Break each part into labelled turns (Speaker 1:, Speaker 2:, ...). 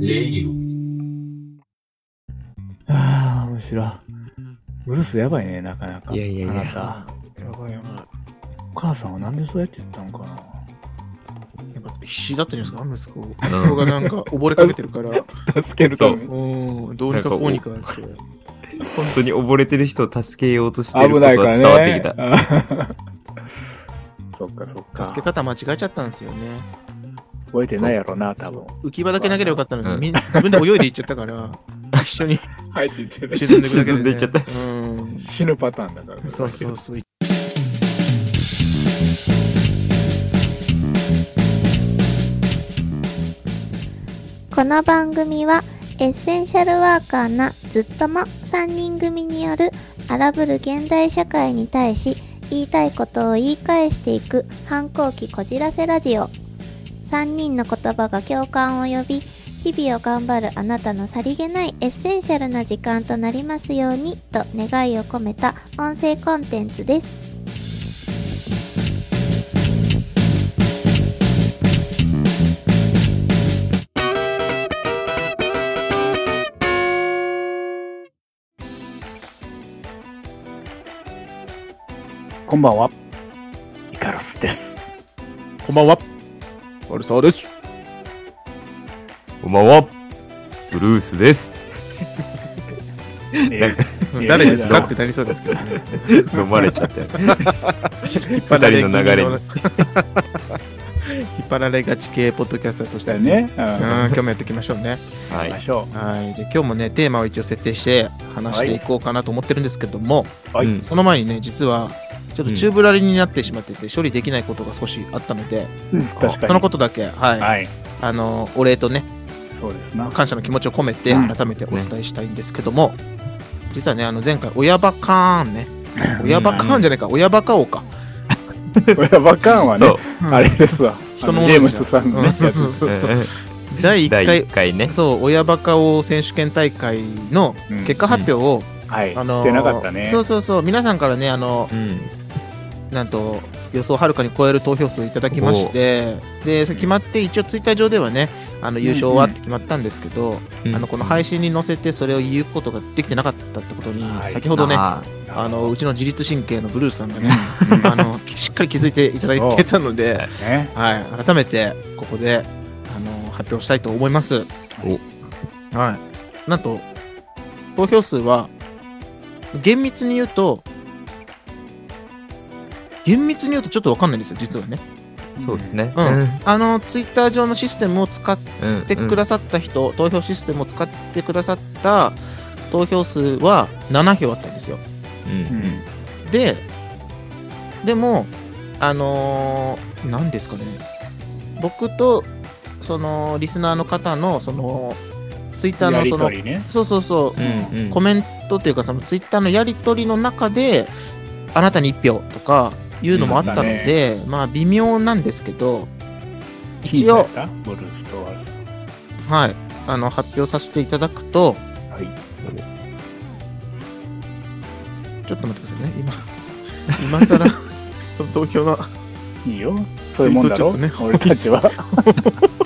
Speaker 1: レイオ。
Speaker 2: ああ、面白い。ブルースやばいね、なかなか。
Speaker 3: いやいやいや
Speaker 2: あなた、
Speaker 4: やばいやば
Speaker 2: お母さんはなんでそうやって言ったのかな。
Speaker 4: い。やっぱ必死だったんじゃないですか、息子。息子が なんか溺れかけてるから、
Speaker 3: 助けると、本
Speaker 4: うん、どうにかこうにかって。
Speaker 3: 当に溺れてる人を助けようとしてる
Speaker 2: 危
Speaker 3: こと
Speaker 2: な
Speaker 3: が
Speaker 2: いから
Speaker 3: 伝
Speaker 2: ね。
Speaker 3: わってきた。
Speaker 2: そっかそっか。
Speaker 4: 助け方間違えちゃったんですよね。
Speaker 2: 覚えてないやろな、多分。
Speaker 4: 浮き場だけ投げればよかったの
Speaker 3: う
Speaker 4: に、
Speaker 3: ん
Speaker 4: みん、自分で泳いでいっちゃったから、 一緒に
Speaker 2: はいって言ってね。
Speaker 4: 沈んでくだけ
Speaker 3: 沈んでいっちゃった
Speaker 4: うん。
Speaker 2: 死ぬパターンだから。れ
Speaker 4: そうそうそう。
Speaker 5: この番組はエッセンシャルワーカーなずっとも3人組による荒ぶる現代社会に対し言いたいことを言い返していく反抗期こじらせラジオ3人の言葉が共感を呼び日々を頑張るあなたのさりげないエッセンシャルな時間となりますようにと願いを込めた音声コンテンツです
Speaker 2: こんばんは。イカロスです。
Speaker 4: こんばんは。俺そうです。
Speaker 3: こんばんは。ブルース です。
Speaker 2: えー
Speaker 4: 誰です
Speaker 2: いや
Speaker 4: か
Speaker 2: いや
Speaker 4: ってなりそうですけどね。
Speaker 3: 飲まれちゃったよ。二人の流れに。
Speaker 4: 引っ張られがち系ポッドキャスターとして
Speaker 2: だ
Speaker 4: は
Speaker 2: よ。ね。うん。
Speaker 4: うん、
Speaker 2: 行
Speaker 4: 今日もやっていきましょうね。
Speaker 3: は
Speaker 2: きま
Speaker 3: い。
Speaker 2: しょ
Speaker 4: はい。で、今日もね、テーマを一応設定して話していこうかなと思ってるんですけども、
Speaker 2: う。は
Speaker 3: う
Speaker 2: い。
Speaker 3: ん
Speaker 4: その前にね、実は、ちょっとチューブラリになってしまってて、処理できないことが少しあったので、
Speaker 2: 確か
Speaker 4: その
Speaker 2: に。
Speaker 4: ことだけ、はい、
Speaker 2: はい。
Speaker 4: あの、お礼とね、
Speaker 2: そうですな。
Speaker 4: 感謝の気持ちを込めて、
Speaker 2: うん
Speaker 4: 改めてお伝えしたいんですけども、実はね、あの、前回、親バカーンね、親バカーンじゃないか、親バカ王か。
Speaker 2: 親バカンは
Speaker 3: そ
Speaker 2: ね
Speaker 3: う、。
Speaker 2: あれですわ。
Speaker 4: 人の
Speaker 2: あ
Speaker 4: も
Speaker 2: の
Speaker 4: の
Speaker 2: ジ
Speaker 4: じ
Speaker 2: ェー
Speaker 4: ゃ
Speaker 2: ムスさんのね
Speaker 4: うんそうそうそうそう。第1
Speaker 3: 第
Speaker 4: 回
Speaker 3: 1回ね。
Speaker 4: そう、親バカ王選手権大会の結果発表を、
Speaker 2: はい。
Speaker 4: あのー
Speaker 2: してなかったね。
Speaker 4: そうそうそう、皆さんからね、あの、
Speaker 3: うん。
Speaker 4: なんと、予想をはるかに超える投票数いただきまして、で、それ決まって、一応ツイッター上ではね、あの優勝はって決まったんですけど、あのこの配信に載せてそれを言うことができてなかったってことに、
Speaker 2: はい
Speaker 4: 先ほどね、
Speaker 3: あ
Speaker 4: あのうちの自律神経のブルースさんが
Speaker 2: うん。
Speaker 4: ね、あのしっかり気づいていただいてたので、
Speaker 2: うんね。
Speaker 4: はい、改めてここであの発表したいと思います。はい、なんと投票数は厳密に言うと厳密に言うとちょっとわかんないんですよ実はね、
Speaker 3: ーそうですね。
Speaker 4: うんあのツイッター上のシステムを使っ
Speaker 3: うん。
Speaker 4: てくださった人、投票システムを使ってくださった投票数は7票あったんですよ
Speaker 3: うん
Speaker 2: うん
Speaker 4: ででもあのーなんですかね僕とそのリスナーの方のそのツイッター
Speaker 2: や
Speaker 4: の
Speaker 2: り
Speaker 4: そ
Speaker 2: と
Speaker 4: の
Speaker 2: りね。
Speaker 4: そうそうそう、
Speaker 3: うんうん
Speaker 4: コメントっていうかそのツイッターのやり取りの中であなたに1票とかいうのもあったので、まあ微妙なんですけど一応
Speaker 2: 僅差やったブルースとは。
Speaker 4: はいあの発表させていただくと
Speaker 2: はい。
Speaker 4: ちょっと待ってくださいね今今更その投票の
Speaker 2: いいよ。そういうもんだろ。
Speaker 4: ツイートちょっとね
Speaker 2: 俺たちは。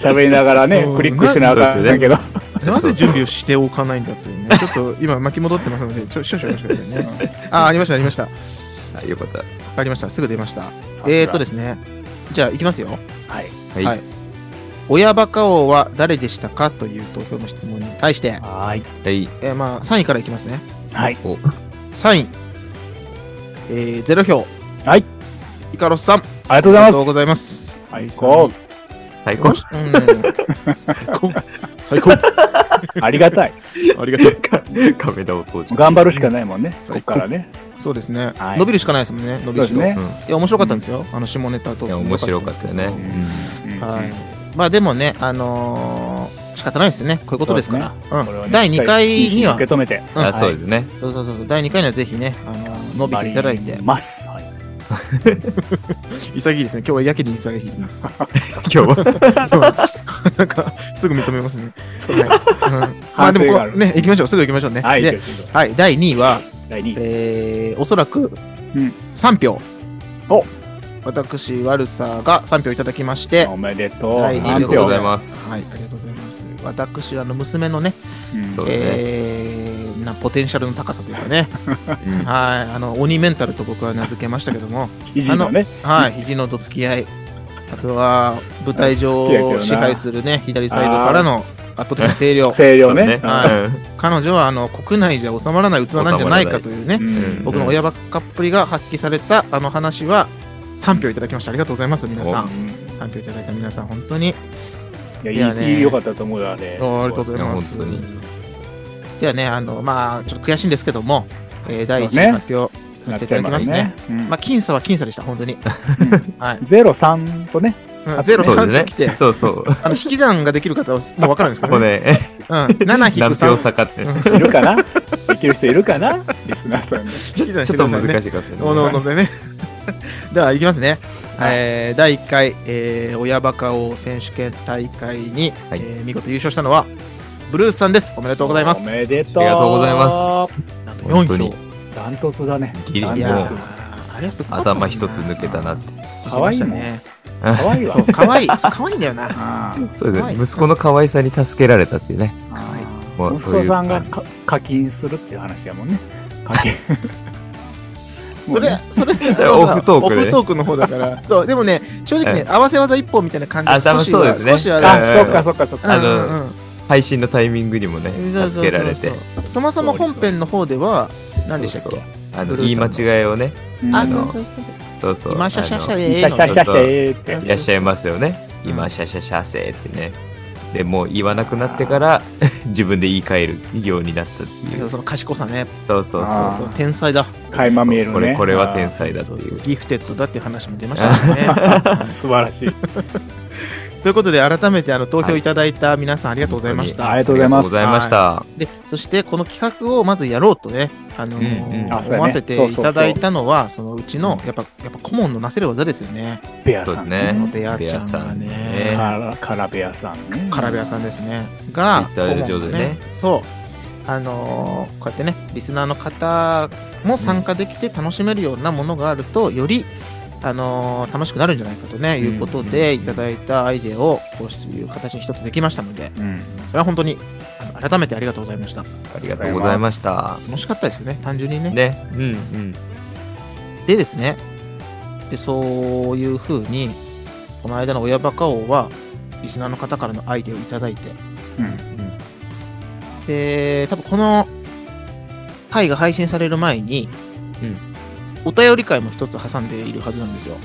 Speaker 2: 喋りながらね
Speaker 4: う、ん
Speaker 2: クリックしながらだけど。。
Speaker 4: なぜ準備をしておかないんだって いうね、ちょっと今巻き戻ってますので、ちょ少々お待ちくださいね。 あ、ありました、ありました。
Speaker 3: あよかった。
Speaker 4: ありました、すぐ出ました。えーっとですすね、じゃあ行きますよ。
Speaker 2: はい。
Speaker 3: はい。
Speaker 4: はい親バカ王は誰でしたかという投票の質問に対して、
Speaker 2: はい。
Speaker 3: はい。
Speaker 4: えーまあ3位からいきますね。
Speaker 2: はい。
Speaker 3: お
Speaker 4: 3位、えー、0票。
Speaker 2: はい。
Speaker 4: イカロスさん、
Speaker 2: ありがとうご
Speaker 4: あり
Speaker 2: ざ
Speaker 4: が
Speaker 2: い
Speaker 4: とう
Speaker 2: ま
Speaker 4: ご
Speaker 2: す。
Speaker 4: ざいます。
Speaker 2: 最高。
Speaker 3: 最高。
Speaker 4: うん。 最高。最高。
Speaker 2: ありがたい。
Speaker 4: ありがとう。
Speaker 3: カメラを登場。
Speaker 2: 頑張るしかないもんね。こっからね。
Speaker 4: そうですね、
Speaker 2: はい
Speaker 4: 伸びるしかないですもんね、伸
Speaker 2: そうで
Speaker 4: びるし
Speaker 2: す
Speaker 4: か。
Speaker 2: ね。
Speaker 4: いや、面白かったんですよ。あの下ネタと
Speaker 3: いや、面白かったね。
Speaker 2: うんうん
Speaker 4: はい、まあでもね、あのー仕方ないですよね、こういうことですから、うん
Speaker 2: これはね
Speaker 4: 第2回には、
Speaker 2: 受け止めて
Speaker 3: うんあ、そうですね。
Speaker 4: そうそうそうそう、第2回にはぜひね、あのー伸びていただいて、
Speaker 2: ます。はい
Speaker 4: 潔いですね、今日はやけに潔い、
Speaker 3: 今日は。
Speaker 4: なんか、すぐ認めますね。はいうんまあ
Speaker 2: 反
Speaker 4: で
Speaker 2: 省
Speaker 4: も
Speaker 2: があ
Speaker 4: こ
Speaker 2: る
Speaker 4: う、ね、行きましょう、すぐ行きましょうね。
Speaker 2: はい。
Speaker 4: で
Speaker 2: ということで
Speaker 4: はい、第2位は、
Speaker 2: 第二位。
Speaker 4: えー、おそらく
Speaker 2: うん
Speaker 4: 3票、
Speaker 2: お
Speaker 4: 私、ワルサーが3票いただきまして、
Speaker 2: おめでとう。
Speaker 4: はい
Speaker 3: あ
Speaker 2: な
Speaker 3: り
Speaker 2: ん
Speaker 3: が
Speaker 2: と
Speaker 3: とうございます。
Speaker 4: はい、ありがとうございます。私、あの娘のね、
Speaker 2: うん
Speaker 3: そうだね
Speaker 4: えーなポテンシャルの高さというかね、
Speaker 3: うん
Speaker 4: はい、あの鬼メンタルと僕は名付けましたけども、
Speaker 2: 肘のね、
Speaker 4: はい、肘のどつき合い、あとは舞台上
Speaker 2: 好きやけど
Speaker 4: を
Speaker 2: な
Speaker 4: 支配するね、左サイドからの圧倒的な声 量、
Speaker 2: 声量ね。
Speaker 4: は彼女はあの国内じゃ収まらない器なんじゃないかというね
Speaker 2: う、ん
Speaker 4: 僕の親ばっかっぷりが発揮されたあの話は3票いただきました。ありがとうございます、皆さん。3票いただいた皆さん、本当に
Speaker 2: いや
Speaker 4: いやね
Speaker 2: いいいい良かったと思うよあれ。
Speaker 4: あありがとうございま
Speaker 3: い
Speaker 4: す
Speaker 3: や本当に。
Speaker 4: ではね、あの、まあ、ちょっと悔しいんですけども、えー第1
Speaker 2: そうね
Speaker 4: 位の発表
Speaker 2: な
Speaker 4: さ
Speaker 2: っ
Speaker 4: せ
Speaker 2: ち
Speaker 4: て
Speaker 2: ゃ
Speaker 4: い
Speaker 2: い
Speaker 4: ただ
Speaker 2: ま
Speaker 4: きますす
Speaker 2: ね
Speaker 4: ね。。
Speaker 2: うん
Speaker 4: まあ、僅差は僅差でした、本当に。はい。
Speaker 2: ゼロ三とね、
Speaker 4: うん、ゼロ
Speaker 3: そうです
Speaker 4: 三
Speaker 3: ね
Speaker 4: と来て、
Speaker 3: そうそう。
Speaker 4: あの引き算ができる方はもう分かるんですけ
Speaker 3: こ
Speaker 4: ど
Speaker 3: こ
Speaker 4: ね。
Speaker 3: ね、
Speaker 4: うん、7引
Speaker 3: 何
Speaker 4: く
Speaker 3: 票
Speaker 4: 3。
Speaker 3: 差かって。
Speaker 4: うん
Speaker 2: いるかなできる人いるかなリスナーさんに。
Speaker 4: 引き算
Speaker 3: ち
Speaker 4: し
Speaker 3: ょ
Speaker 4: て
Speaker 3: っ
Speaker 4: く
Speaker 3: と
Speaker 4: ださいね
Speaker 3: 難。しかったね。
Speaker 4: おのおのでね。 では、いきますね。
Speaker 2: はい
Speaker 4: えー第1回、えー親バカ王選手権大会に、
Speaker 3: はい
Speaker 4: えー見事優勝したのは、ブルースさんです。おめでとうございま
Speaker 2: お
Speaker 4: す。
Speaker 2: めでとう。
Speaker 3: ありがとうございます。
Speaker 4: なんと
Speaker 3: 本当
Speaker 4: 4
Speaker 3: に
Speaker 4: 票。
Speaker 2: す。ダントツだね。
Speaker 3: ギリ
Speaker 2: ダン
Speaker 4: い
Speaker 2: ト
Speaker 4: や
Speaker 3: もう
Speaker 2: ツ。
Speaker 4: ーあれはすごかったもんな
Speaker 3: 頭一つ抜けたなって。
Speaker 2: 可愛いもん
Speaker 4: 聞きましたね
Speaker 2: 可愛いわ
Speaker 4: そ。う可愛いそう可愛いんだよな
Speaker 2: あ
Speaker 3: そうです
Speaker 4: は
Speaker 3: ね。
Speaker 4: い
Speaker 3: 息子の可愛さに助けられたっていうね。
Speaker 2: ああ
Speaker 4: 可
Speaker 3: も
Speaker 2: あ
Speaker 3: う
Speaker 2: 息
Speaker 3: そういう
Speaker 2: 子さんがか課金するっていう話やもんね。課金。
Speaker 4: それ
Speaker 2: も
Speaker 4: それ
Speaker 3: や
Speaker 4: あのさ
Speaker 3: オフトークで
Speaker 4: オフトークの方だからそうでもね正直ね合わせ技一本みたいな感じ
Speaker 3: あ
Speaker 4: 少し
Speaker 3: そう
Speaker 4: は
Speaker 3: ですね
Speaker 4: 少し
Speaker 2: うね、
Speaker 4: ある
Speaker 2: あ、そっかそっかそっ
Speaker 4: うん
Speaker 2: か。
Speaker 3: あの
Speaker 4: うんうん
Speaker 3: 配信のタイミングにもね
Speaker 4: そう、そうそうそう
Speaker 3: 助けられて。
Speaker 4: そもそも本編の方では何でしたっ
Speaker 3: そう
Speaker 4: け
Speaker 3: そうあ
Speaker 4: ブ
Speaker 3: の、
Speaker 4: ルー
Speaker 3: 言い
Speaker 4: さん
Speaker 3: 間
Speaker 4: の
Speaker 3: 違いをね。
Speaker 2: うん
Speaker 4: あ
Speaker 2: の
Speaker 4: そうそうそう
Speaker 3: そうそう。
Speaker 4: 今シャシャシャ
Speaker 3: あの
Speaker 4: でええ
Speaker 2: シャ
Speaker 4: の
Speaker 2: シャシャシャええっ
Speaker 4: う
Speaker 2: て
Speaker 4: ん。
Speaker 3: いらっしゃいますよね。
Speaker 4: うん
Speaker 3: 今、シャシャシャせーってね。でもう言わなくなってから自分で言い換えるようになったってい
Speaker 4: けど
Speaker 3: う。そ
Speaker 4: その賢さね
Speaker 3: うそうそう
Speaker 2: あー
Speaker 4: そう天才だ
Speaker 2: 垣間見えるね。
Speaker 3: これこれは天才だって
Speaker 4: そう
Speaker 3: い
Speaker 4: そう
Speaker 3: う。
Speaker 4: ギフテッドだっていう話も出ましたからね
Speaker 2: あー素晴らしい。
Speaker 4: ということで改めてあの投票いただいた皆さんありがとうございまし
Speaker 2: あ
Speaker 4: た
Speaker 2: りがとうございま
Speaker 3: あ
Speaker 2: す。
Speaker 3: りがとうございました。
Speaker 4: でそしてこの企画をまずやろうとね、あのー
Speaker 3: うんうん
Speaker 2: あそうやね
Speaker 4: 思わせていただいたのはそのうちのやっぱやっぱ顧問のなせる技ですよね、
Speaker 2: ベア
Speaker 3: そうで
Speaker 2: さ
Speaker 3: す
Speaker 2: ん。
Speaker 3: ね。
Speaker 4: ベアちゃんがね
Speaker 3: ベアさんね
Speaker 2: カラカラベアさんね。
Speaker 4: カラベアさんですねが
Speaker 3: Twitter 上
Speaker 4: 顧問
Speaker 3: でね
Speaker 4: のそうあのーこうやってねリスナーの方も参加できて楽しめるようなものがあるとよりあのー楽しくなるんじゃないかとね、いうこと
Speaker 3: うんうんうん
Speaker 4: でいただいたアイデアをこういう形に一つできましたので
Speaker 2: うん。
Speaker 4: それは本当にあの改めてありがとうございました
Speaker 3: ありがとうございました。
Speaker 4: 楽しかったですよね単純にね
Speaker 3: ね。うんうん。
Speaker 4: でですね、でそういう風に、この間の親バカ王は、リスナーの方からのアイデアをいただいて、で、多分この回が配信される前に、
Speaker 3: うん
Speaker 4: お便り会も一つ挟んでいるはずなんですよ。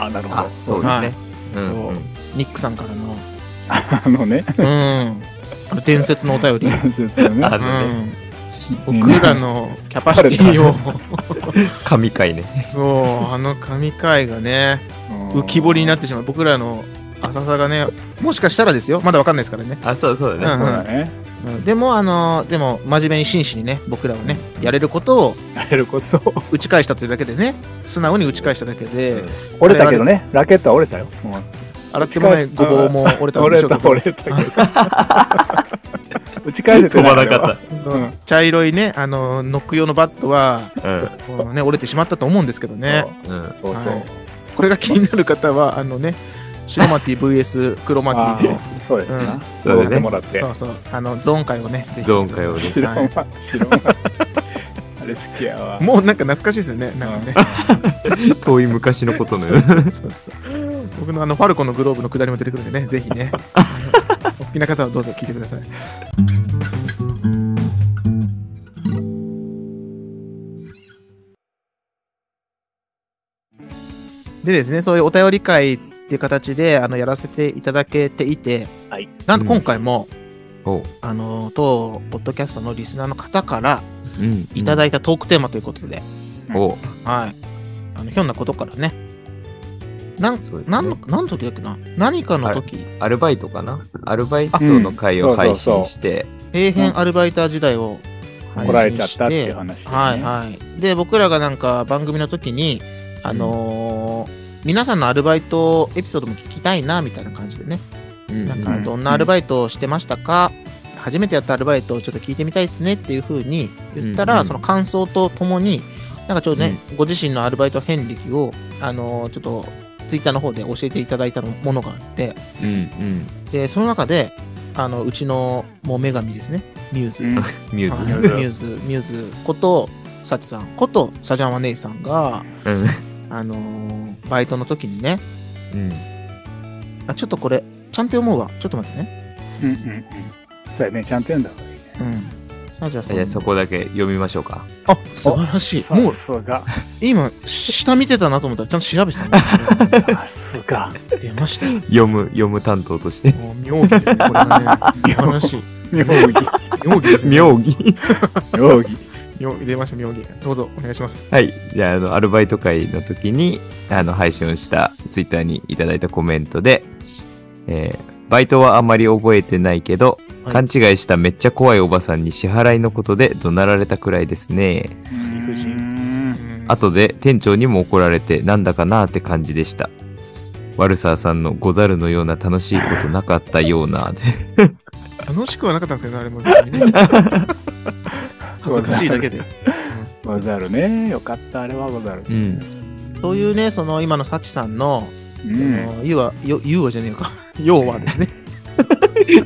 Speaker 2: あ、なるほ
Speaker 3: あ
Speaker 2: ど。、
Speaker 3: そうですね。
Speaker 4: はい
Speaker 3: んん
Speaker 4: そうニックさんからの、
Speaker 2: あのね。
Speaker 4: うん、あの伝説のお便り。
Speaker 2: そうね
Speaker 3: あ
Speaker 4: う
Speaker 3: のね、
Speaker 4: ん、僕らのキャパシティを、
Speaker 3: 神回ね。
Speaker 4: そう、あの神回がね、浮き彫りになってしまう僕らの浅さがねもしかしたらですよまだわかんないですからね、
Speaker 3: あ、そうそうだ
Speaker 2: そ
Speaker 3: ね。
Speaker 2: うだね。
Speaker 4: うんでもあのでも真面目に真摯にね僕らはねやれることを
Speaker 2: やれることそう。
Speaker 4: 打ち返したというだけでね素直に打ち返しただけで、
Speaker 3: うん
Speaker 2: 折れたけどね。ラケットは折れたよ。うん
Speaker 4: 洗ってもないごぼうも折れたんで
Speaker 2: 折
Speaker 4: し
Speaker 2: れ
Speaker 4: ょうけ
Speaker 2: た
Speaker 4: ど
Speaker 2: 折れたけど打ち返せ て
Speaker 3: 飛ばな
Speaker 2: あ
Speaker 3: かっ
Speaker 2: うん
Speaker 4: 茶色いねあのノック用のバットは、
Speaker 3: た。うん。
Speaker 4: こうね、折れてしまったと思うんですけどね
Speaker 3: うん。
Speaker 2: そうそう、
Speaker 4: はいこれが気になる方はあのね白マティ VS 黒マ
Speaker 2: あ
Speaker 4: ティの
Speaker 2: ーそうです
Speaker 4: う、
Speaker 2: なん
Speaker 3: そうだね
Speaker 2: てもらって
Speaker 4: そうそうあのゾーン会をねぜひ
Speaker 3: ゾーン会をね
Speaker 2: 白馬
Speaker 4: はい
Speaker 2: 白馬あれ好きやわ
Speaker 4: もうなんか懐かしいですよねなんかね
Speaker 3: 遠い昔のことのような。
Speaker 4: 僕のあのファルコンのグローブの下りも出てくるんでね、ぜひね、あのお好きな方はどうぞ聞いてください。でですね、そういうお便り会っていう形であのやらせていただけていて、
Speaker 2: はい
Speaker 4: なんと今回も、
Speaker 3: おう
Speaker 4: あの当ポッドキャストのリスナーの方から
Speaker 3: うん
Speaker 4: いただいたトークテーマということで、
Speaker 3: おう
Speaker 4: はい。あのひょんなことからね、なん
Speaker 3: そうですね
Speaker 4: 何の何の時だっけな何かの時、
Speaker 3: アルバイトかなアルバイトの回を配信して。
Speaker 4: 底辺アルバイター時代を配信して
Speaker 2: 来られちゃったっていう話、ね、
Speaker 4: はいはい。で、僕らがなんか番組の時に、あのー皆さんのアルバイトエピソードも聞きたいなみたいな感じでね、
Speaker 3: うん
Speaker 4: なん
Speaker 2: う
Speaker 4: か
Speaker 2: ん
Speaker 4: どんなアルバイトをしてましたか、初めてやったアルバイトをちょっと聞いてみたいですねっていう風に言ったら、
Speaker 3: うん
Speaker 4: その感想とともに、なんかちょうどね、ご自身のアルバイト遍歴を、あのーちょっとツイッターの方で教えていただいたものがあって、
Speaker 3: うんうん。
Speaker 4: でその中で、あのうちのもう女神ですね、ミューズ。
Speaker 2: うん
Speaker 3: ミュ
Speaker 4: はい
Speaker 3: ー
Speaker 4: ミューズ、ミューズこと、サチさんこと、サジャンワネイさんが、
Speaker 3: ズ。うん
Speaker 4: あのーバイトの時にね、
Speaker 3: うん。
Speaker 4: あ、ちょっとこれ、ちゃんと読もうわ。ちょっと待ってね。
Speaker 2: うんうんうん。そうやね、ちゃんと読んだ方がいいね。
Speaker 4: うん。サジャさ
Speaker 3: じゃあ
Speaker 4: ん。
Speaker 3: そこだけ読みましょうか。
Speaker 4: あ、素晴らしい。も
Speaker 2: さ
Speaker 4: う、
Speaker 2: すが、
Speaker 4: 今、下見てたなと思ったら、ちゃんと調べてたんで
Speaker 2: さすが。
Speaker 4: すよ出ましたよ。
Speaker 3: 読む、読む担当として。
Speaker 4: もう、妙義ですね。これはね、素晴らしい。
Speaker 2: 妙義、
Speaker 4: 妙義ですね。
Speaker 3: 妙義。
Speaker 2: 妙義。
Speaker 4: 妙義出ました、妙義。どうぞ、お願いします。
Speaker 3: はい。じゃあ、あの、アルバイト会の時に、あの、配信をしたツイッターにいただいたコメントで、えーバイトはあまり覚えてないけど、
Speaker 4: はい
Speaker 3: 勘違いしためっちゃ怖いおばさんに支払いのことで怒鳴られたくらいですね。
Speaker 2: 理不
Speaker 4: う
Speaker 2: 尽。
Speaker 3: 後で店長にも怒られてなんだかなーって感じでした。ワルサーさんのござるのような楽しいことなかったようなで。
Speaker 4: 楽しくはなかったんですけどね、あれも別に ね。恥ずかしいだけで。
Speaker 2: ござるね。よかった、あれはござる。
Speaker 3: うん。
Speaker 4: そういうね、その今のサチさんの、
Speaker 2: う
Speaker 4: あ
Speaker 2: ん。
Speaker 4: の要は、よ要はじゃねえ か。要はですね。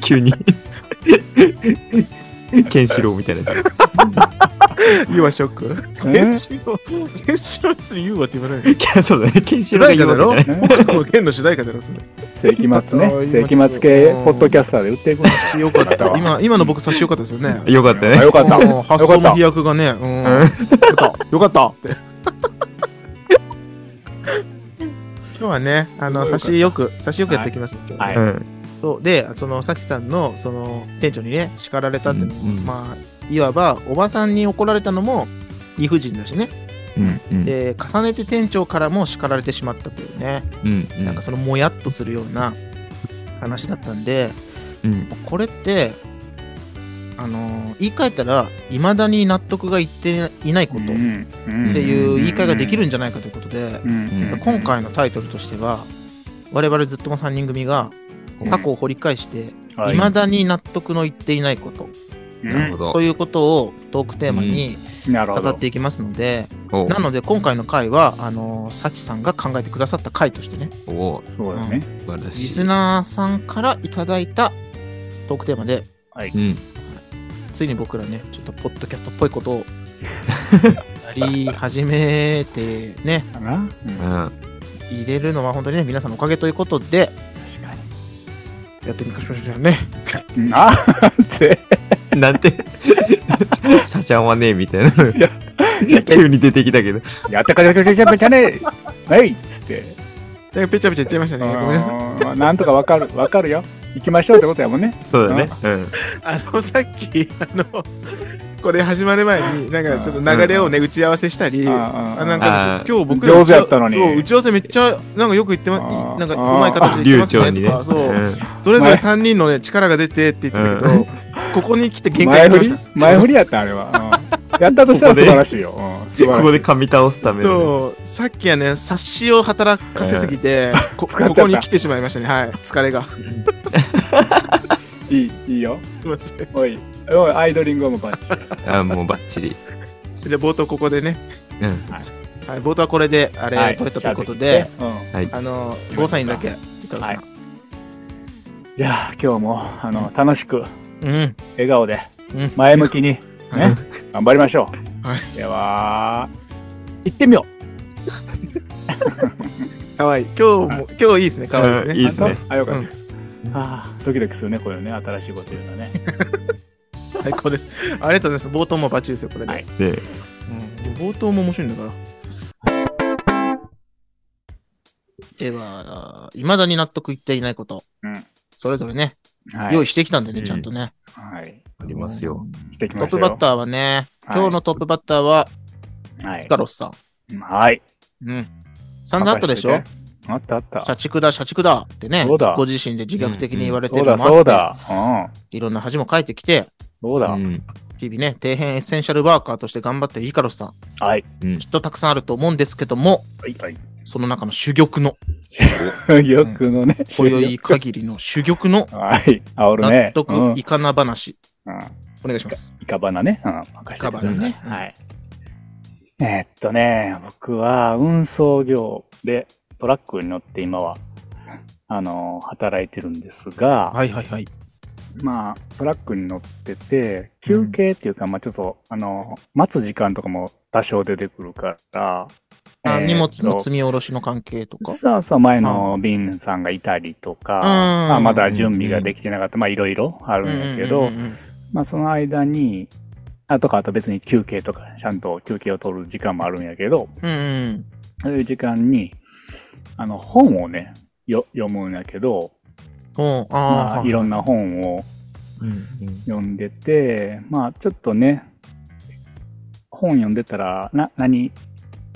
Speaker 3: 急に。ケンシロウみたいな。
Speaker 4: 要はショック。
Speaker 2: え
Speaker 4: 原子炉、原子炉別に言うわって言わない。
Speaker 3: そうだね。ケンシ
Speaker 4: 主
Speaker 3: ロウが
Speaker 4: 題歌
Speaker 3: 言う
Speaker 4: だ
Speaker 3: わけじゃ
Speaker 4: ろ
Speaker 3: ない
Speaker 4: 弦の主題歌だろ それ。
Speaker 2: 世紀末
Speaker 4: あー
Speaker 2: ね。世紀末系ポッドキャスターで売っていくの。
Speaker 4: よかった
Speaker 2: わ
Speaker 4: 今、今の僕差しよかったですよね。
Speaker 3: よかったね
Speaker 2: あ。よかった。
Speaker 4: うん
Speaker 2: よか
Speaker 4: 発想の
Speaker 2: った
Speaker 4: 飛。躍がね。うんよかった。よかったって。今日はね、あの、
Speaker 2: すご
Speaker 4: 差
Speaker 2: い
Speaker 4: しよく、差しよくやっていきますね。今日ね
Speaker 2: はい
Speaker 3: うん。
Speaker 4: そうで、その、サチさんの、その、店長にね、叱られたっていうのも
Speaker 3: うんうん
Speaker 4: まあ、いわば、おばさんに怒られたのも理不尽だしね。
Speaker 3: うん。うん。
Speaker 4: で、重ねて店長からも叱られてしまったというね。
Speaker 3: うん。
Speaker 4: なんかそのもやっとするような話だったんで、
Speaker 3: うん。
Speaker 4: これって、あのー言い換えたら、いまだに納得がいっていないことっ
Speaker 2: って
Speaker 4: いう言い換えができ
Speaker 2: る。
Speaker 4: るんじゃないかということで、
Speaker 2: うん
Speaker 4: 今回のタイトルとしては、我々ずっとも3人組が過去を掘り返して、
Speaker 2: はい
Speaker 4: まだに納得のいっていないこと
Speaker 3: なるほ
Speaker 4: と
Speaker 3: ど。
Speaker 4: いうことをトークテーマに
Speaker 2: なるほ
Speaker 4: 語っ
Speaker 2: ど
Speaker 4: て。いきますので、
Speaker 3: おう
Speaker 4: なので今回の回は、あのー、サチさんが考えてくださった回としてね、
Speaker 3: おう素
Speaker 2: そうだね。
Speaker 3: 晴らしい。
Speaker 4: リスナーさんからいただいたトークテーマで、
Speaker 3: うん。
Speaker 4: ついに僕らね、ちょっとポッドキャストっぽいこ とをやり始めてね、
Speaker 2: かな。うん
Speaker 3: うん。
Speaker 4: 入れるのは本当にね、皆さんのおかげということで、
Speaker 2: 確か
Speaker 4: やってみましょうね。
Speaker 2: に。あって。
Speaker 3: なんて、さちゃんはねえみたいな。急に出てきたけど。
Speaker 2: やったかじゃかじゃかじゃかじゃねえはいっつって。
Speaker 4: なんかペチャペチャ言っちゃいましたね。ごめんなさい。
Speaker 2: あーなんとかわかる、わかるよ。行きましょうってことやもんね。
Speaker 3: そうだね。うん。
Speaker 4: あの、さっき、あの、これ始まる前に、なんかちょっと流れをね、打ち合わせしたり、あ
Speaker 2: あー
Speaker 4: なん
Speaker 3: あ
Speaker 4: か
Speaker 3: ー
Speaker 4: 今日僕ら
Speaker 2: 上手やったのに
Speaker 4: そう打ち合わせめっちゃ、なんかよく言って
Speaker 2: あ
Speaker 4: ま
Speaker 2: ー
Speaker 4: す。なんかうまい形で言
Speaker 3: 流
Speaker 4: ってま
Speaker 3: 暢
Speaker 4: す
Speaker 3: に
Speaker 4: ね。
Speaker 3: ね。
Speaker 4: とかそうう。
Speaker 3: ん
Speaker 4: それぞれ3人のね、力が出てって言ってたけど、ここに来て限
Speaker 2: 前
Speaker 4: 界
Speaker 2: 振
Speaker 4: が来まし
Speaker 2: り
Speaker 4: た。
Speaker 2: 前振りやった、あれは。うんやったとしたら素
Speaker 3: ここで
Speaker 2: 晴らしいよ。うん素晴らし
Speaker 3: こ
Speaker 2: い
Speaker 3: こで噛み倒すためのね。
Speaker 4: そう、さっきはね、察しを働かせすぎて、こ
Speaker 2: 使っちゃ
Speaker 4: こ
Speaker 2: った
Speaker 4: こに来てしまいましたね、はい、疲 れが。
Speaker 2: いい、いいよ。
Speaker 4: すいません
Speaker 2: おい、おい、アイドリングはもうバッチリ。
Speaker 3: あもうバッチリ。
Speaker 4: じゃあ、冒頭ここでね、
Speaker 3: うん。
Speaker 4: はい、冒頭はこれで、あれ、
Speaker 2: はい
Speaker 4: 取れたということで、。
Speaker 2: じゃあ
Speaker 4: あの、ゴーサインだけ、伊藤さん
Speaker 2: はいうんじゃあ、今日も、あの、楽しく、
Speaker 4: うん、
Speaker 2: 笑顔で、
Speaker 4: うん、
Speaker 2: 前向きに、ね、頑張りましょ
Speaker 4: は
Speaker 2: う。では、行ってみよう。
Speaker 4: かわいい。今日も、今日いいですね、かわいいです
Speaker 3: うんい
Speaker 4: ね。
Speaker 3: いですね
Speaker 2: あ、よかった。あードキドキするね、これね、新しいこと言うのね。
Speaker 4: 最高です。ありがとうございます。冒頭もバッチリですよ、これで。
Speaker 2: はい
Speaker 3: で、
Speaker 4: うん、冒頭も面白いんだから。では、いまだに納得いっていないこと、
Speaker 2: うん
Speaker 4: それぞれね、
Speaker 2: はい
Speaker 4: 用意してきたんでね、
Speaker 3: うん
Speaker 4: ちゃんとね。
Speaker 2: はい。
Speaker 3: ありますよ。
Speaker 2: してき
Speaker 4: ト
Speaker 2: ま
Speaker 4: ッ
Speaker 2: しょ
Speaker 4: プ
Speaker 2: う
Speaker 4: バッターはね、
Speaker 2: はい
Speaker 4: 今日のトップバッターは
Speaker 2: は
Speaker 4: ヒ
Speaker 2: い
Speaker 4: カ。ロスさん。
Speaker 2: はい。
Speaker 4: うん。散々あったでしょ
Speaker 2: あったあった。
Speaker 4: 社畜だ、社畜だってね
Speaker 2: そうだ、
Speaker 4: ご自身で自虐的に言われて
Speaker 2: そ
Speaker 4: る
Speaker 2: う
Speaker 4: の
Speaker 2: だ
Speaker 4: もあって、
Speaker 2: そうだ。うん。
Speaker 4: いろんな恥もかいてきて、
Speaker 2: そうだ。
Speaker 3: うん
Speaker 4: 日々ね、底辺エッセンシャルワーカーとして頑張ってるヒカロスさん、
Speaker 2: はい。
Speaker 4: きっとたくさんあると思うんですけども、
Speaker 2: はい。はい。
Speaker 4: その中の珠玉の、
Speaker 2: よくのね。
Speaker 4: 今宵限りの珠玉の
Speaker 2: はい。煽る
Speaker 4: 納
Speaker 2: ね。うん。う
Speaker 4: 得
Speaker 2: ん
Speaker 4: いかな話、
Speaker 2: イ
Speaker 4: お願いします。
Speaker 2: カバナね。うん。任せてください
Speaker 4: イカバナね
Speaker 2: はい。えーっとね、僕は運送業でトラックに乗って今は、あの、働いてるんですが、
Speaker 4: はいはいはい。
Speaker 2: まあ、トラックに乗ってて、休憩っていうか、まあちょっと、あの、待つ時間とかも多少出てくるから、えー
Speaker 4: あ
Speaker 2: っと
Speaker 4: 荷物の積み下ろしの関係とか。
Speaker 2: そうそう、前の便さんがいたりとか、
Speaker 4: うん
Speaker 2: まあ、まだ準備ができてなかった、まあいろいろあるんやけど、
Speaker 4: うんうんうんうん
Speaker 2: まあその間に、あとかあと別に休憩とか、ちゃんと休憩を取る時間もあるんやけど、
Speaker 4: うんうん。
Speaker 2: そういう時間に、あの本をね、よ読むんやけど、
Speaker 4: うん、
Speaker 2: ま
Speaker 4: あ
Speaker 2: あ
Speaker 4: あ、
Speaker 2: いろんな本を読んでて、まあちょっとね、本読んでたら、な、何、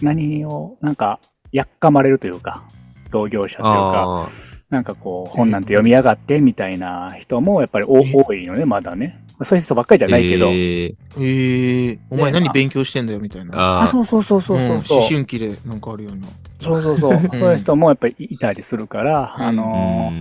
Speaker 2: 何を、なんか、やっかまれるというか、同業者というか、
Speaker 3: ああ、
Speaker 2: なんかこう、本なんて読みやがってみたいな人もやっぱりお多いのね、まだね。そういう人ばっかりじゃないけど。
Speaker 3: えー
Speaker 4: ええ、お前
Speaker 2: で
Speaker 4: 何
Speaker 2: あ
Speaker 4: 勉強してんだよみたいな。
Speaker 3: あ
Speaker 2: あ、
Speaker 3: あ
Speaker 2: そうそうそうそう
Speaker 4: うん
Speaker 2: そうそう。
Speaker 4: 思春期でなんかあるような。
Speaker 2: そうそうそう。そういう人もやっぱりいたりするから、
Speaker 4: うん
Speaker 2: あ
Speaker 3: う
Speaker 2: のー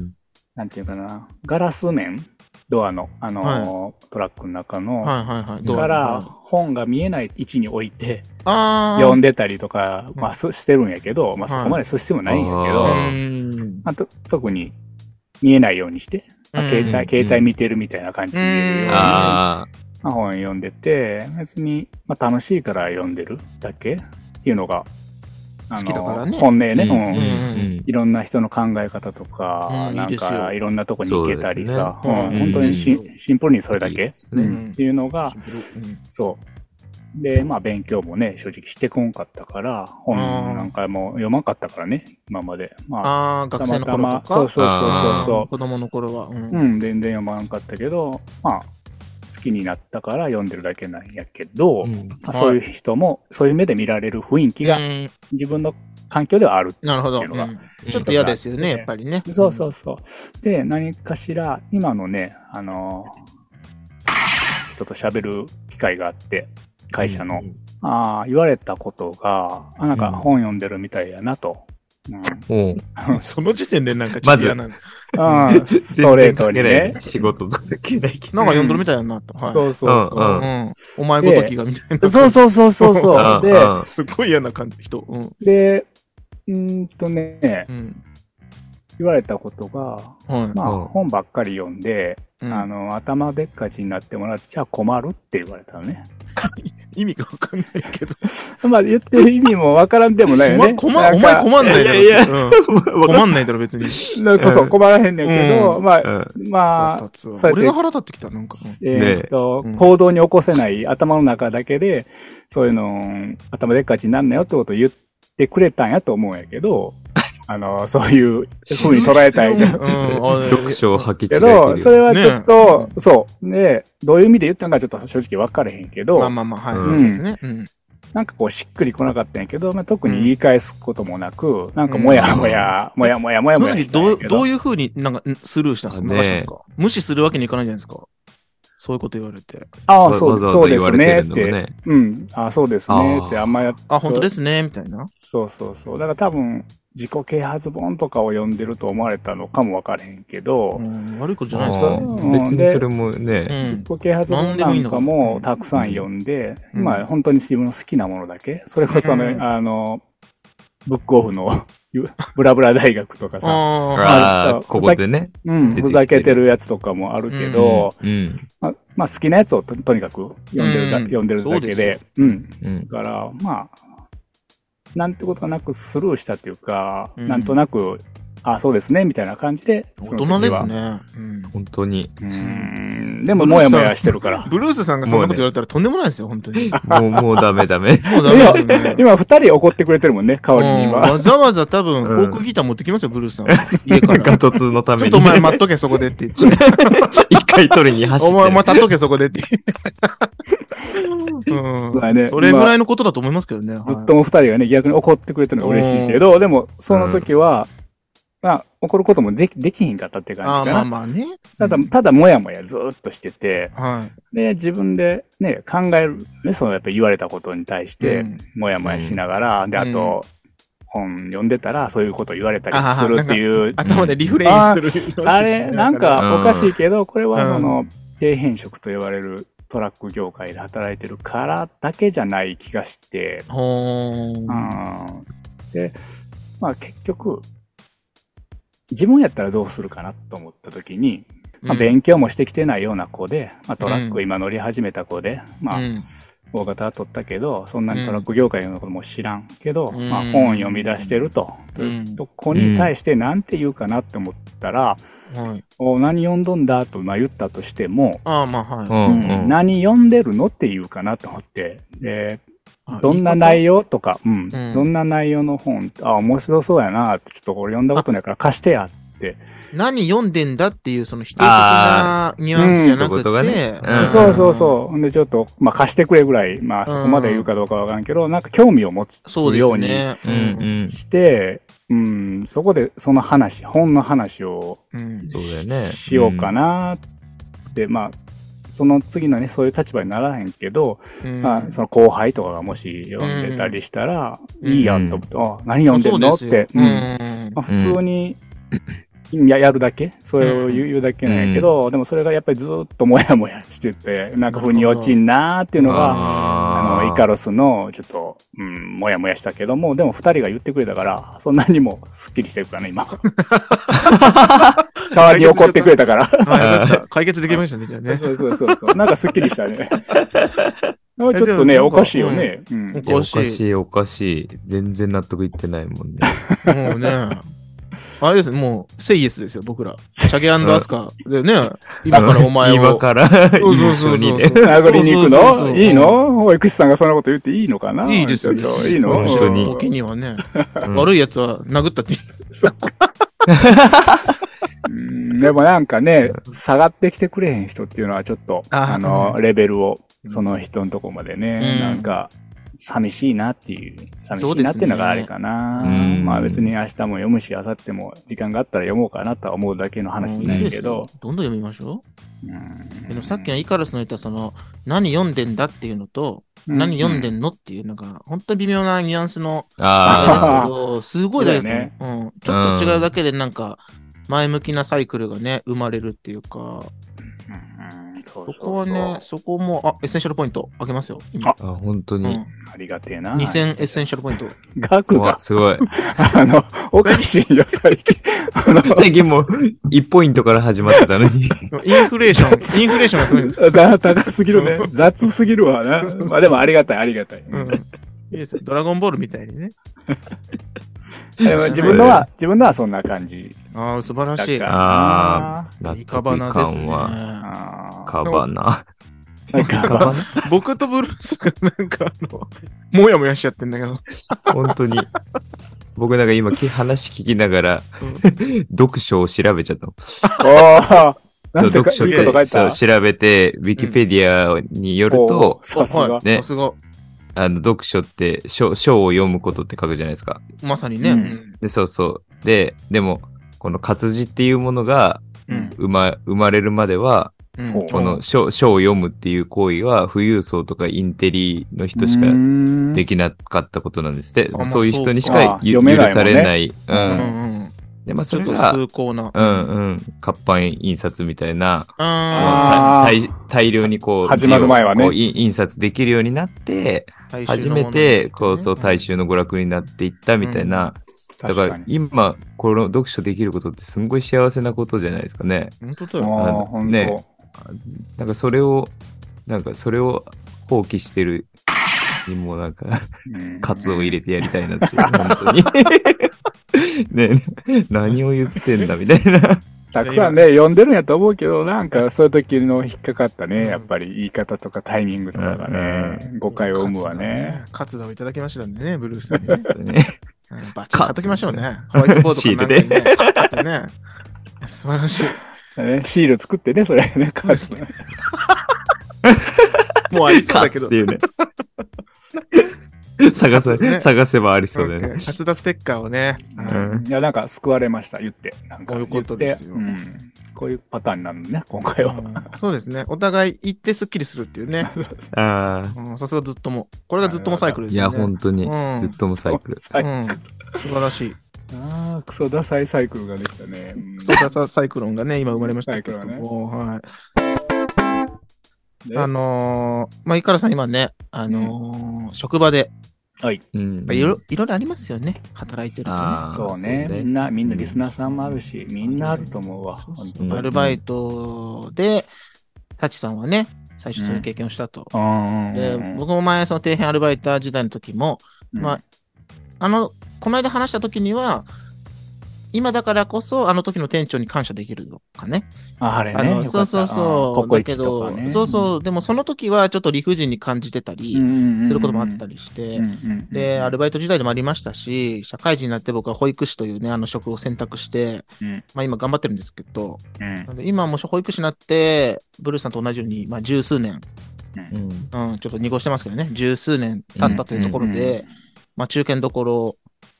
Speaker 3: ん
Speaker 2: なんていうかな、ガラス面ドアの、あのートラックの中の、
Speaker 4: はいはいはい。どう
Speaker 2: から
Speaker 4: あ
Speaker 2: 本が見えない位置に置いて、
Speaker 4: あー。
Speaker 2: 読んでたりとか、
Speaker 4: うん
Speaker 2: まあ、すしてるんやけど、まあ、そこまでする必要もないんやけど、
Speaker 3: あー
Speaker 4: うん
Speaker 2: まあ、と特に見えないようにして、まあ
Speaker 4: うん
Speaker 2: 携帯、携帯見てるみたいな感じで見えるように、
Speaker 4: うん
Speaker 2: まあ、
Speaker 3: あ
Speaker 2: 本読んでて、別に、まあ、楽しいから読んでるだけっていうのが、あ
Speaker 4: 好きだからね
Speaker 2: 本音ね、
Speaker 3: あ、
Speaker 2: うん
Speaker 3: うんうん
Speaker 2: いろんな人の考え方とか、
Speaker 4: うん
Speaker 2: ない
Speaker 4: い
Speaker 2: ん
Speaker 4: ですよ
Speaker 2: かいろんなとこに行けたりさ、
Speaker 4: そうです
Speaker 2: う
Speaker 4: ね
Speaker 2: ん本当にシ,、
Speaker 4: うん
Speaker 2: シンプルにそれだけ、
Speaker 3: いいですね
Speaker 2: うんっていうのが、
Speaker 4: うん
Speaker 2: そう。で、まあ勉強もね、正直してこんかったから、本なんかも読まんかったからね、今まで。まあ、
Speaker 4: ああ、学生の頃とか。
Speaker 2: そうそうそうそう
Speaker 4: うん
Speaker 2: そ
Speaker 4: 子供の頃は。うん
Speaker 2: う。うん、全然読まんかったけど、まあ、好きになったから読んでるだけなんやけど、
Speaker 3: うん
Speaker 2: まあ、そういう人も、そういう目で見られる雰囲気が
Speaker 4: うん
Speaker 2: 自分の環境ではある。
Speaker 4: なるほど。
Speaker 2: っていうのが
Speaker 4: うんちょっと嫌ですよね、やっぱりね。
Speaker 2: そうそうそう。で、何かしら、今のね、あのー人と喋る機会があって、会社の。。ああ、言われたことが、あ、なんか
Speaker 3: うん
Speaker 2: 本読んでるみたいやなと。 うん。
Speaker 3: うんうん
Speaker 4: うん。その時点でなんか
Speaker 3: ちょっと嫌
Speaker 4: なんか
Speaker 2: うん、ストレートに
Speaker 3: 全
Speaker 2: ね
Speaker 3: 然関係ない。仕事と関係ないけど。
Speaker 4: 読んどるみたいだなと。はい
Speaker 2: そうそう
Speaker 3: う
Speaker 2: そ。
Speaker 3: ん
Speaker 4: うん。お前ごときがみたいうな。
Speaker 2: そうそうそうそうそう。
Speaker 3: うん
Speaker 2: で、
Speaker 3: うん
Speaker 4: すごい嫌な感じ、人。うん。
Speaker 2: で、うーんとね
Speaker 4: う、ん。
Speaker 2: 言われたことが、
Speaker 4: はい。
Speaker 2: まあ
Speaker 3: うん
Speaker 2: 本ばっかり読んで、
Speaker 4: うん
Speaker 2: あの、頭でっかちになってもらっちゃ困るって言われたのね。
Speaker 4: 意味がわかんないけど。
Speaker 2: まあ言ってる意味もわからんでもないよね。
Speaker 4: 困困お
Speaker 2: なん
Speaker 4: 前
Speaker 2: か
Speaker 4: 困んないだろ。
Speaker 3: いやいや
Speaker 4: うん
Speaker 3: わか
Speaker 4: 困んないだろ、別に。
Speaker 2: なんかそう、困らへんねんけど、
Speaker 4: う
Speaker 2: まあ、
Speaker 3: んない
Speaker 2: まあ、
Speaker 4: 立つわ
Speaker 2: そうやって
Speaker 4: 俺が腹立ってきた、なんか。
Speaker 2: えーっと、
Speaker 4: ねえうん
Speaker 2: 行動に起こせない頭の中だけで、そういうの、頭でっかちになんなよってことを言ってくれたんやと思うんやけど、あの、そういう風に捉えたい
Speaker 4: うん
Speaker 2: け
Speaker 4: あ
Speaker 2: ど、
Speaker 4: れ
Speaker 3: 読書を吐き違え
Speaker 2: け
Speaker 3: てるよ
Speaker 2: ど、それはちょっと
Speaker 4: ね、
Speaker 2: そう、ね、どういう意味で言ったのかちょっと正直分かれへんけど、
Speaker 4: まあまあまあ、は
Speaker 3: う
Speaker 4: い。
Speaker 3: ん
Speaker 4: そうですね。うん。
Speaker 2: なんかこうしっくりこなかったんやけど、まあ、特に言い返すこともなく、なんかもやもや、もやもやもや
Speaker 4: そ
Speaker 2: も
Speaker 4: の
Speaker 2: や
Speaker 4: 時
Speaker 2: した
Speaker 4: ど
Speaker 2: んや
Speaker 4: う
Speaker 2: け
Speaker 4: ど
Speaker 2: ど
Speaker 4: う、いうふうになんかんスルーしたんですか
Speaker 3: ね
Speaker 4: 流したんですか無視するわけにいかないじゃないですか。そういうこと言われて。
Speaker 2: ああ、
Speaker 3: わざ
Speaker 2: そ
Speaker 3: わ
Speaker 2: う
Speaker 3: ざ
Speaker 2: そうで
Speaker 3: 言わ
Speaker 2: す
Speaker 3: れ
Speaker 2: ね
Speaker 3: る
Speaker 2: っ
Speaker 3: のも
Speaker 2: て、
Speaker 3: ね。
Speaker 2: うん、ああ、そうですねって、
Speaker 3: あー
Speaker 2: あんまや
Speaker 4: あ、本当ですね、みたいな。
Speaker 2: そうそうそう。だから多分、自己啓発本とかを読んでると思われたのかもわからへんけど、
Speaker 4: うん悪いことじゃないです
Speaker 2: そ
Speaker 4: か
Speaker 2: う
Speaker 4: ね。
Speaker 3: うん別にそれもね。
Speaker 4: うん。
Speaker 2: 自己啓発本なんかもたくさん読んで、
Speaker 4: うん
Speaker 2: 今本当に自分の好きなものだけ、それこそね、
Speaker 4: うん
Speaker 2: あの、ブックオフの ブラブラ大学とかさ、
Speaker 4: ああ、
Speaker 3: ああ、ここでね。
Speaker 2: うん、ふざけてるやつとかもあるけど、
Speaker 3: うん。
Speaker 2: まあまあ好きなやつをととにかく読んでるだ,、
Speaker 4: うん
Speaker 2: 読んでるだ
Speaker 4: そ
Speaker 2: け
Speaker 4: うで
Speaker 2: で、うん、
Speaker 3: うん。
Speaker 2: だから、まあ、なんてことがなくスルーしたっていうか、
Speaker 4: うん
Speaker 2: なんとなく、あ、そうですね、みたいな感じで、
Speaker 4: 大人です
Speaker 2: ね。
Speaker 4: ね。うん
Speaker 3: 本当に。
Speaker 2: うーん、でも、もやもやしてる から。
Speaker 4: ブルースさんがそんなこと言われたらとんでもないですよ、本当に。
Speaker 3: もう、もうダメダ メ。
Speaker 4: もうダメですよね
Speaker 2: 今、。今二人怒ってくれてるもんね、代わりに
Speaker 4: うん
Speaker 2: 今。
Speaker 4: わざわざ多分、フ
Speaker 3: うん
Speaker 4: ォークギター持ってきますよ、ブルースさんは。家か
Speaker 3: ガ
Speaker 4: ら。
Speaker 3: トツのた
Speaker 4: ちょ
Speaker 3: め
Speaker 4: っ
Speaker 3: に
Speaker 4: とお。前待っとけ、そこでって言って。
Speaker 3: 一回取りに走っ
Speaker 4: お
Speaker 3: て
Speaker 4: 前、
Speaker 3: る。
Speaker 4: 待っとけ、そこ でって。う
Speaker 2: まあね
Speaker 4: ん。それぐらいのことだと思いますけどね。
Speaker 2: ずっとも二人がね、逆に怒ってくれてるのが嬉しいけど、でも、その時は、まあ、怒ることもでき、できひんかったって
Speaker 4: あ
Speaker 2: 感
Speaker 4: あ、
Speaker 2: じ
Speaker 4: ま
Speaker 2: か
Speaker 4: あ
Speaker 2: な。
Speaker 4: まあね。
Speaker 2: ただ、ただ、もやもやずーっとしてて、
Speaker 4: は
Speaker 2: で、自分でね、考える、ね、そのやっぱ言われたことに対し
Speaker 4: い。
Speaker 2: て、
Speaker 4: うん
Speaker 2: もやもやしながら、で、あと、本読んでたら、そういうこと言われたりするっていう。
Speaker 4: 頭でリフレインする。
Speaker 2: あれ、なん、かおかしいけど、これ
Speaker 4: う
Speaker 2: は
Speaker 4: ん
Speaker 2: その、底辺色と言われるトラック業界で働いてるからだけじゃない気がして、う
Speaker 4: ほーん。
Speaker 2: んで、まあ結局、自分やったらどうするかなと思った時に、まあ、勉強もしてきてないような子で、まあ、トラック今乗り始めた子で、まあ
Speaker 4: うん
Speaker 2: 大型は取ったけど、そんなにトラック業界のことも知らんけど、
Speaker 4: うん
Speaker 2: まあ本読み出してると。
Speaker 4: うん
Speaker 2: と子に対して何て言うかなって思ったら、
Speaker 4: はい。
Speaker 2: お何読んどんだとまあ言ったとしても、
Speaker 4: ああ、まあ、はい。
Speaker 3: うんうん。
Speaker 2: 何読んでるのって言うかなと思って、で
Speaker 4: あ
Speaker 2: どんない内
Speaker 4: い
Speaker 2: 容とか、うん、
Speaker 4: うん
Speaker 2: どんな内容の本、あ、面白そうやなって、ちょっと俺読んだことないから貸してや。
Speaker 4: こと何読んでんだっていう、その否定的なニュアンスじゃな
Speaker 3: うん
Speaker 4: く
Speaker 3: そういうこ
Speaker 4: て
Speaker 3: とがねうん、
Speaker 2: そうそうそう。ほんで、ちょっと、まあ、貸してくれぐらい、まあ、そこまで言うかどうかわからんけど、なんか興味を持つ
Speaker 4: そうで
Speaker 2: よ
Speaker 4: す
Speaker 2: うに
Speaker 4: ね。
Speaker 3: うんうん。
Speaker 2: して、うん、そこでその話、本の話を
Speaker 4: うん。
Speaker 3: そうだよね。
Speaker 2: しようかなって、まあ、その次のね、そういう立場にならへんけど、
Speaker 4: うん
Speaker 2: まあ、その後輩とかがもし読んでたりしたら、
Speaker 4: うん
Speaker 2: いいやんと思って、あ、何読んでんのっ
Speaker 4: そうで
Speaker 2: て、
Speaker 4: すよ
Speaker 2: うん
Speaker 4: うん
Speaker 2: まあ、普通に、ややるだけそれを言う言うだけなんやけど、でもそれがやっぱりずっともやもやしててなんか腑に落ちんなーっていうのがあ
Speaker 3: あ
Speaker 2: のイカロスのちょっと、うん、もやもやしたけどもでも2人が言ってくれたからそんなにもすっきりしてるからね 今代わりに怒ってくれたから
Speaker 4: あよかった解決できましたね、じゃあね。
Speaker 2: そうそうそうそうなんかすっきりしたねちょっと
Speaker 4: えで
Speaker 2: ね
Speaker 4: も
Speaker 2: おかしいよね、うん
Speaker 4: うん
Speaker 3: いやおかしい、おかしい。全然納得いってないもんね。
Speaker 4: もうね。あれですね、もう、セイエスですよ、僕ら。チャゲアスカ。でね、今からお前を。
Speaker 3: 今から、
Speaker 4: そうそう
Speaker 3: 印
Speaker 4: そ
Speaker 3: 象
Speaker 4: うそう
Speaker 3: にね。
Speaker 2: 殴りに行くの
Speaker 4: そうそうそうそう
Speaker 2: いいの保育士さんがそんなこと言っていいのかないい
Speaker 4: いですよ
Speaker 2: いいの
Speaker 3: 本当に
Speaker 4: 時にはね、
Speaker 3: うん
Speaker 4: 悪い奴は殴ったって。
Speaker 2: うんでもなんかね、下がってきてくれへん人っていうのはちょっと、
Speaker 4: あー
Speaker 2: あの、レベルを、
Speaker 4: うん
Speaker 2: その人のとこまで
Speaker 4: う
Speaker 2: ね
Speaker 4: ん、
Speaker 2: なんか、寂しいなっていう、寂
Speaker 4: そう
Speaker 2: し
Speaker 4: で
Speaker 2: いなっ
Speaker 4: すね
Speaker 2: ていうのがあれかな。
Speaker 3: うん
Speaker 2: まあ別に明日も読むし、明後日も時間があったら読もうかなとは思うだけの話になるけ
Speaker 4: いい
Speaker 2: ど
Speaker 4: で。すよどんどん読みましょ
Speaker 2: うん
Speaker 4: う。でもさっきのイカロスの言ったその、何読んでんだっていうのと、何読んでんのっていう、なんか、本当に微妙なニュアンスの
Speaker 3: あ
Speaker 4: あれですけど、すごいだよね。うん。ちょっと違うだけで、なんか、前向きなサイクルがね、生まれるっていうか、
Speaker 2: うんうんそう
Speaker 4: そ
Speaker 2: そう
Speaker 4: こはね、
Speaker 2: そう
Speaker 4: そこも、あ、エッセンシャルポイントあげますよ。今
Speaker 2: あ
Speaker 3: あ。あ、本当
Speaker 4: う
Speaker 3: に
Speaker 4: ん。。
Speaker 2: ありがてえな。
Speaker 4: 2000エッセンシャルポイント。
Speaker 2: 額
Speaker 3: う
Speaker 2: が
Speaker 3: わ、、すごい。
Speaker 2: あの、おかしいよ、最近。あの、
Speaker 3: 最近もう、1ポイントから始まってたの に。
Speaker 4: インフレーション、 インフレーションがすごい。
Speaker 2: ざ高すぎるね。雑すぎるわ な。まあでもありがたい、ありがたい。
Speaker 4: うん。いいですよ。ドラゴンボールみたいにね。
Speaker 2: でも自分のは、自分のはそんな感じ
Speaker 4: ああ、素晴ら
Speaker 2: だ
Speaker 4: しい。
Speaker 2: か
Speaker 4: い
Speaker 2: ら
Speaker 3: あ納
Speaker 4: いカバ
Speaker 3: 得
Speaker 4: ナです
Speaker 3: 感
Speaker 4: ね。
Speaker 3: は、
Speaker 2: あ
Speaker 3: カバナ。
Speaker 2: ーなん か、
Speaker 4: 僕とブルースがなんかあの、もやもやしちゃってんだけど。
Speaker 3: 本当に。僕なんか今、き話聞きながら、読書を調べちゃった
Speaker 2: お
Speaker 3: の。
Speaker 2: ーなんてか
Speaker 3: 読書
Speaker 2: いいこと書い
Speaker 3: そ
Speaker 2: た
Speaker 3: う、調べて、ウィキペディアによる
Speaker 2: お、
Speaker 3: と
Speaker 2: ーさすが
Speaker 4: は。い
Speaker 3: ね
Speaker 4: さすが。
Speaker 3: あの、読書って、書書を読むことって書くじゃないですか。
Speaker 4: まさにね。
Speaker 2: う
Speaker 3: で、そうそう。で、でも、この活字っていうものが
Speaker 4: うん。
Speaker 3: 生ま生まれるまでは、
Speaker 4: うん
Speaker 2: そう
Speaker 3: この書書を読むっていう行為は、富裕層とかインテリの人しかで
Speaker 2: で
Speaker 3: きなかったことなんですって
Speaker 4: あまあ、
Speaker 3: そういう人にし
Speaker 2: そうか
Speaker 3: かゆ
Speaker 2: 読め
Speaker 3: 許
Speaker 2: ないもんね
Speaker 3: されない。う
Speaker 4: うん
Speaker 3: ん。
Speaker 4: うん。
Speaker 3: で、まあ、
Speaker 4: ち
Speaker 3: そ
Speaker 4: ょっ
Speaker 3: れ
Speaker 4: と
Speaker 3: が、
Speaker 4: 崇高な。
Speaker 3: うんうん、活版印刷みたいな、
Speaker 4: あ
Speaker 2: あ
Speaker 3: 大
Speaker 2: ー
Speaker 3: 大量にこう、
Speaker 2: 始まる前はね
Speaker 3: 字をこうい印刷できるようになって、
Speaker 4: ー
Speaker 3: 初めて、こう、そう、大。衆の娯楽になっていったみたいな。だ
Speaker 2: 確
Speaker 3: か
Speaker 2: からに。
Speaker 3: 今、この読書できることってすんごい幸せなことじゃないですかね。
Speaker 4: 大衆のもの本当
Speaker 2: あ
Speaker 4: だ
Speaker 2: ー
Speaker 3: あ
Speaker 4: よ。
Speaker 2: ほ
Speaker 3: の
Speaker 2: んと
Speaker 3: ねなんかそれを、なんかそれを放棄してるにもなんか、
Speaker 2: うん
Speaker 3: カツを入れてやりたいなって、本当に。ねえ何を言ってんだみたいな。
Speaker 2: たくさんね、読んでるんやと思うけど、なんかそういう時の引っかかった
Speaker 4: うん
Speaker 2: ね、やっぱり言い方とかタイミングとかがね、誤解を生むわね。。
Speaker 4: カツダをいただきましたんでね、ブルースにね。うんバチッ
Speaker 3: カツ
Speaker 4: と叩きましょうね。ホワイトボードかなんかにね。カツってね。素晴らしい。
Speaker 2: ねシール作ってね、それね、カツ。
Speaker 4: もうありそう
Speaker 3: カ
Speaker 4: だけ
Speaker 3: ツ
Speaker 4: ど。
Speaker 3: っていうね。探
Speaker 4: カツね
Speaker 3: せ、探せばあり そうだ
Speaker 4: うん
Speaker 3: よ
Speaker 4: カ
Speaker 3: ね。
Speaker 4: ツダステッカーをね。はい
Speaker 3: うん
Speaker 2: いや、なんか救われました、言って。なんか
Speaker 4: こうい
Speaker 2: 言
Speaker 4: う
Speaker 2: って
Speaker 4: ことですよ
Speaker 2: うんこういうパターンになるのね、今回は。
Speaker 4: そうですね。お互い行ってスッキリするっていうね。
Speaker 3: ああ。
Speaker 4: うんさすがずっとも。これがずっともサイクルで
Speaker 3: い
Speaker 4: すよ
Speaker 3: や、
Speaker 4: ね。
Speaker 3: 本当に
Speaker 4: うん、
Speaker 3: ずっともサイクル。
Speaker 2: 最
Speaker 4: う
Speaker 2: 高
Speaker 4: ん素晴らしい。
Speaker 2: ああ、クソダサいサイクルができたね。うん
Speaker 4: クソダササイクロンがね、今生まれましたけど
Speaker 2: サイクロンね
Speaker 4: も。はい
Speaker 2: ね
Speaker 4: あのーまあ、井原さん今ね、あのー職場で、
Speaker 2: はい。
Speaker 3: うん。
Speaker 4: いろいろいろありますよね、働いてるとね。
Speaker 3: あー
Speaker 2: そうね。みんな、みんなリスナーさんもあるし、みんなあると思うわ。
Speaker 4: そうそう
Speaker 2: 本当に
Speaker 3: うん
Speaker 4: アルバイトで、タチさんはね、最初そういう経験をしたと。
Speaker 2: うんうん
Speaker 4: で
Speaker 2: うん
Speaker 4: 僕も前、その底辺アルバイター時代の時も、
Speaker 2: うん
Speaker 4: まあ、あの、この間話した時には、今だからこそ、あの時の店長に感謝できるのかね。
Speaker 2: ああれね
Speaker 4: あ。
Speaker 2: よかった
Speaker 4: のそうそうそ
Speaker 2: んコ
Speaker 4: う。
Speaker 2: コ
Speaker 4: だ
Speaker 2: イ
Speaker 4: け
Speaker 2: チと
Speaker 4: ど
Speaker 2: かね。、
Speaker 4: そうそう。でもその時はちょっと理不尽に感じてた
Speaker 2: うん
Speaker 4: り
Speaker 2: うんうんうん。
Speaker 4: することもあったりして
Speaker 2: うん、うんうん。
Speaker 4: で、アルバイト時代でもありましたし、社会人になって僕は保育士というね、あの職を選択して、
Speaker 2: うん
Speaker 4: まあ今頑張ってるんですけど、
Speaker 2: うん
Speaker 4: なんで今はもう保育士になって、ブルーさんと同じように、まあ十数年、
Speaker 3: うん。
Speaker 4: うん、ちょっと濁してますけどね、十数年経ったというところで、
Speaker 2: うんうん
Speaker 4: まあ中堅どころ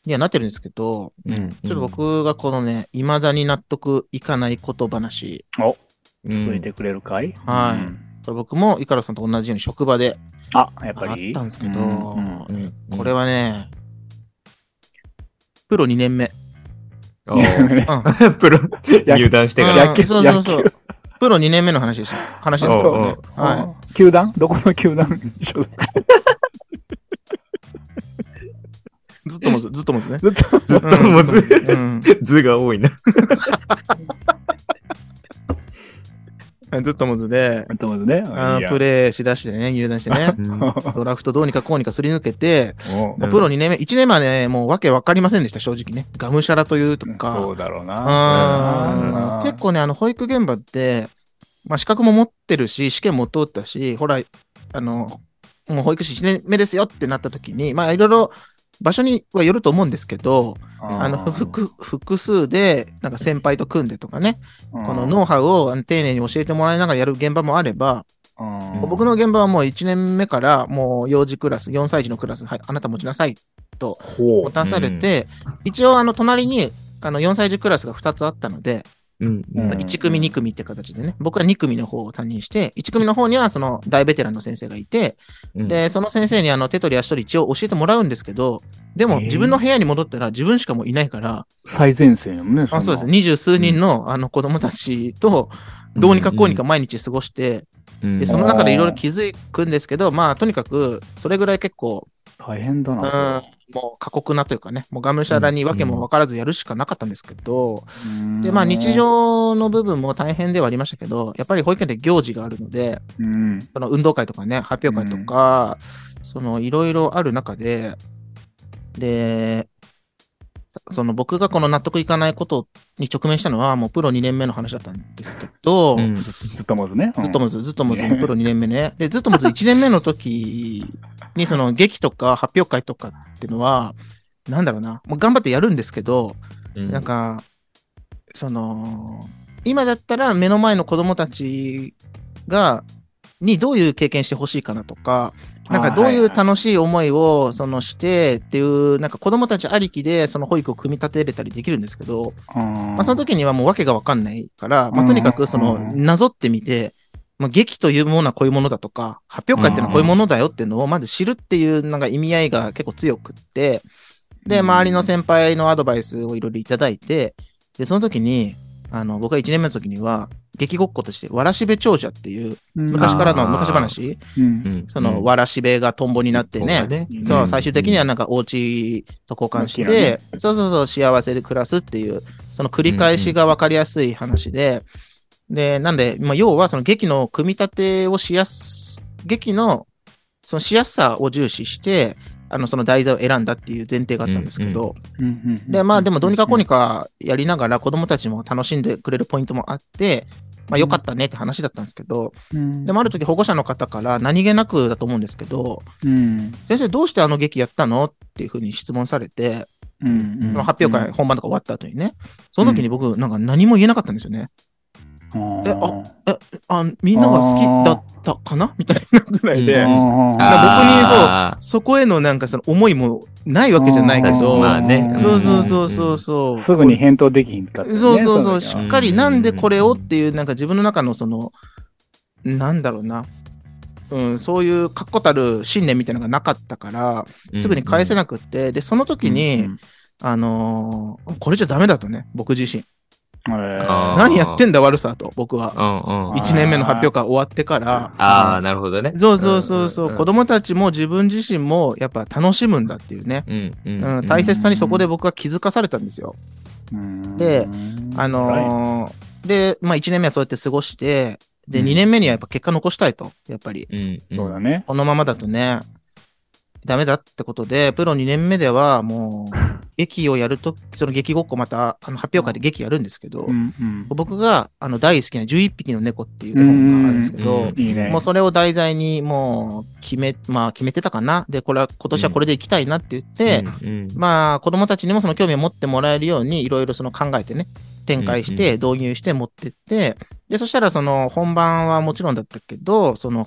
Speaker 4: にはなってるんですけど、
Speaker 3: うん。
Speaker 4: ちょっと僕がこのね、未だに納得いかないこと話、
Speaker 2: お、
Speaker 3: うん
Speaker 2: 続いてくれるかい
Speaker 4: はい
Speaker 2: うん
Speaker 4: これ僕もイカロさんと同じように職場で
Speaker 2: あ、やっ
Speaker 4: あ
Speaker 2: ぱ
Speaker 4: っ
Speaker 2: り
Speaker 4: たんですけど、
Speaker 2: うん
Speaker 3: うん
Speaker 4: これはね、プロ2年目。
Speaker 3: お ー
Speaker 4: うん
Speaker 3: プ ロ、入団してから。
Speaker 2: 野球
Speaker 4: うんそうそうそ
Speaker 2: 野球
Speaker 4: う。プロ2年目の話でした。話ですけ
Speaker 3: おうお
Speaker 4: どね
Speaker 3: う。
Speaker 4: は
Speaker 2: あ球団どこの球団に所属
Speaker 4: い。ずっともず、ずっともずね。
Speaker 2: ずっと
Speaker 3: ずっともず、
Speaker 4: うん。
Speaker 3: 図が多いな。
Speaker 4: ずっともずで、
Speaker 2: と思うんですね。
Speaker 4: あ
Speaker 2: い
Speaker 4: ー
Speaker 2: や
Speaker 4: プレーしだしてね、入団してね。ドラフトどうにかこうにかすり抜けて、
Speaker 2: も
Speaker 4: プロ2年目、1年目はね、もうわけわかりませんでした、正直ね。がむしゃらというと
Speaker 2: うそ
Speaker 4: か。
Speaker 2: うだろう
Speaker 4: う
Speaker 2: な。
Speaker 4: ん結構ね、あの、保育現場って、まあ、資格も持ってるし、試験も通ったし、ほら、あの、もう保育士1年目ですよってなった時に、まあ、いろいろ、場所にはよると思うんですけど、あの、複、複数で、なんか先輩と組んでとかね、
Speaker 2: こ
Speaker 4: このノウハウを丁寧に教えてもらいながらやる現場もあれば、
Speaker 3: うん
Speaker 4: 僕の現場はもう1年目からもう幼児クラス、4歳児のクラス、はい、あなた持ちなさい、
Speaker 2: ほ
Speaker 4: 持たされて、一応あの、隣に、あの、4歳児クラスが2つあったので、
Speaker 3: うん。
Speaker 2: うん
Speaker 4: 1組、2組って形でね、僕は2組の方を担任して、1組の方にはその大ベテランの先生がいて、
Speaker 3: うん、
Speaker 4: で、その先生にあの、手取り足取り一応教えてもらうんですけど、で
Speaker 2: えー
Speaker 4: も自分の部屋に戻ったら自分しかもういないから、
Speaker 2: 最前線よね。
Speaker 4: あそうです。。二十数人の,、あの子供たちと、どうにかこうにか毎日過ごして、
Speaker 3: うん、
Speaker 4: でその中でいろいろ気づくんですけど、まあ、とにかく、それぐらい結構、
Speaker 2: 大変だ
Speaker 4: うん、
Speaker 2: な。
Speaker 4: もう過酷なというかね、もうがむしゃらにわけも分からずやるしかなかったんですけど、で、まあ、日。常の部分も大変ではありましたけど、やっぱり保育園って行事があるので、
Speaker 2: うん。
Speaker 4: その運動会とかね、発表会とか、そのいろいろある中で、で、その僕がこの納得いかないことに直面したのは、もうプロ2年目の話だったんですけど、
Speaker 3: うん、
Speaker 2: ずっともずね。
Speaker 4: ずっともず、ずっともず、
Speaker 2: ね
Speaker 4: プロ2年目ね。で、ずっともず1年目の時に、その劇とか発表会とかっていうのは、なんだろうな、もう頑張ってやるんですけど、
Speaker 3: うん
Speaker 4: なんか、その、今だったら目の前の子供たちが、にどういう経験してほしいかなとか、なんか
Speaker 2: あー
Speaker 4: どうい
Speaker 2: は
Speaker 4: う
Speaker 2: いはい
Speaker 4: 楽しい思いを、そのしてっていう、なんか子供たちありきで、その保育を組み立てれたりできるんですけど、ま
Speaker 2: ま
Speaker 4: あその時にはもう訳がわかんないから、ま
Speaker 2: う
Speaker 4: あ
Speaker 2: ん
Speaker 4: とにかくその、
Speaker 2: うん
Speaker 4: なぞってみて、まあ劇というものはこういうものだとか、発表会っていうのはこういうものだよっていうのをまず知るっていうなんか意味合いが結構強くって、で、
Speaker 2: うん
Speaker 4: 周りの先輩のアドバイスをいろいろいただいて、で、その時に、あの、僕が1年目の時には、劇ごっことして、わらしべ長者っていう、昔からの
Speaker 3: あー
Speaker 4: 昔話、
Speaker 2: うん。
Speaker 4: その、わらしべがトンボになってね、
Speaker 2: うん
Speaker 4: そう、最終的にはなんかお家と交換し
Speaker 2: うん
Speaker 4: て、そうそうそう、幸せで暮らすっていう、その繰り返しが分かりやすい話で、で、なんで、まあ、要はその劇の組み立てをしやす、劇の、そのしやすさを重視して、あの、その題材を選んだっていう前提があったんですけど、で、まあでもどうにかこうにかやりながら子供たちも楽しんでくれるポイントもあって、まあよかったねって話だったんですけど、
Speaker 2: うん。
Speaker 4: でもある時保護者の方から何気なくだと思うんですけど、
Speaker 2: うん。
Speaker 4: 先生どうしてあの劇やったのっていうふうに質問されて、
Speaker 2: うん。
Speaker 4: その発表会、本番とか終わった後にね、その時に僕、なんか何も言えなかったんですよね。
Speaker 2: うん。
Speaker 4: えああ、みんなが好きだったかなみたいなぐらいで、
Speaker 3: う
Speaker 4: あそこへのなんかその思いもないわけじゃないけ
Speaker 2: 確か
Speaker 4: ど、
Speaker 2: に
Speaker 3: まあね
Speaker 4: そうそうそうそうそう。
Speaker 2: すぐに返答できひんかった、ね。
Speaker 4: そうそうそう、
Speaker 2: 時
Speaker 4: し
Speaker 2: は
Speaker 4: っかりなんでこれをっていう、なんか自分の中のその、なんだろうな、うん、そういう確固たる信念みたいなのがなかったから、すぐに返せ
Speaker 3: な
Speaker 4: なくって、で、その時に、
Speaker 2: うん
Speaker 4: あのーこれじゃダメだとね、僕自身。
Speaker 3: あー
Speaker 4: 何やってんだ悪さと、僕は。
Speaker 3: うんうん。
Speaker 4: 1年目の発表会終わってから、
Speaker 3: ああ、なるほどね。
Speaker 4: そうそうそうそう、子
Speaker 3: 供。
Speaker 4: 供たちも自分自身もやっぱ楽しむんだっていうね、
Speaker 3: うんう
Speaker 4: うんん
Speaker 3: うん。
Speaker 4: 大切さにそこで僕は気づかされたんですよ。で、あのーで、まあ、1年目はそうやって過ごして、で、
Speaker 3: うん
Speaker 4: 2年目にはやっぱ結果残したいと、やっぱり。
Speaker 3: うんうん。
Speaker 2: そうだね。
Speaker 4: このままだとね、ダメだってことで、プロ2年目ではもう、劇をやると、その劇ごっこまた、あの発表会で劇やるんですけど、
Speaker 2: うんうん
Speaker 4: 僕があの大好きな11匹の猫っていう絵本があるんですけど、
Speaker 3: うんうん
Speaker 2: いいね。
Speaker 4: もうそれを題材にもう決め、まあ決めてたかな。で、これは今年はこれで行きたいなって言って、
Speaker 3: うんうん
Speaker 4: まあ子供たちにもその興味を持ってもらえるようにいろいろその考えてね、展開し
Speaker 3: うん
Speaker 4: て導入して持ってって、で、そしたらその本番はもちろんだったけど、その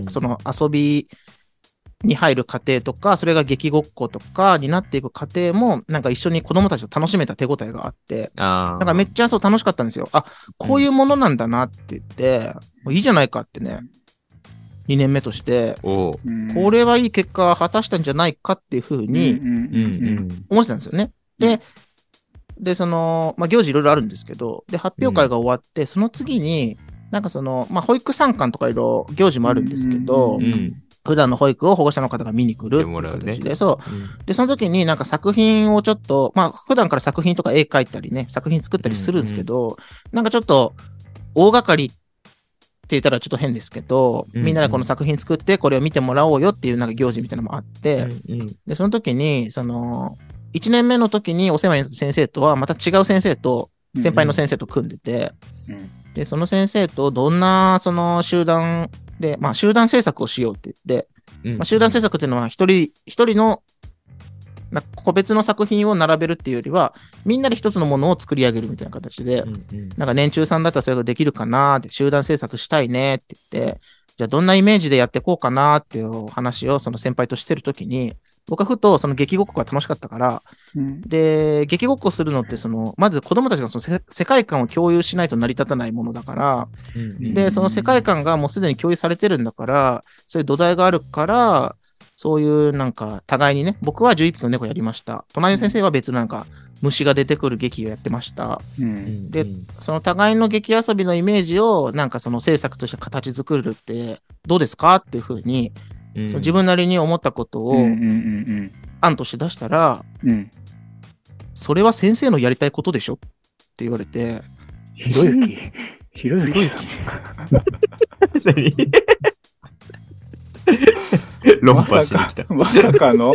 Speaker 3: うんうん
Speaker 4: 庭、その遊びに入る過程とか、それが劇ごっことかになっていく過程も、なんか一緒に子供たちと楽しめた手応えがあって、
Speaker 3: ああ。
Speaker 4: なんかめっちゃそう楽しかったんですよ。あ、こういうものなんだなって言って、もういいじゃないかってね、2年目として、
Speaker 3: おう。
Speaker 2: うん
Speaker 4: これはいい結果を果たしたんじゃないかっていうふう
Speaker 2: う
Speaker 4: に
Speaker 2: ん
Speaker 3: うん
Speaker 2: うんうん
Speaker 4: 思ってたんですよね。で、で、その、まあ、行事いろいろあるんですけど、で、発表会が終わって、その次に、なんかその、まあ、保育参観とかいろいろ行事もあるんですけど、
Speaker 3: うん。うん。
Speaker 4: 普段の保育を保護者の方が見に来るっていう
Speaker 3: 見て
Speaker 4: 形
Speaker 3: も
Speaker 4: で、
Speaker 3: らうね
Speaker 4: そう、で、その時になんか作品をちょっと、まあ、普段から作品とか絵描いたりね、作品作ったりするんですけど、なんかちょっと、大掛かりって言ったらちょっと変ですけど、
Speaker 3: うんうん
Speaker 4: みんなでこの作品作って、これを見てもらおうよっていうなんか行事みたいなのもあって、
Speaker 3: うんうん
Speaker 4: で、その時に、その、1年目の時にお世話になった先生とは、また違う先生と、
Speaker 2: うん
Speaker 4: 先輩の先生と組んでて、
Speaker 2: うん
Speaker 4: で、その先生とどんな、その集団で、まあ、集団制作をしようって言って、
Speaker 3: うん
Speaker 4: まあ、集団制作っていうのは一人一人のなんか個別の作品を並べるっていうよりはみんなで一つのものを作り上げるみたいな形で、
Speaker 3: うんうん
Speaker 4: なんか年中さんだったらそれができるかなって集団制作したいねって言ってじゃあどんなイメージでやっていこうかなっていうお話をその先輩としてる時に僕はふとその劇ごっこが楽しかったから
Speaker 2: うん
Speaker 4: で劇ごっこするのってそのまず子供たちがそのせ世界観を共有しないと成り立たないものだから
Speaker 3: うんうん
Speaker 4: で、その世界観がもうすでに共有されてるんだから、そういう土台があるから、そういうなんか、互いにね、僕は11匹の猫やりました。隣の先生は別のなんか、虫が出てくる劇をやってました。
Speaker 2: うん
Speaker 4: でその互いの劇遊びのイメージを、なんかその制作として形作るって、どうですかっていうふうに、
Speaker 3: うん
Speaker 4: その 自分なりに思ったこと
Speaker 2: うんうんう
Speaker 4: を
Speaker 2: ん
Speaker 4: 案として出したら、
Speaker 2: うんうん
Speaker 4: それは先生のやりたいことでしょって言われて、
Speaker 2: ひろゆき。 ひろゆきさん。
Speaker 3: 何論
Speaker 2: まさ
Speaker 3: 破しに来
Speaker 2: か
Speaker 3: た。、
Speaker 2: まさか の。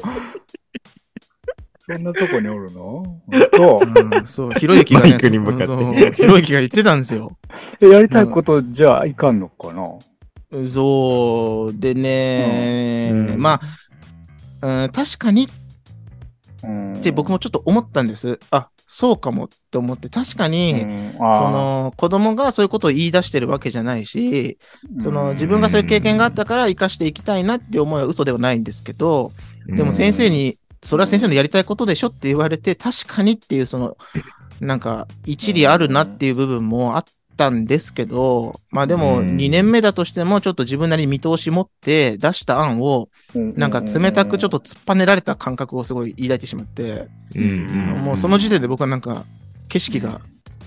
Speaker 2: そんなとこにおるのと、
Speaker 4: そう、ひろゆきが、ね、
Speaker 3: マイクに向かって
Speaker 4: そうひろゆきが言ってたんですよ。
Speaker 2: えやりたいことじゃあいかんのかな
Speaker 4: そう、でね、
Speaker 3: うんうん
Speaker 4: まあ、うん、確かにっ
Speaker 2: うん
Speaker 4: て僕もちょっと思ったんです。あ、そうかもって思って、確か
Speaker 2: う
Speaker 4: に、
Speaker 2: ん
Speaker 4: そ
Speaker 2: あ
Speaker 4: の子供がそういうことを言い出してるわけじゃないし、
Speaker 2: ー
Speaker 4: そ
Speaker 2: うん
Speaker 4: の自分がそういう経験があったから生かしていきたいなっていう思いは嘘ではないんですけど、 でも先生に、それは先生のやりたいことでしょって言われて、確かにっていう、その、なんか、一理あるなっていう部分もあったんですけど、まあでも、
Speaker 3: うん
Speaker 4: 2年目だとしても、ちょっと自分なりに見通し持って出した案を、なんか冷たくちょっと突っぱねられた感覚をすごい抱いてしまって、
Speaker 3: うんうん
Speaker 4: もうその時点で僕はなんか、景色が、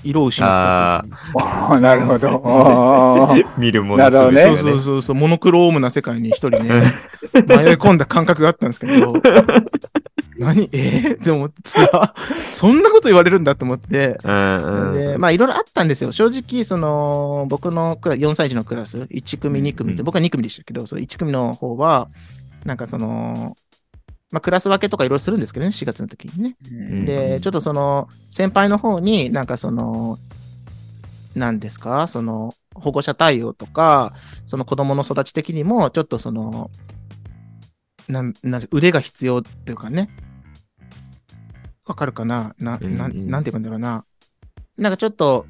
Speaker 4: 色を失った
Speaker 3: あ
Speaker 4: というか。
Speaker 2: あ あ、なるほど。あー
Speaker 3: 見るもの全
Speaker 2: な
Speaker 3: て
Speaker 2: る
Speaker 4: そ
Speaker 2: ほ
Speaker 4: う
Speaker 2: ど
Speaker 4: そうそうそう、モノクロームな世界に一人ね、迷い込んだ感覚があったんですけ ど、何えー、って思って、つら、そんなこと言われるんだと思って、
Speaker 3: うんうん
Speaker 4: で、まあいろいろあったんですよ。正直、その、僕のクラ4歳児のクラス、1組、2組っ
Speaker 3: う
Speaker 4: て、
Speaker 3: ん
Speaker 4: 僕は2組でしたけど、その1組の方は、なんかその、まあクラス分けとかいろいろするんですけどね、4月の時にね。
Speaker 3: うん
Speaker 4: で、ちょっとその、先輩の方になんかその、何ですか、その、保護者対応とか、その子供の育ち的にも、ちょっとその、なん、なん、腕が必要っていうかね。わかるかなな、な
Speaker 3: うんうん
Speaker 4: なんて言うんだろうな。なんかちょっと、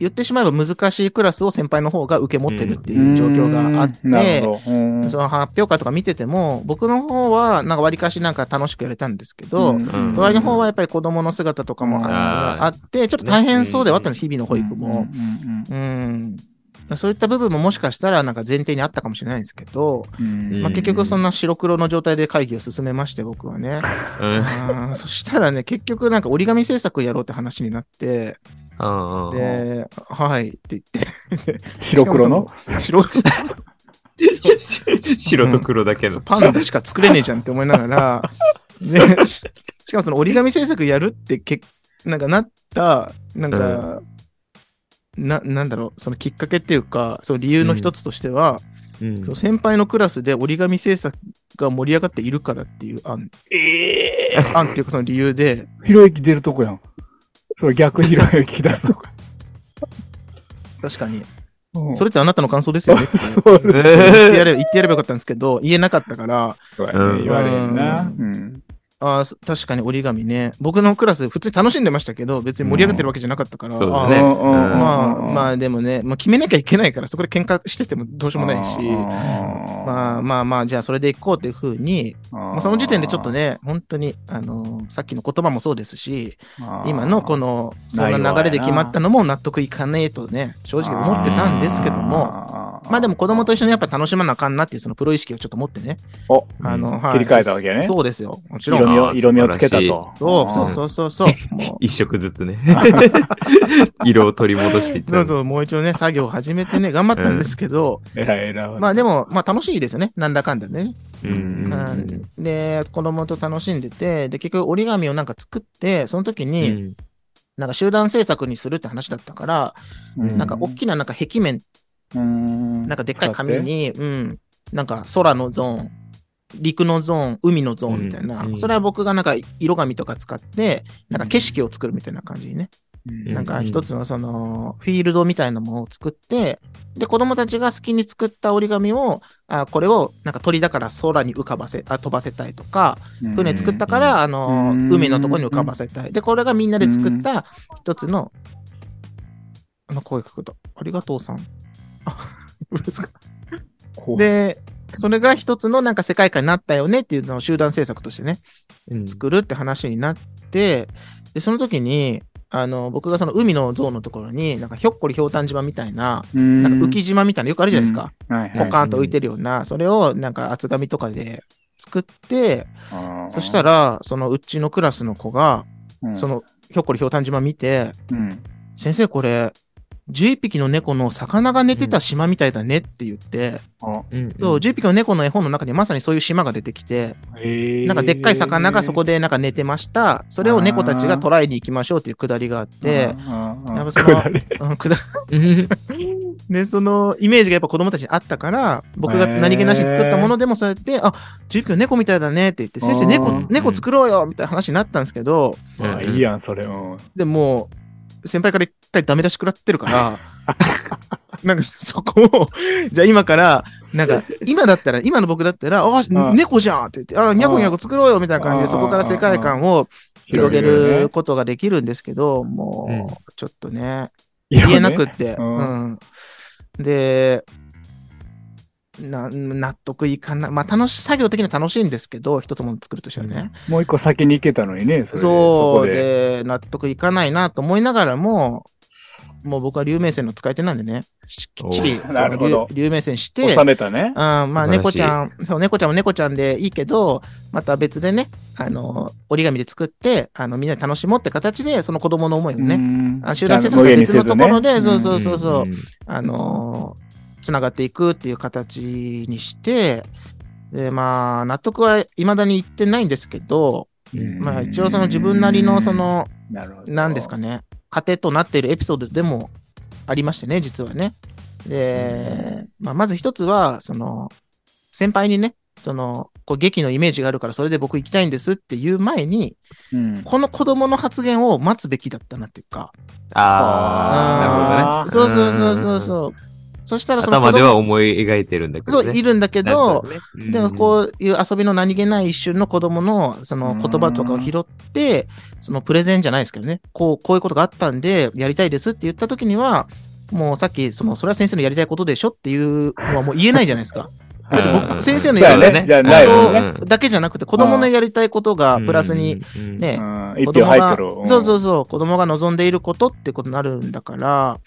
Speaker 4: 言ってしまえば難しいクラスを先輩の方が受け持ってるっていう状況があって、
Speaker 2: うんなるほどうん
Speaker 4: その発表会とか見てても、僕の方は、なんか割かしなんか楽しくやれたんですけど、
Speaker 3: ん
Speaker 4: 隣の方はやっぱり子供の姿とかもあ
Speaker 3: あー
Speaker 4: あって、ちょっと大変そうではあったんです、日々の保育も。
Speaker 2: うんうん
Speaker 4: うん。そういった部分ももしかしたらなんか前提にあったかもしれないんですけど、
Speaker 2: うんうん
Speaker 4: まあ、
Speaker 3: うん
Speaker 4: 結局そんな白黒の状態で会議を進めまして、僕はね。
Speaker 3: うん
Speaker 4: あーそしたらね、結局なんか折り紙制作やろうって話になって、
Speaker 3: うんうんうん。
Speaker 4: で、はいって言って。
Speaker 2: 白黒の
Speaker 4: 白黒
Speaker 3: 白と黒だけ
Speaker 4: そう
Speaker 3: ど。
Speaker 4: パンダしか作れねえじゃんって思いなが ら、ね、ししかもその折り紙制作やるってけなんかなった、なんか、ななんだろう、そのきっかけっていうか、その理由の一つとしては、
Speaker 3: うん
Speaker 4: その先輩のクラスで折り紙制作が盛り上がっているからっていう案。え案っていうかその理由で、
Speaker 2: ひろゆき出るとこやん。それ逆ひろゆき出すとこ。
Speaker 4: 確かに。
Speaker 2: うん
Speaker 4: それってあなたの感想です よねって
Speaker 2: そうです
Speaker 3: え
Speaker 4: 言ってやれば言ってやればよかったんですけど、言えなかったから、
Speaker 2: そうや
Speaker 3: う
Speaker 2: ね。
Speaker 3: ん
Speaker 2: 言われるな。うん。
Speaker 4: ああ、そ確かに折り紙ね。僕のクラス、普通に楽しんでましたけど、別に盛り上がってるわけじゃなかったから。
Speaker 3: うんそうだ
Speaker 4: あ
Speaker 3: ね
Speaker 4: あ
Speaker 2: うんうんうん
Speaker 4: まあ、まあでもね、まあ決めなきゃいけないから、そこで喧嘩しててもどうしようもないし、まあまあまあ、じゃあそれで行こうというふうに、まあ、その時点でちょっと、ね、本当に、あのーさっきの言葉もそうですし、今のこ
Speaker 2: の、
Speaker 4: の、そんな流れで決まったのも納得いかねえとね、正直思ってたんですけども、
Speaker 2: も
Speaker 4: まあでも子供と一緒にやっぱ楽しまなあかんなっていうそのプロ意識をちょっと持ってね、
Speaker 2: お
Speaker 4: あの、はい
Speaker 2: 切り替えたわけね
Speaker 4: そうですよ。もちろん。
Speaker 2: 色味を、
Speaker 3: あー
Speaker 2: 色味をつけた
Speaker 3: 素
Speaker 2: と。
Speaker 4: そうそ
Speaker 2: ん
Speaker 4: うそうそうそう。も
Speaker 3: 一色ず つね。色を取り戻していっ
Speaker 4: う、ど
Speaker 3: た
Speaker 4: う。ぞもう一度ね、作業を始めてね、頑張ったんですけど、
Speaker 2: えらいえらい。
Speaker 4: まあでも、まあ楽しいですよね、なんだかんだね。
Speaker 3: うんうんう
Speaker 4: うんんで、子供と楽しんでて、で、結局折り紙をなんか作って、その時
Speaker 3: う
Speaker 4: に、
Speaker 3: ん
Speaker 4: なんか集団制作にするって話だったから、
Speaker 2: う
Speaker 4: なんか大きななんか壁面、
Speaker 2: うん、
Speaker 4: なんかでっかい紙
Speaker 2: 使って。
Speaker 4: に、うん、なんか空のゾーン、陸のゾーン、海のゾーンみたいな、
Speaker 3: うんうん
Speaker 4: それは僕がなんか色紙とか使って、なんか景色を作るみたいな感じにね。
Speaker 2: うん
Speaker 4: なんか一つのそのフィールドみたいなものを作って、で、子供たちが好きに作った折り紙を、あこれをなんか鳥だから空に浮かばせ、あ飛ばせたいとか、船作ったから、あの、
Speaker 2: うん
Speaker 4: 海のところに浮かばせたい。で、これがみんなで作った一つの、あの、声聞くと、ありがとうさん。あ、 うるさか
Speaker 2: こう
Speaker 4: で、それが一つのなんか世界観になったよねっていうのを集団制作としてね、
Speaker 3: うん
Speaker 4: 作るって話になって、で、その時に、あの、僕がその海の像のところに、なんかひょっこりひょうたん島みたいな、
Speaker 2: うん
Speaker 4: なんか浮き島みたいなのよくあるじゃないですか。
Speaker 2: はいはい
Speaker 4: ポカーンと浮いてるような、それをなんか厚紙とかで作って、
Speaker 2: あー
Speaker 4: そしたら、そのうちのクラスの子が、
Speaker 2: うん
Speaker 4: そのひょっこりひょうたん島見て、
Speaker 2: うん
Speaker 4: 先生これ、11匹の猫の魚が寝てた島みたいだねって言って、
Speaker 2: あ
Speaker 3: うんうん
Speaker 4: そう、11匹の猫の絵本の中にまさにそういう島が出てきて、
Speaker 2: へー
Speaker 4: なんかでっかい魚がそこでなんか寝てました。それを猫たちが捕らえに行きましょうっていうくだりがあっ
Speaker 2: うんうん
Speaker 4: て、
Speaker 2: うん
Speaker 4: やっぱその
Speaker 2: これ
Speaker 4: うんくだ
Speaker 3: うん
Speaker 4: で、そのイメージがやっぱ子供たちにあったから、僕が何気なしに作ったものでもそうやって、あ、10秒猫みたいだねって言って、先生
Speaker 2: あ
Speaker 4: 猫
Speaker 2: ー、
Speaker 4: 猫作ろうよみたいな話になったんですけど、
Speaker 2: あいいやん、それ。うん
Speaker 4: でも、先輩から一回ダメ出し食らって るから、なんかそこを、じゃあ今から、なんか今だったら、今の僕だったら、あ、
Speaker 2: うん
Speaker 4: 猫じゃんって言って、あ、ニャコニャコ作ろうよみたいな感じで、そこから世界観を広げる。ことができるんですけど、もう、ちょっとね、
Speaker 2: 広
Speaker 4: 言
Speaker 2: げ
Speaker 4: え
Speaker 2: るね
Speaker 4: なくって、
Speaker 2: うん
Speaker 4: うんで、な納得いかない。まあ、楽し、作業的には楽しいんですけど、一つもの作るとしたらね。
Speaker 2: もう一個先に行けたのにね、それでそ
Speaker 4: そ
Speaker 2: こ
Speaker 4: う
Speaker 2: で。
Speaker 4: で、納得いかないなと思いながらも、もう僕は竜明線の使い手なんでね、しきっちり
Speaker 2: おーなるほど
Speaker 4: 竜竜明線して、
Speaker 2: 収めたね。
Speaker 4: あーまあ、
Speaker 3: 素晴らしい
Speaker 4: 猫ちゃん、そう、猫ちゃんも猫ちゃんでいいけど、また別でね、あの、折り紙で作って、あの、みんなで楽しもうって形で、その子供の思いを
Speaker 2: う
Speaker 4: ね、
Speaker 2: ん
Speaker 4: あ集団接
Speaker 2: じゃあ無
Speaker 4: 種が
Speaker 2: 限に
Speaker 4: 別
Speaker 2: せ
Speaker 4: の
Speaker 2: ず
Speaker 4: と
Speaker 2: ね
Speaker 4: ころで、そう
Speaker 2: う
Speaker 4: そ
Speaker 2: ん
Speaker 4: うそうそう、
Speaker 3: ん。
Speaker 4: あのつながっていくっていう形にして、で、まあ、納得は未だにいってないんですけど、
Speaker 2: うん
Speaker 4: まあ、一応その自分なりの、その、
Speaker 2: なるほど
Speaker 4: 何ですかね、糧となっているエピソードでもありましてね、実はね。で、まあ、まず一つは、その、先輩にね、その、こう劇のイメージがあるから、それで僕行きたいんですっていう前に、
Speaker 2: うん
Speaker 4: この子供の発言を待つべきだったなっていうか。
Speaker 3: あ
Speaker 2: あ
Speaker 3: あ、なるほどね。
Speaker 4: そうそうそうそうそう。そしたらその
Speaker 3: 頭
Speaker 4: 子
Speaker 3: で
Speaker 4: 供、
Speaker 3: は思い描いてるんだけ
Speaker 4: そ
Speaker 3: どね。
Speaker 4: う、いるんだけど、
Speaker 3: うん、
Speaker 4: でもこういう遊びの何気ない一瞬の子供のその言葉とかを拾って、そのプレゼンじゃないですけどね、こう、こういうことがあったんで、やりたいですって言った時には、もうさっき、その、それは先生のやりたいことでしょっていうのはもう言えないじゃないですか。
Speaker 3: うん、
Speaker 4: だって僕先生の
Speaker 2: そうやねじゃあ ないよ
Speaker 3: ね
Speaker 4: ことだけじゃなくて、子供のやりたいことがプラスに、
Speaker 3: うん、
Speaker 4: ね、
Speaker 2: うん一票
Speaker 4: 子供
Speaker 2: 入
Speaker 4: が
Speaker 2: っとる。ん
Speaker 4: そうそうそう、子供が望んでいることってことになるんだから、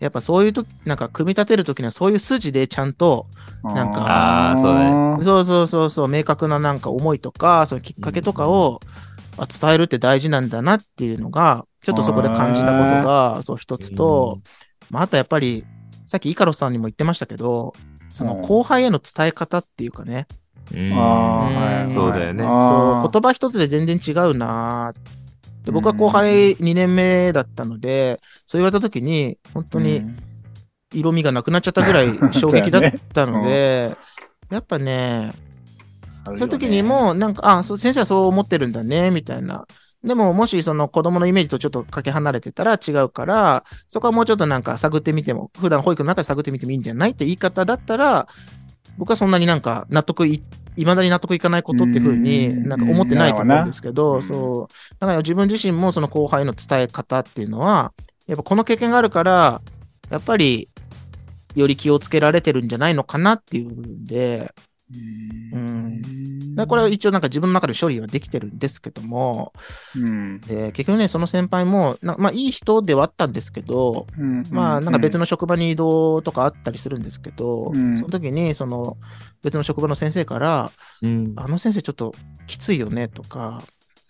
Speaker 4: やっぱそういうとき、なんか組み立てるときにはそういう筋でちゃんと、なんか
Speaker 3: あーそうだ
Speaker 4: そうそうそうそう、明確ななんか思いとか、そのきっかけとかを、あ伝えるって大事なんだなっていうのが、ちょっとそこで感じたことが、そう一つと、まあ、あとやっぱり、さっきイカロスさんにも言ってましたけど、その
Speaker 2: うん
Speaker 4: 後輩への伝え方っていうかね、
Speaker 3: うん
Speaker 2: あーはい
Speaker 3: そうだよね
Speaker 2: あー
Speaker 4: そう言葉一つで全然違うなーで僕は後輩2年目だったので、そう言われた時に、本当に色味がなくなっちゃったぐらい衝撃だったので、やっぱね、その時に、も、なんか、あ、そう先生はそう思ってるんだね、みたいな。でも、もしその子供のイメージとちょっとかけ離れてたら違うから、そこはもうちょっとなんか探ってみても、普段保育の中で探ってみてもいいんじゃないって言い方だったら、僕はそんなになんか納得い、いまだに納得いかないことっていうふう
Speaker 2: う
Speaker 4: に
Speaker 2: ん
Speaker 4: なんか思ってないと思うんですけ
Speaker 2: う
Speaker 4: ど、
Speaker 2: ん
Speaker 4: そう。だから自分自身もその後輩の伝え方っていうのは、やっぱこの経験があるから、やっぱり、より気をつけられてるんじゃないのかなっていう部分で、うん。でこれは一応なんか自分の中で処理はできてるんですけども、
Speaker 2: うん
Speaker 4: で結局ね、その先輩も、なまあいい人ではあったんですけど、まあなんか別
Speaker 2: の、
Speaker 4: の職場に移動とかあったりするんですけど、
Speaker 2: うん
Speaker 4: その時にその別の職場の先生から、
Speaker 3: うん
Speaker 4: あの先生ちょっときついよねとか、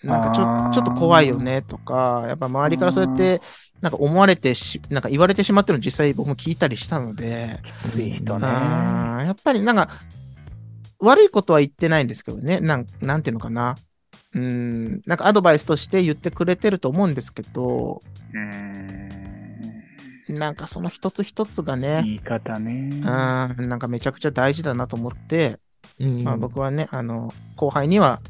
Speaker 4: なんかち
Speaker 2: あー
Speaker 4: ょちょっと怖いよねとか、やっぱ周りからそうやって、なんか思われてし、なんか言われてしまってるの実際僕も聞いたりしたので、
Speaker 2: きつい人ね。
Speaker 4: あーやっぱりなんか、悪いことは言ってないんですけどね、なんなんていうのかな。うん、なんかアドバイスとして言ってくれてると思うんですけど、
Speaker 2: うん
Speaker 4: なんかその一つ一つがね、
Speaker 2: 言い方ね。
Speaker 4: うん、なんかめちゃくちゃ大事だなと思って、
Speaker 3: うん
Speaker 4: まあ、僕はね、あの、後輩には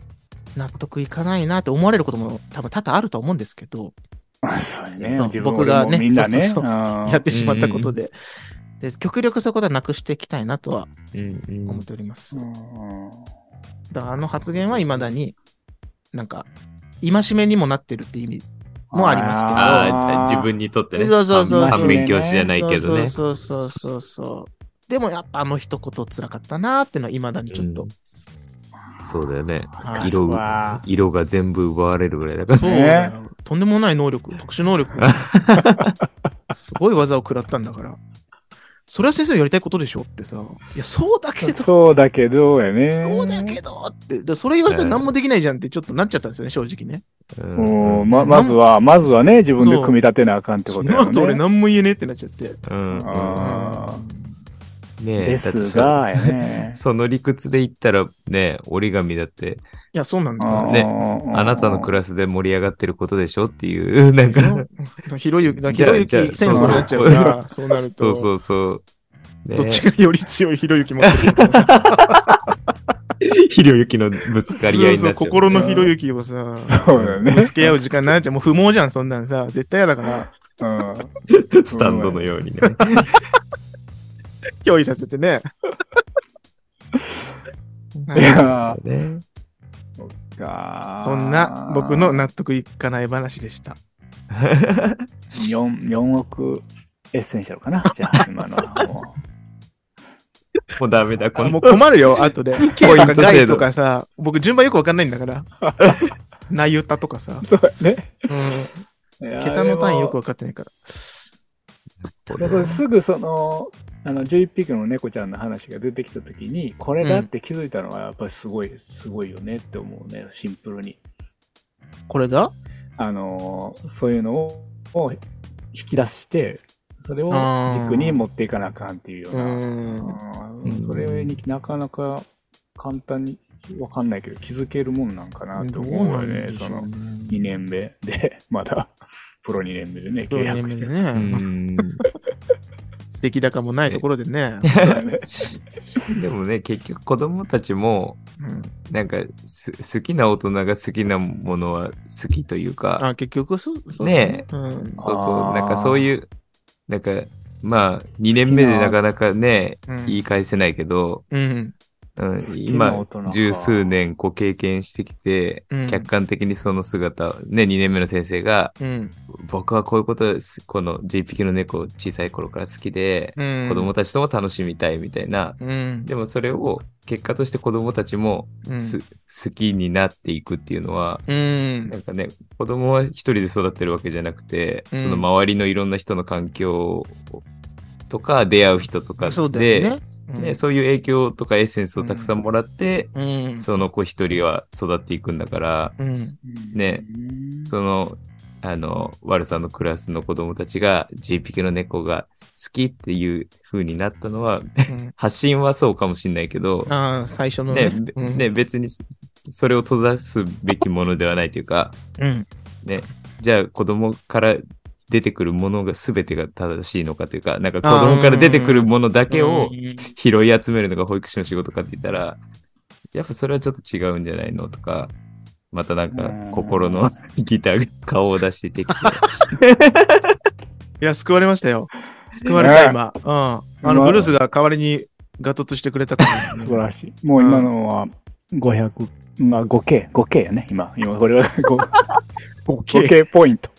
Speaker 4: 納得いかないなって思われることも多分多々あると思うんですけど、
Speaker 2: あそうよね
Speaker 4: そう。
Speaker 2: 自分
Speaker 4: 僕がね
Speaker 2: 俺もみんなね。
Speaker 4: そうそうそう
Speaker 2: あー
Speaker 4: やってしまったことで、で極力そういうことはなくしていきたいなとは
Speaker 3: うんうん
Speaker 4: 思っております。
Speaker 2: うん
Speaker 4: だからあの発言はいまだに、なんか、戒めにもなってるって意味もありますけど。
Speaker 3: ああ、自分にとってね。
Speaker 4: そうそうそうそう
Speaker 3: 反面教師じゃないけどね。
Speaker 4: そうそうそうそうそう。でもやっぱあの一言辛かったなーってのはいまだにちょっと。
Speaker 3: うんそうだよね。
Speaker 4: はい
Speaker 3: 色、
Speaker 2: わ
Speaker 3: 色が全部奪われるぐらいだ から。
Speaker 4: そうだよとんでもない 能力、特殊能力。すごい技を食らったんだから。それは先生のやりたいことでしょってさ。いや、そうだけど、そ
Speaker 2: そうだけどやね。
Speaker 4: うだけどって。でそれ言われたら何もできないじゃんってちょっとなっちゃったんですよね、正直ね。
Speaker 3: うん
Speaker 2: うんままずは、まずはね、自分で組み立てなあかんって
Speaker 4: そ
Speaker 2: こと
Speaker 4: の
Speaker 2: やもん
Speaker 4: 後俺
Speaker 2: ね。
Speaker 4: 何も言えねえってなっちゃって。
Speaker 3: うん
Speaker 2: あ
Speaker 3: ねえ
Speaker 2: ですが、やね。
Speaker 3: その理屈で言ったらね、折り紙だって、
Speaker 4: いや、そうなんだよ。
Speaker 3: ね
Speaker 2: あ
Speaker 3: あなたのクラスで盛り上がってることでしょっていう、 なんか、
Speaker 4: ひろゆき、ひ
Speaker 3: じゃあ
Speaker 4: ろゆき
Speaker 3: じゃあ
Speaker 4: センスになっちゃうから、そうなる
Speaker 3: そ
Speaker 4: と。
Speaker 3: うそうそう。ね
Speaker 4: どっちがより強いひろゆきも。
Speaker 3: ひろゆきのぶつかり合いに
Speaker 4: そ
Speaker 3: な
Speaker 4: う
Speaker 3: っちゃう。
Speaker 4: そう心のひろゆきをさ、
Speaker 2: そうだよね
Speaker 4: ぶつけ合う時間になっちゃう。もう不毛じゃん、そんなんさ。絶対嫌だから、
Speaker 2: うん
Speaker 3: スタンドのようにね。
Speaker 4: 憑依させてね。はい
Speaker 2: いや
Speaker 3: ね
Speaker 2: ーかー
Speaker 4: そんな僕の納得いかない話でした。
Speaker 2: 4, 4億エッセンシャルかなじゃあ、今のはも
Speaker 3: もうダメだ、こ
Speaker 4: あも
Speaker 3: の
Speaker 4: う。困るよ、後で。K と
Speaker 3: ポイ
Speaker 4: か
Speaker 3: ント制度
Speaker 4: 外とかさ、僕順番よくわかんないんだから。なゆたとかさ
Speaker 2: う。、そうやね。
Speaker 4: うん
Speaker 2: いやー
Speaker 4: 桁の単位よく
Speaker 2: でも
Speaker 4: わかってないから。
Speaker 2: そこですぐその、あの、11匹の猫ちゃんの話が出てきたときに、これだって気づいたのはやっぱりすごい、すごいよねって思うね、シンプルに。
Speaker 4: これが
Speaker 2: あのー、そういうのをを引き出して、それを軸に持っていかなあかんっていうよう
Speaker 4: う
Speaker 2: な。
Speaker 4: ん。
Speaker 2: うんそれになかなか簡単にわかんないけど気づけるもんなんかなと思うよね、その2年目で、 まだプロ2年目でね、
Speaker 4: そう
Speaker 2: 契
Speaker 4: ね
Speaker 2: 約してる
Speaker 4: ね
Speaker 3: うん
Speaker 4: 出来高もないところでね。
Speaker 2: からね。
Speaker 3: でもね、結局子供たちも、
Speaker 4: うん
Speaker 3: なんかす、好きな大人が好きなものは好きというか、
Speaker 4: あ、結局そう、そうだ
Speaker 3: ね
Speaker 4: うん。
Speaker 3: そうそ
Speaker 2: あ
Speaker 3: う、
Speaker 2: ー
Speaker 3: なんかそういう、なんか、まあ、2年目でなかなかね、
Speaker 4: うん
Speaker 3: 言い返せないけど、
Speaker 4: うん。
Speaker 3: うん
Speaker 2: きな
Speaker 3: 今
Speaker 2: 大人か、
Speaker 3: 十数年こう経験してきて、
Speaker 4: うん
Speaker 3: 客観的にその姿、ね、2年目の先生が、
Speaker 4: うん。
Speaker 3: 僕はこういうことです、この JPK の猫を小さい頃から好きで、
Speaker 4: うん。
Speaker 3: 子供たちとも楽しみたいみたいな、
Speaker 4: うん。
Speaker 3: でもそれを結果として子供たちも
Speaker 4: うん
Speaker 3: す、好きになっていくっていうのは、
Speaker 4: うん
Speaker 3: な。んかね、子供は一人で育ってるわけじゃなくて、
Speaker 4: うん
Speaker 3: その周りのいろんな人の環境とか、出会う人とか
Speaker 4: そうだ
Speaker 3: で、
Speaker 4: よね。
Speaker 3: ねそういう影響とかエッセンスをたくさんもらって、
Speaker 4: うん。
Speaker 3: その子一人は育っていくんだから、
Speaker 4: うん。
Speaker 3: ねその、あの、ワルさんのクラスの子供たちが G ピケの猫が好きっていう風になったのは、
Speaker 4: うん
Speaker 3: 発信はそうかもしれないけど、
Speaker 4: ああ、最初の
Speaker 3: ね
Speaker 4: ね。、
Speaker 3: べ
Speaker 4: うん
Speaker 3: ね、別にそれを閉ざすべきものではないというか、
Speaker 4: うん。
Speaker 3: じゃあ子供から出てくるものが全てが正しいのかというか、なんか子供から出てくるものだけを
Speaker 4: うん
Speaker 3: 拾い集めるのが保育士の仕事かって言ったら、やっぱそれはちょっと違うんじゃないのとか、またなんか心のギターが顔を出してできて、
Speaker 4: いや、救われましたよ。救われた、今。うん。あの、
Speaker 2: うん
Speaker 4: ブルースが代わりにガトツしてくれ たから。
Speaker 2: 素晴らしい。もう今のは500、まあ 5K、5K やね、今。今、これは 5K 5K ポイント。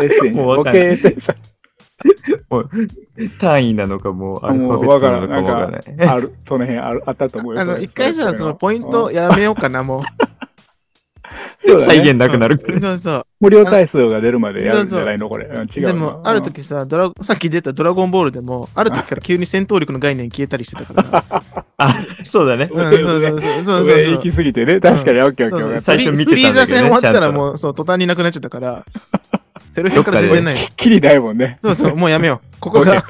Speaker 2: エッセンシャル
Speaker 3: もうわかんない
Speaker 2: 5K エッセンシャル
Speaker 3: 単位なのかもうアルフ
Speaker 2: も
Speaker 3: ァ
Speaker 2: う
Speaker 3: ベッ
Speaker 2: わ
Speaker 3: ト
Speaker 2: から
Speaker 3: なんのかもわからない。
Speaker 2: ある、その辺あるあったと思うよ。
Speaker 4: あ
Speaker 2: そ
Speaker 4: の、
Speaker 2: れ
Speaker 4: 一回さ、そのポイン、ト
Speaker 2: れ
Speaker 4: やめようかな、 もう。
Speaker 2: そうだね
Speaker 3: 再現なくなるから。
Speaker 4: そうそう。
Speaker 2: 無料体数が出るまでやるんじゃないのこれ。うん違うの。
Speaker 4: でも、ある時さ、ドラ、さっき出たドラゴンボールでも、ある時から急に戦闘力の概念消えたりしてたから。
Speaker 3: あ、そうだね。
Speaker 4: うん
Speaker 2: 上
Speaker 4: そうそうそう
Speaker 2: う
Speaker 4: そ
Speaker 2: ん、
Speaker 4: う
Speaker 2: 上
Speaker 4: そう
Speaker 2: 行。きすぎてね。確かに、オッケーオッケーオッケー。
Speaker 3: 最初見てたんだけどね
Speaker 4: フリーザ戦終わった
Speaker 3: ちゃ
Speaker 4: ら
Speaker 3: んと
Speaker 4: もう、そう、途端になくなっちゃったから、セルフェから
Speaker 3: どっかで
Speaker 4: 全然ない。
Speaker 2: きりないもんね。
Speaker 4: そうそう、もうやめよ う。ここが、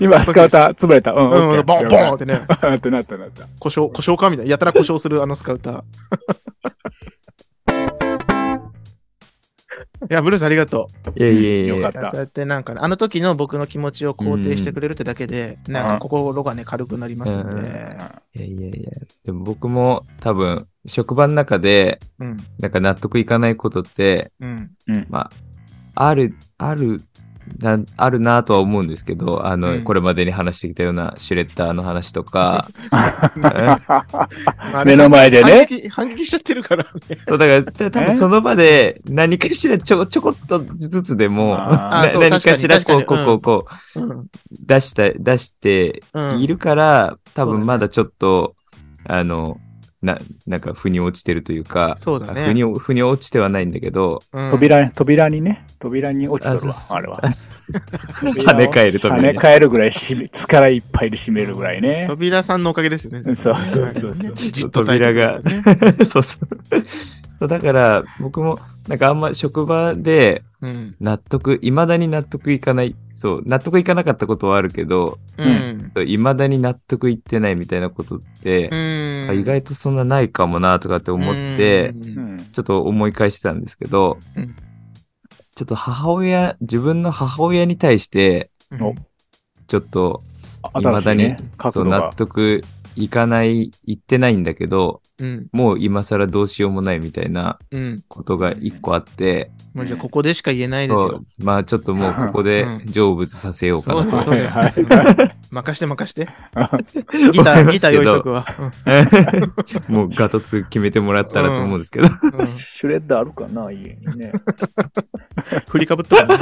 Speaker 2: 今、スカウター潰れた。うん、
Speaker 4: うん、ボンボン
Speaker 2: ン
Speaker 4: ってね、
Speaker 2: ってなったなった。
Speaker 4: 故障、故障かみたいな。やたら故障するあのスカウター。いや、ブルースありがとう。
Speaker 3: いやいやい
Speaker 2: よか
Speaker 3: や
Speaker 2: っ。
Speaker 4: いや
Speaker 2: た
Speaker 4: そう。やってなんかね、あの時の僕の気持ちを肯定してくれるってだけで、なんか心がね、軽くなりますんで。
Speaker 3: いやいやいや。でも僕も多分、職場の中で、
Speaker 4: うん、
Speaker 3: なんか納得いかないことって、
Speaker 4: うん、
Speaker 3: まあ、ある、ある、なあるなとは思うんですけど、あの、
Speaker 4: うん
Speaker 3: これまでに話してきたようなシュレッダーの話と か、
Speaker 4: あ
Speaker 2: 目
Speaker 4: れ
Speaker 2: の前でね
Speaker 4: 反。撃反撃しちゃってるからね。
Speaker 3: そうだから、た多分その場で何かしらちょ、ちょこっとずつでも、
Speaker 2: あー
Speaker 3: な
Speaker 4: あーそう
Speaker 3: 何かしらこう、
Speaker 4: 確か
Speaker 3: こ
Speaker 4: に
Speaker 3: う、こう、こう、
Speaker 4: うん
Speaker 3: 出した、出して
Speaker 4: うん
Speaker 3: いるから、多
Speaker 4: そうだ
Speaker 3: 分
Speaker 4: ね
Speaker 3: まだちょっと、あの、な、なんか、腑に落ちてるというか、
Speaker 4: そうだね
Speaker 3: あ腑に、腑に落ちてはないんだけど、
Speaker 4: うん
Speaker 2: 扉、扉にね、扉に落ちとるわ
Speaker 3: あ、そう
Speaker 2: あれは。
Speaker 3: 跳ね返ると
Speaker 2: 跳ね返るぐらいしめ、力いっぱいで締めるぐらいね。
Speaker 4: 扉さんのおかげですよね。
Speaker 2: そうそうそうそう。
Speaker 4: じっと耐えてくれて ね。
Speaker 3: そうそう。そうだから、僕も、なんかあんま職場で
Speaker 4: うん。
Speaker 3: 納得、未だに納得いかない、そう、納得いかなかったことはあるけど、
Speaker 4: うん。
Speaker 3: 未だに納得いってないみたいなことって、
Speaker 4: うん
Speaker 3: あ意外とそんなないかもなとかって思って、
Speaker 4: うん
Speaker 2: うん
Speaker 3: ちょっと思い返してたんですけど、
Speaker 4: うん
Speaker 3: ちょっと母親、自分の母親に対して、
Speaker 2: お
Speaker 3: ちょっと、
Speaker 2: 新
Speaker 3: 未
Speaker 2: し
Speaker 3: だ
Speaker 2: い
Speaker 3: に、
Speaker 2: ね、
Speaker 3: そ
Speaker 2: 角
Speaker 3: う
Speaker 2: 度
Speaker 3: 納
Speaker 2: が。
Speaker 3: 得いかない、いってないんだけど、
Speaker 4: うん。
Speaker 3: もう今更どうしようもないみたいな
Speaker 4: うん。
Speaker 3: ことが一個あって、
Speaker 4: もうじゃあここでしか言えないです
Speaker 3: そ
Speaker 4: よ
Speaker 3: う。まあちょっともうここ で
Speaker 4: うん
Speaker 3: 成仏させようか
Speaker 4: そう
Speaker 3: な
Speaker 4: です、
Speaker 3: と。
Speaker 4: そうです。
Speaker 2: はい
Speaker 4: 任して 任して。
Speaker 3: 思い
Speaker 4: ギタ
Speaker 3: ますけど
Speaker 4: ー、ギター用意しとくわ。
Speaker 3: もうガタツ決めてもらったらと思うんですけ ど。
Speaker 4: うんうん
Speaker 2: シュレッダーあるかな、家にね。
Speaker 4: 振りかぶった ら。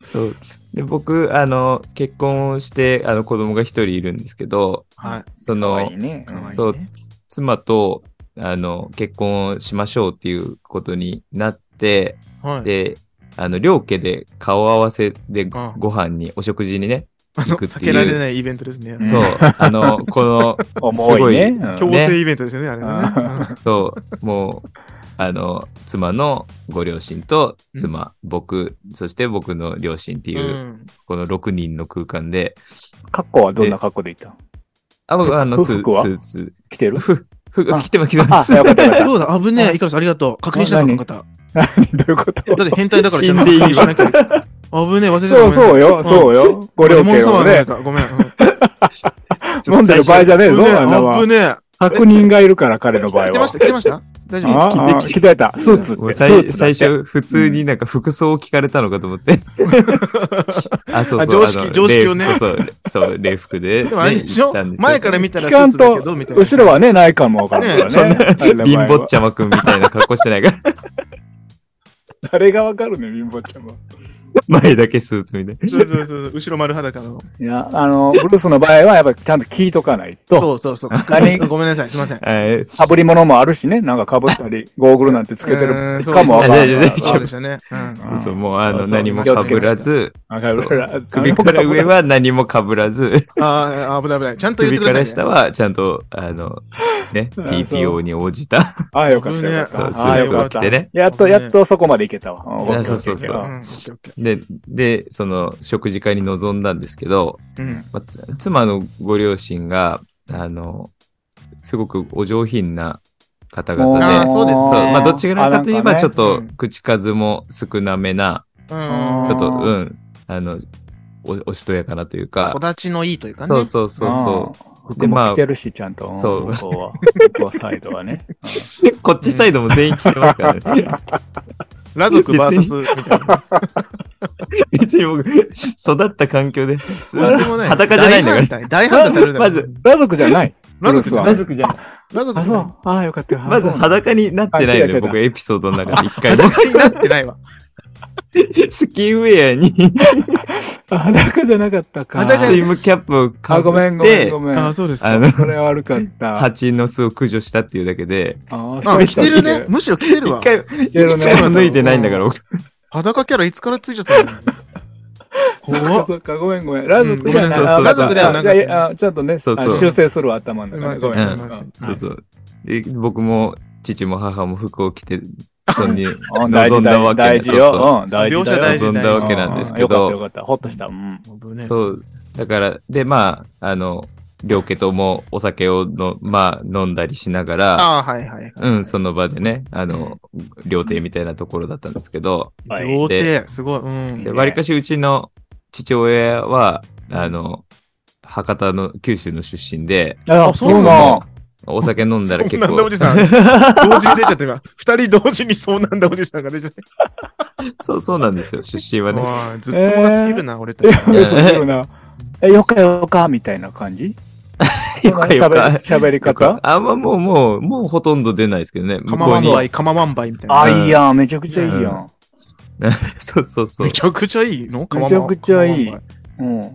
Speaker 3: そうで僕、あの、結婚をして、あの、子供が一人いるんですけど、
Speaker 4: はい。
Speaker 3: そ
Speaker 2: かわ
Speaker 3: の
Speaker 2: いい、ね。
Speaker 4: 可愛いね
Speaker 3: そう妻と、あの、結婚しましょうっていうことになって、
Speaker 4: はい。
Speaker 3: で、あの、両家で顔合わせで
Speaker 4: あ
Speaker 3: ご飯に、お食事にね、
Speaker 4: あ
Speaker 3: 行
Speaker 4: の
Speaker 3: くって
Speaker 4: 避
Speaker 3: い
Speaker 4: けられ
Speaker 3: う。
Speaker 4: ないイベントですね。
Speaker 3: そう、あの、この、
Speaker 2: 重いね。
Speaker 3: す
Speaker 2: う
Speaker 3: ごい
Speaker 2: ん
Speaker 4: 強制イベントですよね、あれはね。
Speaker 3: そう、もう、あの、妻のご両親と、妻、僕、そして僕の両親っていうう、
Speaker 4: ん
Speaker 3: この6人の空間で、
Speaker 2: 格好はどんな格好で行ったの
Speaker 3: あ、僕、あの、ス
Speaker 2: ふ服は
Speaker 3: ーツ、スーツ、
Speaker 2: 来てる
Speaker 3: ふ、ふ、
Speaker 2: あ
Speaker 3: 来てます、来てま
Speaker 2: あ、
Speaker 3: す。
Speaker 2: よかったよかっ
Speaker 4: そうだ、危ねえ。イカロスありがとう。確認しなかった方。
Speaker 2: た。どういうこと
Speaker 4: だって変態だか ら
Speaker 3: 死んでいいわ
Speaker 4: じゃなくて危ねえ、忘れてた。
Speaker 2: そうそうよ、
Speaker 4: ん
Speaker 2: そうよ。ご両
Speaker 4: レモン
Speaker 2: 家
Speaker 4: サ
Speaker 2: を
Speaker 4: ワー飲ん
Speaker 2: ね
Speaker 4: で、たご めん。
Speaker 2: 飲んでる場合じゃねえ
Speaker 4: 危
Speaker 2: ぞ、あんな
Speaker 4: ねえ、
Speaker 2: は
Speaker 4: 危。ねえ。
Speaker 2: 確認がいるから、彼の場合
Speaker 4: 来てま
Speaker 2: は
Speaker 4: した、。来てました大丈夫
Speaker 2: ああ、着てた。スーツっ
Speaker 3: もう
Speaker 2: て。
Speaker 3: 最
Speaker 2: スーツだっ
Speaker 3: 最
Speaker 2: て
Speaker 3: 初、普通になんか服装を聞かれたのかと 思って。あ、そうそう。
Speaker 4: あ常識
Speaker 3: あの
Speaker 4: 常識をね
Speaker 3: 礼そうそう、そう、礼服で、ね。
Speaker 4: でもあれでし
Speaker 3: 行
Speaker 4: ょ
Speaker 3: ったんですよ
Speaker 4: 前から見たら
Speaker 2: 期
Speaker 4: スー
Speaker 2: 間
Speaker 4: ツだけ
Speaker 2: と
Speaker 4: ど、みたいな。
Speaker 2: 後ろはね、ないかもわからん
Speaker 4: ね
Speaker 2: からね。彼の場合
Speaker 3: 貧
Speaker 2: は
Speaker 3: 乏ちゃ まくんみたいな格好してないから。
Speaker 2: 誰がわかるね、貧乏ちゃんは。
Speaker 3: 前だけスーツみたいな。
Speaker 4: そうそうそう、後ろ丸裸の。
Speaker 2: いや、あの、ブルースの場合はやっぱりちゃんと聞いとかないと、
Speaker 4: そうそうそう。
Speaker 2: 何
Speaker 4: ごめんなさい、すいません。
Speaker 3: はい。
Speaker 2: かぶり物もあるしね、なんか被った り、ゴーグルなんてつけて
Speaker 4: う
Speaker 2: る
Speaker 4: ん
Speaker 2: かもわかんない
Speaker 3: いやい
Speaker 2: から
Speaker 3: や大丈
Speaker 4: そう
Speaker 3: 夫
Speaker 4: でしたね。うん。
Speaker 2: うん
Speaker 3: そう、もうあ
Speaker 2: そ
Speaker 3: の、
Speaker 2: うそう
Speaker 3: 何も
Speaker 2: 気をつけ
Speaker 3: 被
Speaker 2: て
Speaker 3: らず、
Speaker 2: あかぶらず
Speaker 3: 首から上は何も被らず、
Speaker 4: ああ、危ない危ない。ちゃんと言っ
Speaker 3: 首
Speaker 4: てくだ
Speaker 3: か
Speaker 4: さ
Speaker 3: ら
Speaker 4: い、ね。
Speaker 3: 下はちゃんと、あの、ね、
Speaker 2: そう
Speaker 3: TPO に応じた、
Speaker 2: ああ、よかったよか
Speaker 4: そ
Speaker 3: そう
Speaker 2: っ
Speaker 3: ス
Speaker 2: た。ああ、
Speaker 3: ー
Speaker 2: よ
Speaker 3: ツ
Speaker 2: か
Speaker 3: を
Speaker 2: っ
Speaker 3: 着
Speaker 2: た
Speaker 3: て。ね。
Speaker 2: やっと、やっとそこまでいけたわ。
Speaker 3: いや
Speaker 2: ん
Speaker 3: そうそうそう
Speaker 2: オッケーオッケーオッケー
Speaker 4: うん、オッケーオッケ
Speaker 3: で、で、その、食事会に臨んだんですけど、
Speaker 4: ー。うん。
Speaker 3: まあつ妻のご両親が、あの、すごくお上品な方々で、
Speaker 4: あーそうですね
Speaker 3: そう、まあ、どっちらかといえば、ちょっ
Speaker 4: う
Speaker 3: と
Speaker 4: ん、
Speaker 3: 口数も少なめな、
Speaker 4: うん
Speaker 3: ちょっと、
Speaker 2: あ
Speaker 3: う
Speaker 2: ー
Speaker 3: ん、あの、お、おしとやかなというか、
Speaker 4: 育ちのいいというかね。
Speaker 3: そうそうそうそ
Speaker 2: うん。服
Speaker 3: でま
Speaker 2: も
Speaker 3: あ
Speaker 2: 着てるし、ちゃんと。うん
Speaker 3: そう
Speaker 2: 向こうは。向こうサイドは ね。
Speaker 3: う。こっちサイドも全員来てますから ね。
Speaker 4: ラ族 VS みたいな。
Speaker 3: 別に僕、育った環境で、
Speaker 4: なんでもない
Speaker 3: 裸じゃないんだから。
Speaker 4: 大反対。大反対されるだろ
Speaker 3: まず、
Speaker 2: ラ族じゃない。
Speaker 4: ラ
Speaker 2: ブルー
Speaker 4: 族
Speaker 2: ス
Speaker 4: じゃ
Speaker 2: は
Speaker 4: ない。
Speaker 3: まず、
Speaker 4: ラ族
Speaker 2: あ、
Speaker 4: じ
Speaker 2: そ
Speaker 4: ゃな
Speaker 2: う。ああ、よかったよ。あ
Speaker 3: まず
Speaker 2: そうなんだ
Speaker 3: 裸になってない
Speaker 2: あ違う違
Speaker 3: の
Speaker 2: う違
Speaker 3: よ、
Speaker 2: う
Speaker 3: 僕、エピソードの中で一回も。
Speaker 4: い。になってないわ。
Speaker 3: スキンウェアに、
Speaker 2: あ裸じゃなかったか。
Speaker 4: 裸じゃな
Speaker 3: ス
Speaker 4: い
Speaker 3: イムキャップをか
Speaker 2: あ、ご
Speaker 3: ぶ
Speaker 2: めん
Speaker 3: っ
Speaker 2: ごめん
Speaker 3: て
Speaker 2: ご、めん。
Speaker 4: あ、
Speaker 2: あ
Speaker 4: そうですか。
Speaker 3: あ
Speaker 4: あ、
Speaker 3: の、
Speaker 2: それ悪かった。
Speaker 3: 蜂の巣を駆除したっていうだけで、
Speaker 2: あ
Speaker 4: 着てるね。。むしろ着てるわ
Speaker 3: 一。回、
Speaker 2: そう着てる
Speaker 3: 一回も
Speaker 2: ね。
Speaker 3: 脱いでないんだから、僕
Speaker 4: 裸キャラいつからついちゃったの怖っ
Speaker 2: そうか、ごめんごめん。ラ族じゃない。
Speaker 3: うん
Speaker 2: あ
Speaker 3: ごめんなさ
Speaker 2: ラ
Speaker 3: い
Speaker 4: そうそう
Speaker 2: 族じゃないいやいやちゃんとね、あ
Speaker 3: そうそう
Speaker 2: 修正するわ、頭の中で。ごめん
Speaker 3: うん
Speaker 2: うん
Speaker 3: そうそう。で僕も、父も母も服を着て、そんに
Speaker 2: うん
Speaker 3: 臨んだわけ
Speaker 2: 大事よ。
Speaker 3: そう
Speaker 2: うん大事
Speaker 4: 両
Speaker 2: だ
Speaker 4: 者
Speaker 2: よ
Speaker 4: 大事
Speaker 3: 望んだわけなんですけど
Speaker 2: うよかったよかった。ほっとした。うん。
Speaker 4: 危ねえ
Speaker 3: そう。そうだから、で、まあ、あの、両家ともお酒をの、まあ、飲んだりしながら、
Speaker 4: ああ、はいはい。
Speaker 3: うん、その場でね、あの、料亭みたいなところだったんですけど、
Speaker 2: はい
Speaker 4: 両手、すごい。うん。
Speaker 3: で割かしうちの父親は、あの、博多の九州の出身で、
Speaker 2: あ
Speaker 4: そうなの
Speaker 3: お酒飲んだら
Speaker 4: そ
Speaker 3: 結
Speaker 4: うなんだお
Speaker 3: 構
Speaker 4: じ、さん。同時に出ちゃった今。二人同時にそうなんだおじさんが出ちゃった。
Speaker 3: そう、そうなんですよ、出身はね。
Speaker 4: わあずっともがスキルな、俺たち。
Speaker 2: いやそうだよな。え、よかよかみたいな感じ
Speaker 3: よかよか
Speaker 2: そんな喋り喋り方
Speaker 3: あんまもう、もう、もうほとんど出ないですけどね。向
Speaker 4: カマ
Speaker 3: こ
Speaker 4: ワ
Speaker 3: う
Speaker 4: ン
Speaker 3: に。
Speaker 4: バイ、カマワンバイみたいな。
Speaker 2: あ、いいやん。めちゃくちゃいいやん。
Speaker 3: そうそうそう
Speaker 4: め。ちゃくちゃいいの
Speaker 2: めちゃくちゃいい
Speaker 4: カマワ
Speaker 2: う
Speaker 4: ン
Speaker 2: ん。
Speaker 4: バイ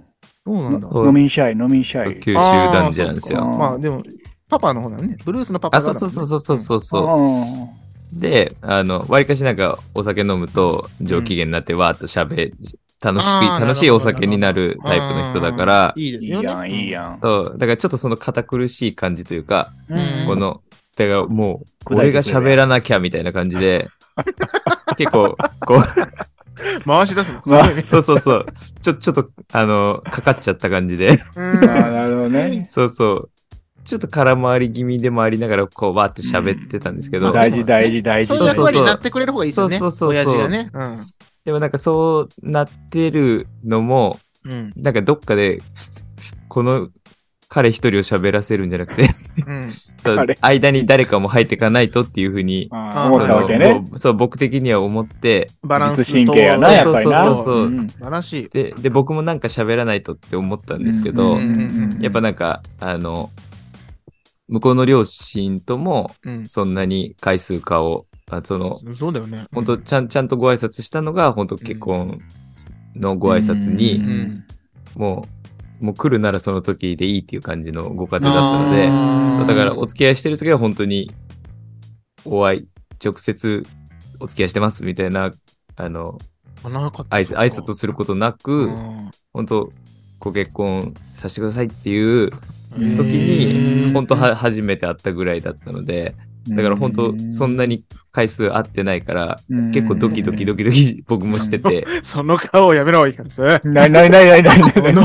Speaker 4: そうなんだ。
Speaker 3: そう
Speaker 2: 飲みんしゃい、飲みんしゃい。
Speaker 3: 九州男児なんです
Speaker 2: あ
Speaker 3: よ。
Speaker 2: ー
Speaker 4: まあでも、パパの方なのね。ブルースのパパ
Speaker 3: あ、
Speaker 4: が
Speaker 3: そうそうそうそうそうそう。
Speaker 2: うん
Speaker 3: で、あの、割かしなんかお酒飲むと上機嫌になってわーっと喋、楽し
Speaker 4: あーなるほ
Speaker 3: く、
Speaker 4: ど
Speaker 3: 楽しいお酒になるタイプの人だから、
Speaker 4: いいで
Speaker 2: い
Speaker 4: す
Speaker 2: い
Speaker 4: よね。
Speaker 2: やん、いいやん。
Speaker 3: そう、だからちょっとその堅苦しい感じというか、
Speaker 4: うん
Speaker 3: この、だからもう、
Speaker 2: 砕い
Speaker 3: 俺
Speaker 2: て
Speaker 3: が
Speaker 2: くれる
Speaker 3: 喋らなきゃみたいな感じで、結構、こ
Speaker 4: 回し出すの。すご
Speaker 2: まあ
Speaker 4: いね
Speaker 3: う、そうそうそう、ちょ、ちょっと、あの、かかっちゃった感じで、
Speaker 2: あーなるほどね。
Speaker 3: そうそう、ちょっと空回り気味でもありながら、こう、わーって喋ってたんですけど、
Speaker 4: うん
Speaker 2: 大事、大事、大事
Speaker 4: そういう。役
Speaker 3: そうそう
Speaker 4: 割
Speaker 3: そう
Speaker 4: になってくれる方がいいですよね。
Speaker 3: そうそうそうそう
Speaker 4: 親父がね。
Speaker 3: でもなんかそうなってるのも、
Speaker 4: うん。うん。
Speaker 3: なんかどっかで、この彼一人を喋らせるんじゃなくて、
Speaker 4: うん。
Speaker 3: そう
Speaker 2: 彼
Speaker 3: 間に誰かも入っていかないとっていうふうに、
Speaker 2: あー思ったわけ
Speaker 3: その
Speaker 2: ね。
Speaker 3: ぼそう、僕的には思って、
Speaker 4: バランスと。
Speaker 2: 自律神経やな、やっ
Speaker 3: そう
Speaker 2: ぱり
Speaker 3: そう
Speaker 2: な。
Speaker 3: そうそう
Speaker 2: うん
Speaker 4: 素晴らしい。
Speaker 3: で、で、僕もなんか喋らないとって思ったんですけど、
Speaker 4: うん
Speaker 3: やっぱなんか、あの、向こうの両親とも、
Speaker 4: うん。
Speaker 3: そんなに回数かを、あその、
Speaker 4: そうだよね。
Speaker 3: 本当ちゃん、ちゃんとご挨拶したのが、本当結婚のご挨拶
Speaker 2: う
Speaker 3: に、
Speaker 2: ん
Speaker 3: もう、もう来るならその時でいいっていう感じのご家庭だったので、
Speaker 4: あー
Speaker 3: だから、お付き合いしてる時は本当に、お会い、直接お付き合いしてますみたいな、あの、
Speaker 4: なかった
Speaker 3: 挨拶挨拶をすることなく、
Speaker 4: うん
Speaker 3: 本当ご結婚させてくださいっていう
Speaker 4: 時
Speaker 3: 時に、本当
Speaker 4: は
Speaker 3: は初めて会ったぐらいだったので、だから本当そんなに回数会ってないから、
Speaker 2: うん
Speaker 3: 結構ドキドキドキドキ僕もしてて、
Speaker 4: その顔をやめろ、いいからさ。
Speaker 2: ないないないない ない
Speaker 4: こ
Speaker 2: ない。
Speaker 4: の、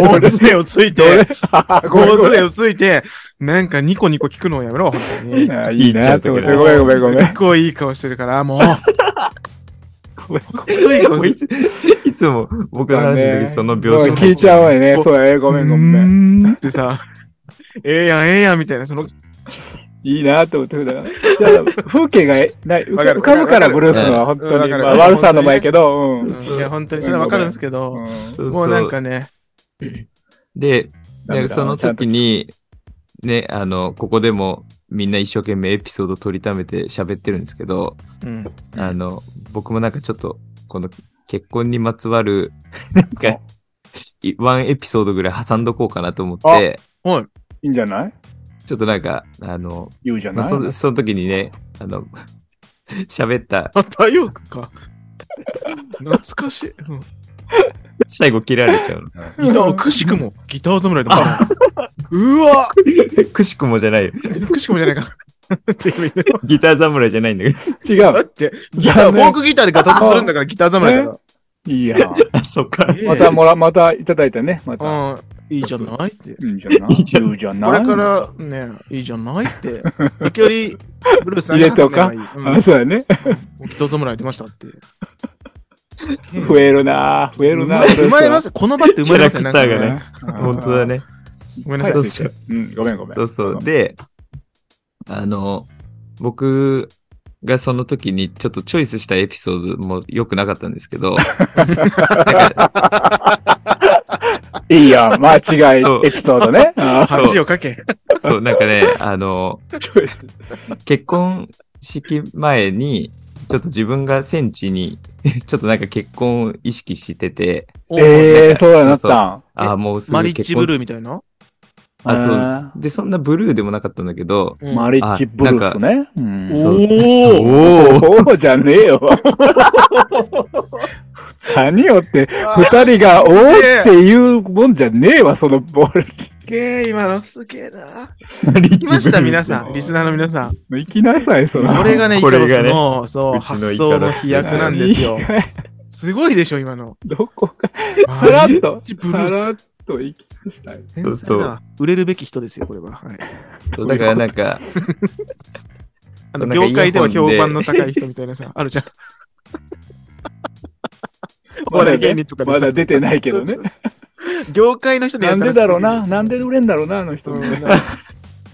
Speaker 4: 大杖をつい
Speaker 2: どれ
Speaker 4: て、大杖をついて、なんかニコニコ聞くのをやめろ、本当に。
Speaker 2: あいい
Speaker 3: 言っちゃ
Speaker 2: な
Speaker 3: った
Speaker 2: と
Speaker 3: け
Speaker 2: 思
Speaker 3: ど
Speaker 2: って。ごめんごめんごめん
Speaker 4: す。っごいいい顔してるから、もう。ごめん、
Speaker 3: もういついつも僕の話の時その描写
Speaker 2: 聞いちゃうわよね。
Speaker 4: こう
Speaker 2: そうやね、ごめんごめん。
Speaker 4: うーんってさ、ええやん、ええやん、みたいな、その、
Speaker 2: いいなと思って普段。じゃあ風景がない浮
Speaker 4: わ
Speaker 2: か
Speaker 4: かる
Speaker 2: 浮かぶから
Speaker 4: わかる
Speaker 2: ブルースのは本当
Speaker 4: わ
Speaker 2: に。
Speaker 4: かる
Speaker 2: まあ悪さの前やけど、うん。
Speaker 4: いや、本当にそれはわかるんですけ
Speaker 2: う
Speaker 4: ど、
Speaker 2: ん
Speaker 3: そうそう
Speaker 4: もうなんかね、
Speaker 3: で、
Speaker 2: ダメ
Speaker 3: で
Speaker 2: だ
Speaker 3: その
Speaker 2: ちゃんと
Speaker 3: 時に、ね、あの、ここでもみんな一生懸命エピソード取りためて喋ってるんですけど、
Speaker 4: うん。
Speaker 3: あの、僕もなんかちょっと、この結婚にまつわる、なんか、いワンエピソードぐらい挟んどこうかなと思って、
Speaker 4: はい。
Speaker 2: いいんじゃない
Speaker 3: ちょっとなんか、あの、
Speaker 2: 言うじゃ
Speaker 3: ま
Speaker 2: な
Speaker 3: あ、
Speaker 2: い、
Speaker 3: そその時にね、あの、 喋った、
Speaker 4: あ、太陽君か。 懐かしい。うん
Speaker 3: 最後切られちゃう
Speaker 4: ギター、くしくも、ギター侍だから。うわ
Speaker 3: の。 くしくもじゃ ないよ。
Speaker 4: くしくもじゃないか。っていう意味で
Speaker 3: ギター侍じゃないんだけど。
Speaker 2: 違
Speaker 4: だ
Speaker 2: う。
Speaker 4: って、ギター、フォークギターでガタッとするんだから、ギター侍だか
Speaker 2: いいやん。
Speaker 3: あ、そっか。
Speaker 4: ら。
Speaker 2: またもら、またいただいたね。また。
Speaker 4: うん、いいじゃないって。
Speaker 2: いいんじゃない言うじゃな
Speaker 4: こ
Speaker 2: い
Speaker 4: れからね、いいじゃない って。時折、ブルース
Speaker 2: 入れておか
Speaker 4: うん
Speaker 2: あ、そうやね。
Speaker 4: ギター侍やってましたって。
Speaker 2: 増えるな増えるな
Speaker 4: 生まれますこの場って生まれますよ
Speaker 3: キャラクター
Speaker 4: な
Speaker 3: が
Speaker 4: んか
Speaker 3: ね
Speaker 2: 本
Speaker 3: 本当だ。ね。
Speaker 4: ごめんなさい
Speaker 3: そう。そう
Speaker 2: うん、ごめんごめん。
Speaker 3: そうそう。で、あの、僕がその時にちょっとチョイスしたエピソードも良くなかったんです けど、
Speaker 2: いいやん、間違い
Speaker 3: そう
Speaker 2: エピソードね。あ
Speaker 3: そう
Speaker 4: 恥をかけ。
Speaker 3: そう、なんかね、あの、結婚式前に、ちょっと自分が戦地に、 ちょっとなんか結婚を意識してて、
Speaker 2: ええ、そうやなったん。
Speaker 3: ああ、もうす
Speaker 4: マ
Speaker 3: ぐ
Speaker 4: リッ
Speaker 3: 結
Speaker 4: ジ
Speaker 3: 婚
Speaker 4: ブルーみたいな
Speaker 3: あ、そうです。で、そんなブルーでもなかったんだけど、
Speaker 4: うん
Speaker 2: マリッジブルースね。うん
Speaker 3: そ
Speaker 4: お
Speaker 3: う
Speaker 4: ー
Speaker 3: おー
Speaker 2: おおじゃねえよ。何よって、二人がおおっていうもんじゃねえわ、そのボール。
Speaker 4: すげえ、今のすげえな。
Speaker 3: 来
Speaker 4: 来ました、皆さん。リスナーの皆さん。
Speaker 2: 行きなさい、その。
Speaker 4: これがね、イカ
Speaker 3: これ
Speaker 4: ロ
Speaker 3: が
Speaker 4: ス
Speaker 3: ね
Speaker 4: の、そう、
Speaker 3: うちの
Speaker 4: 発想の飛躍なんですよ。すごいでしょ、今の。
Speaker 2: どこか、 さらっと
Speaker 4: ジ、ブ
Speaker 2: さ
Speaker 4: ルース
Speaker 2: らっと行きなさい。
Speaker 4: 天才だ。売れるべき人ですよ、これは。はい
Speaker 3: そうだからなんか、
Speaker 4: あの
Speaker 3: なんか
Speaker 4: 業界では
Speaker 3: イヤホン
Speaker 4: 評
Speaker 3: で
Speaker 4: 判の高い人みたいなさ、 あるじゃん。お
Speaker 2: まだ
Speaker 4: 笑
Speaker 2: ね
Speaker 4: い芸人とかでさ
Speaker 2: まだ出てないけどね。
Speaker 4: 業界の人に
Speaker 2: な
Speaker 4: や
Speaker 2: ん
Speaker 4: った
Speaker 2: で
Speaker 4: ら
Speaker 2: だろうな。なんで売れんだろうな、あの人もね。
Speaker 4: す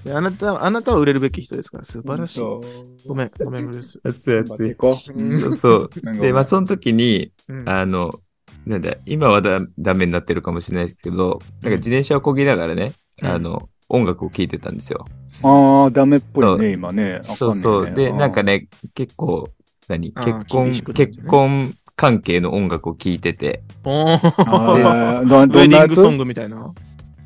Speaker 4: ごいあなた、あなたは売れるべき人ですから、素晴らしい。
Speaker 2: そう
Speaker 4: ごめん、ごめん、ブルース。
Speaker 3: 熱
Speaker 2: 頑張っ
Speaker 3: 々
Speaker 2: ていこう。
Speaker 4: うん
Speaker 3: そう。
Speaker 2: なんか
Speaker 3: で、まあ、その時に、
Speaker 4: うん
Speaker 3: あの、なんだ、今はだダメになってるかもしれないですけど、なんか自転車をこぎながらね、
Speaker 4: うん
Speaker 3: あの、音楽を聴いてたんですよ。
Speaker 2: ああ、ダメっぽいね、今ね。わかん
Speaker 3: そうそう。
Speaker 2: ね
Speaker 3: で、なんか、ね、結構、何
Speaker 4: あ
Speaker 3: 結
Speaker 4: ー
Speaker 3: 婚、
Speaker 4: 厳しくなるんだね
Speaker 3: 結婚関係の音楽を聴いてて。
Speaker 4: お
Speaker 2: あ
Speaker 4: ー
Speaker 2: ーど
Speaker 4: ウ
Speaker 2: ど
Speaker 4: ェ
Speaker 2: ん
Speaker 4: デ
Speaker 2: な
Speaker 4: ィ
Speaker 2: や
Speaker 4: ング
Speaker 2: つ
Speaker 4: ソングみたいな。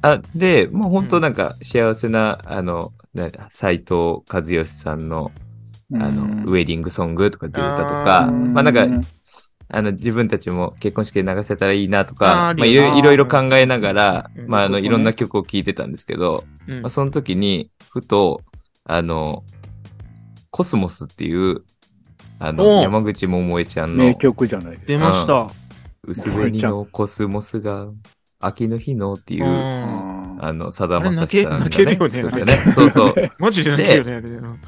Speaker 3: あ、で、もう本当なんか幸せな、あの、なんだ斎藤和義さんの、あの、
Speaker 2: うん
Speaker 3: ウェディングソングとかっていう歌と
Speaker 4: あ
Speaker 3: か、
Speaker 4: ー
Speaker 3: まあなん
Speaker 2: う
Speaker 3: か、あの、自分たちも結婚式で流せたらいいなとか、
Speaker 4: あーある
Speaker 3: まあ、い
Speaker 4: よな
Speaker 3: ろいろいろ考えながら、
Speaker 4: うん
Speaker 3: まあ、あ
Speaker 2: そ
Speaker 3: の、
Speaker 2: うそうね
Speaker 3: いろんな曲を聴いてたんですけど、
Speaker 4: うん
Speaker 3: まあ、その時に、ふと、あの、コスモスっていう、あの、
Speaker 4: おう
Speaker 3: 山口百恵ちゃん
Speaker 2: 名
Speaker 3: の、
Speaker 2: 曲じゃないです
Speaker 4: 出ました。
Speaker 3: 薄紅のコスモスが、秋の日のっていうう、
Speaker 4: ん
Speaker 3: あの、さだまさしさんが、ね、
Speaker 4: あれ泣け泣けるよね
Speaker 3: 作ったそうそう。
Speaker 4: マジで泣けるよね、あれでうん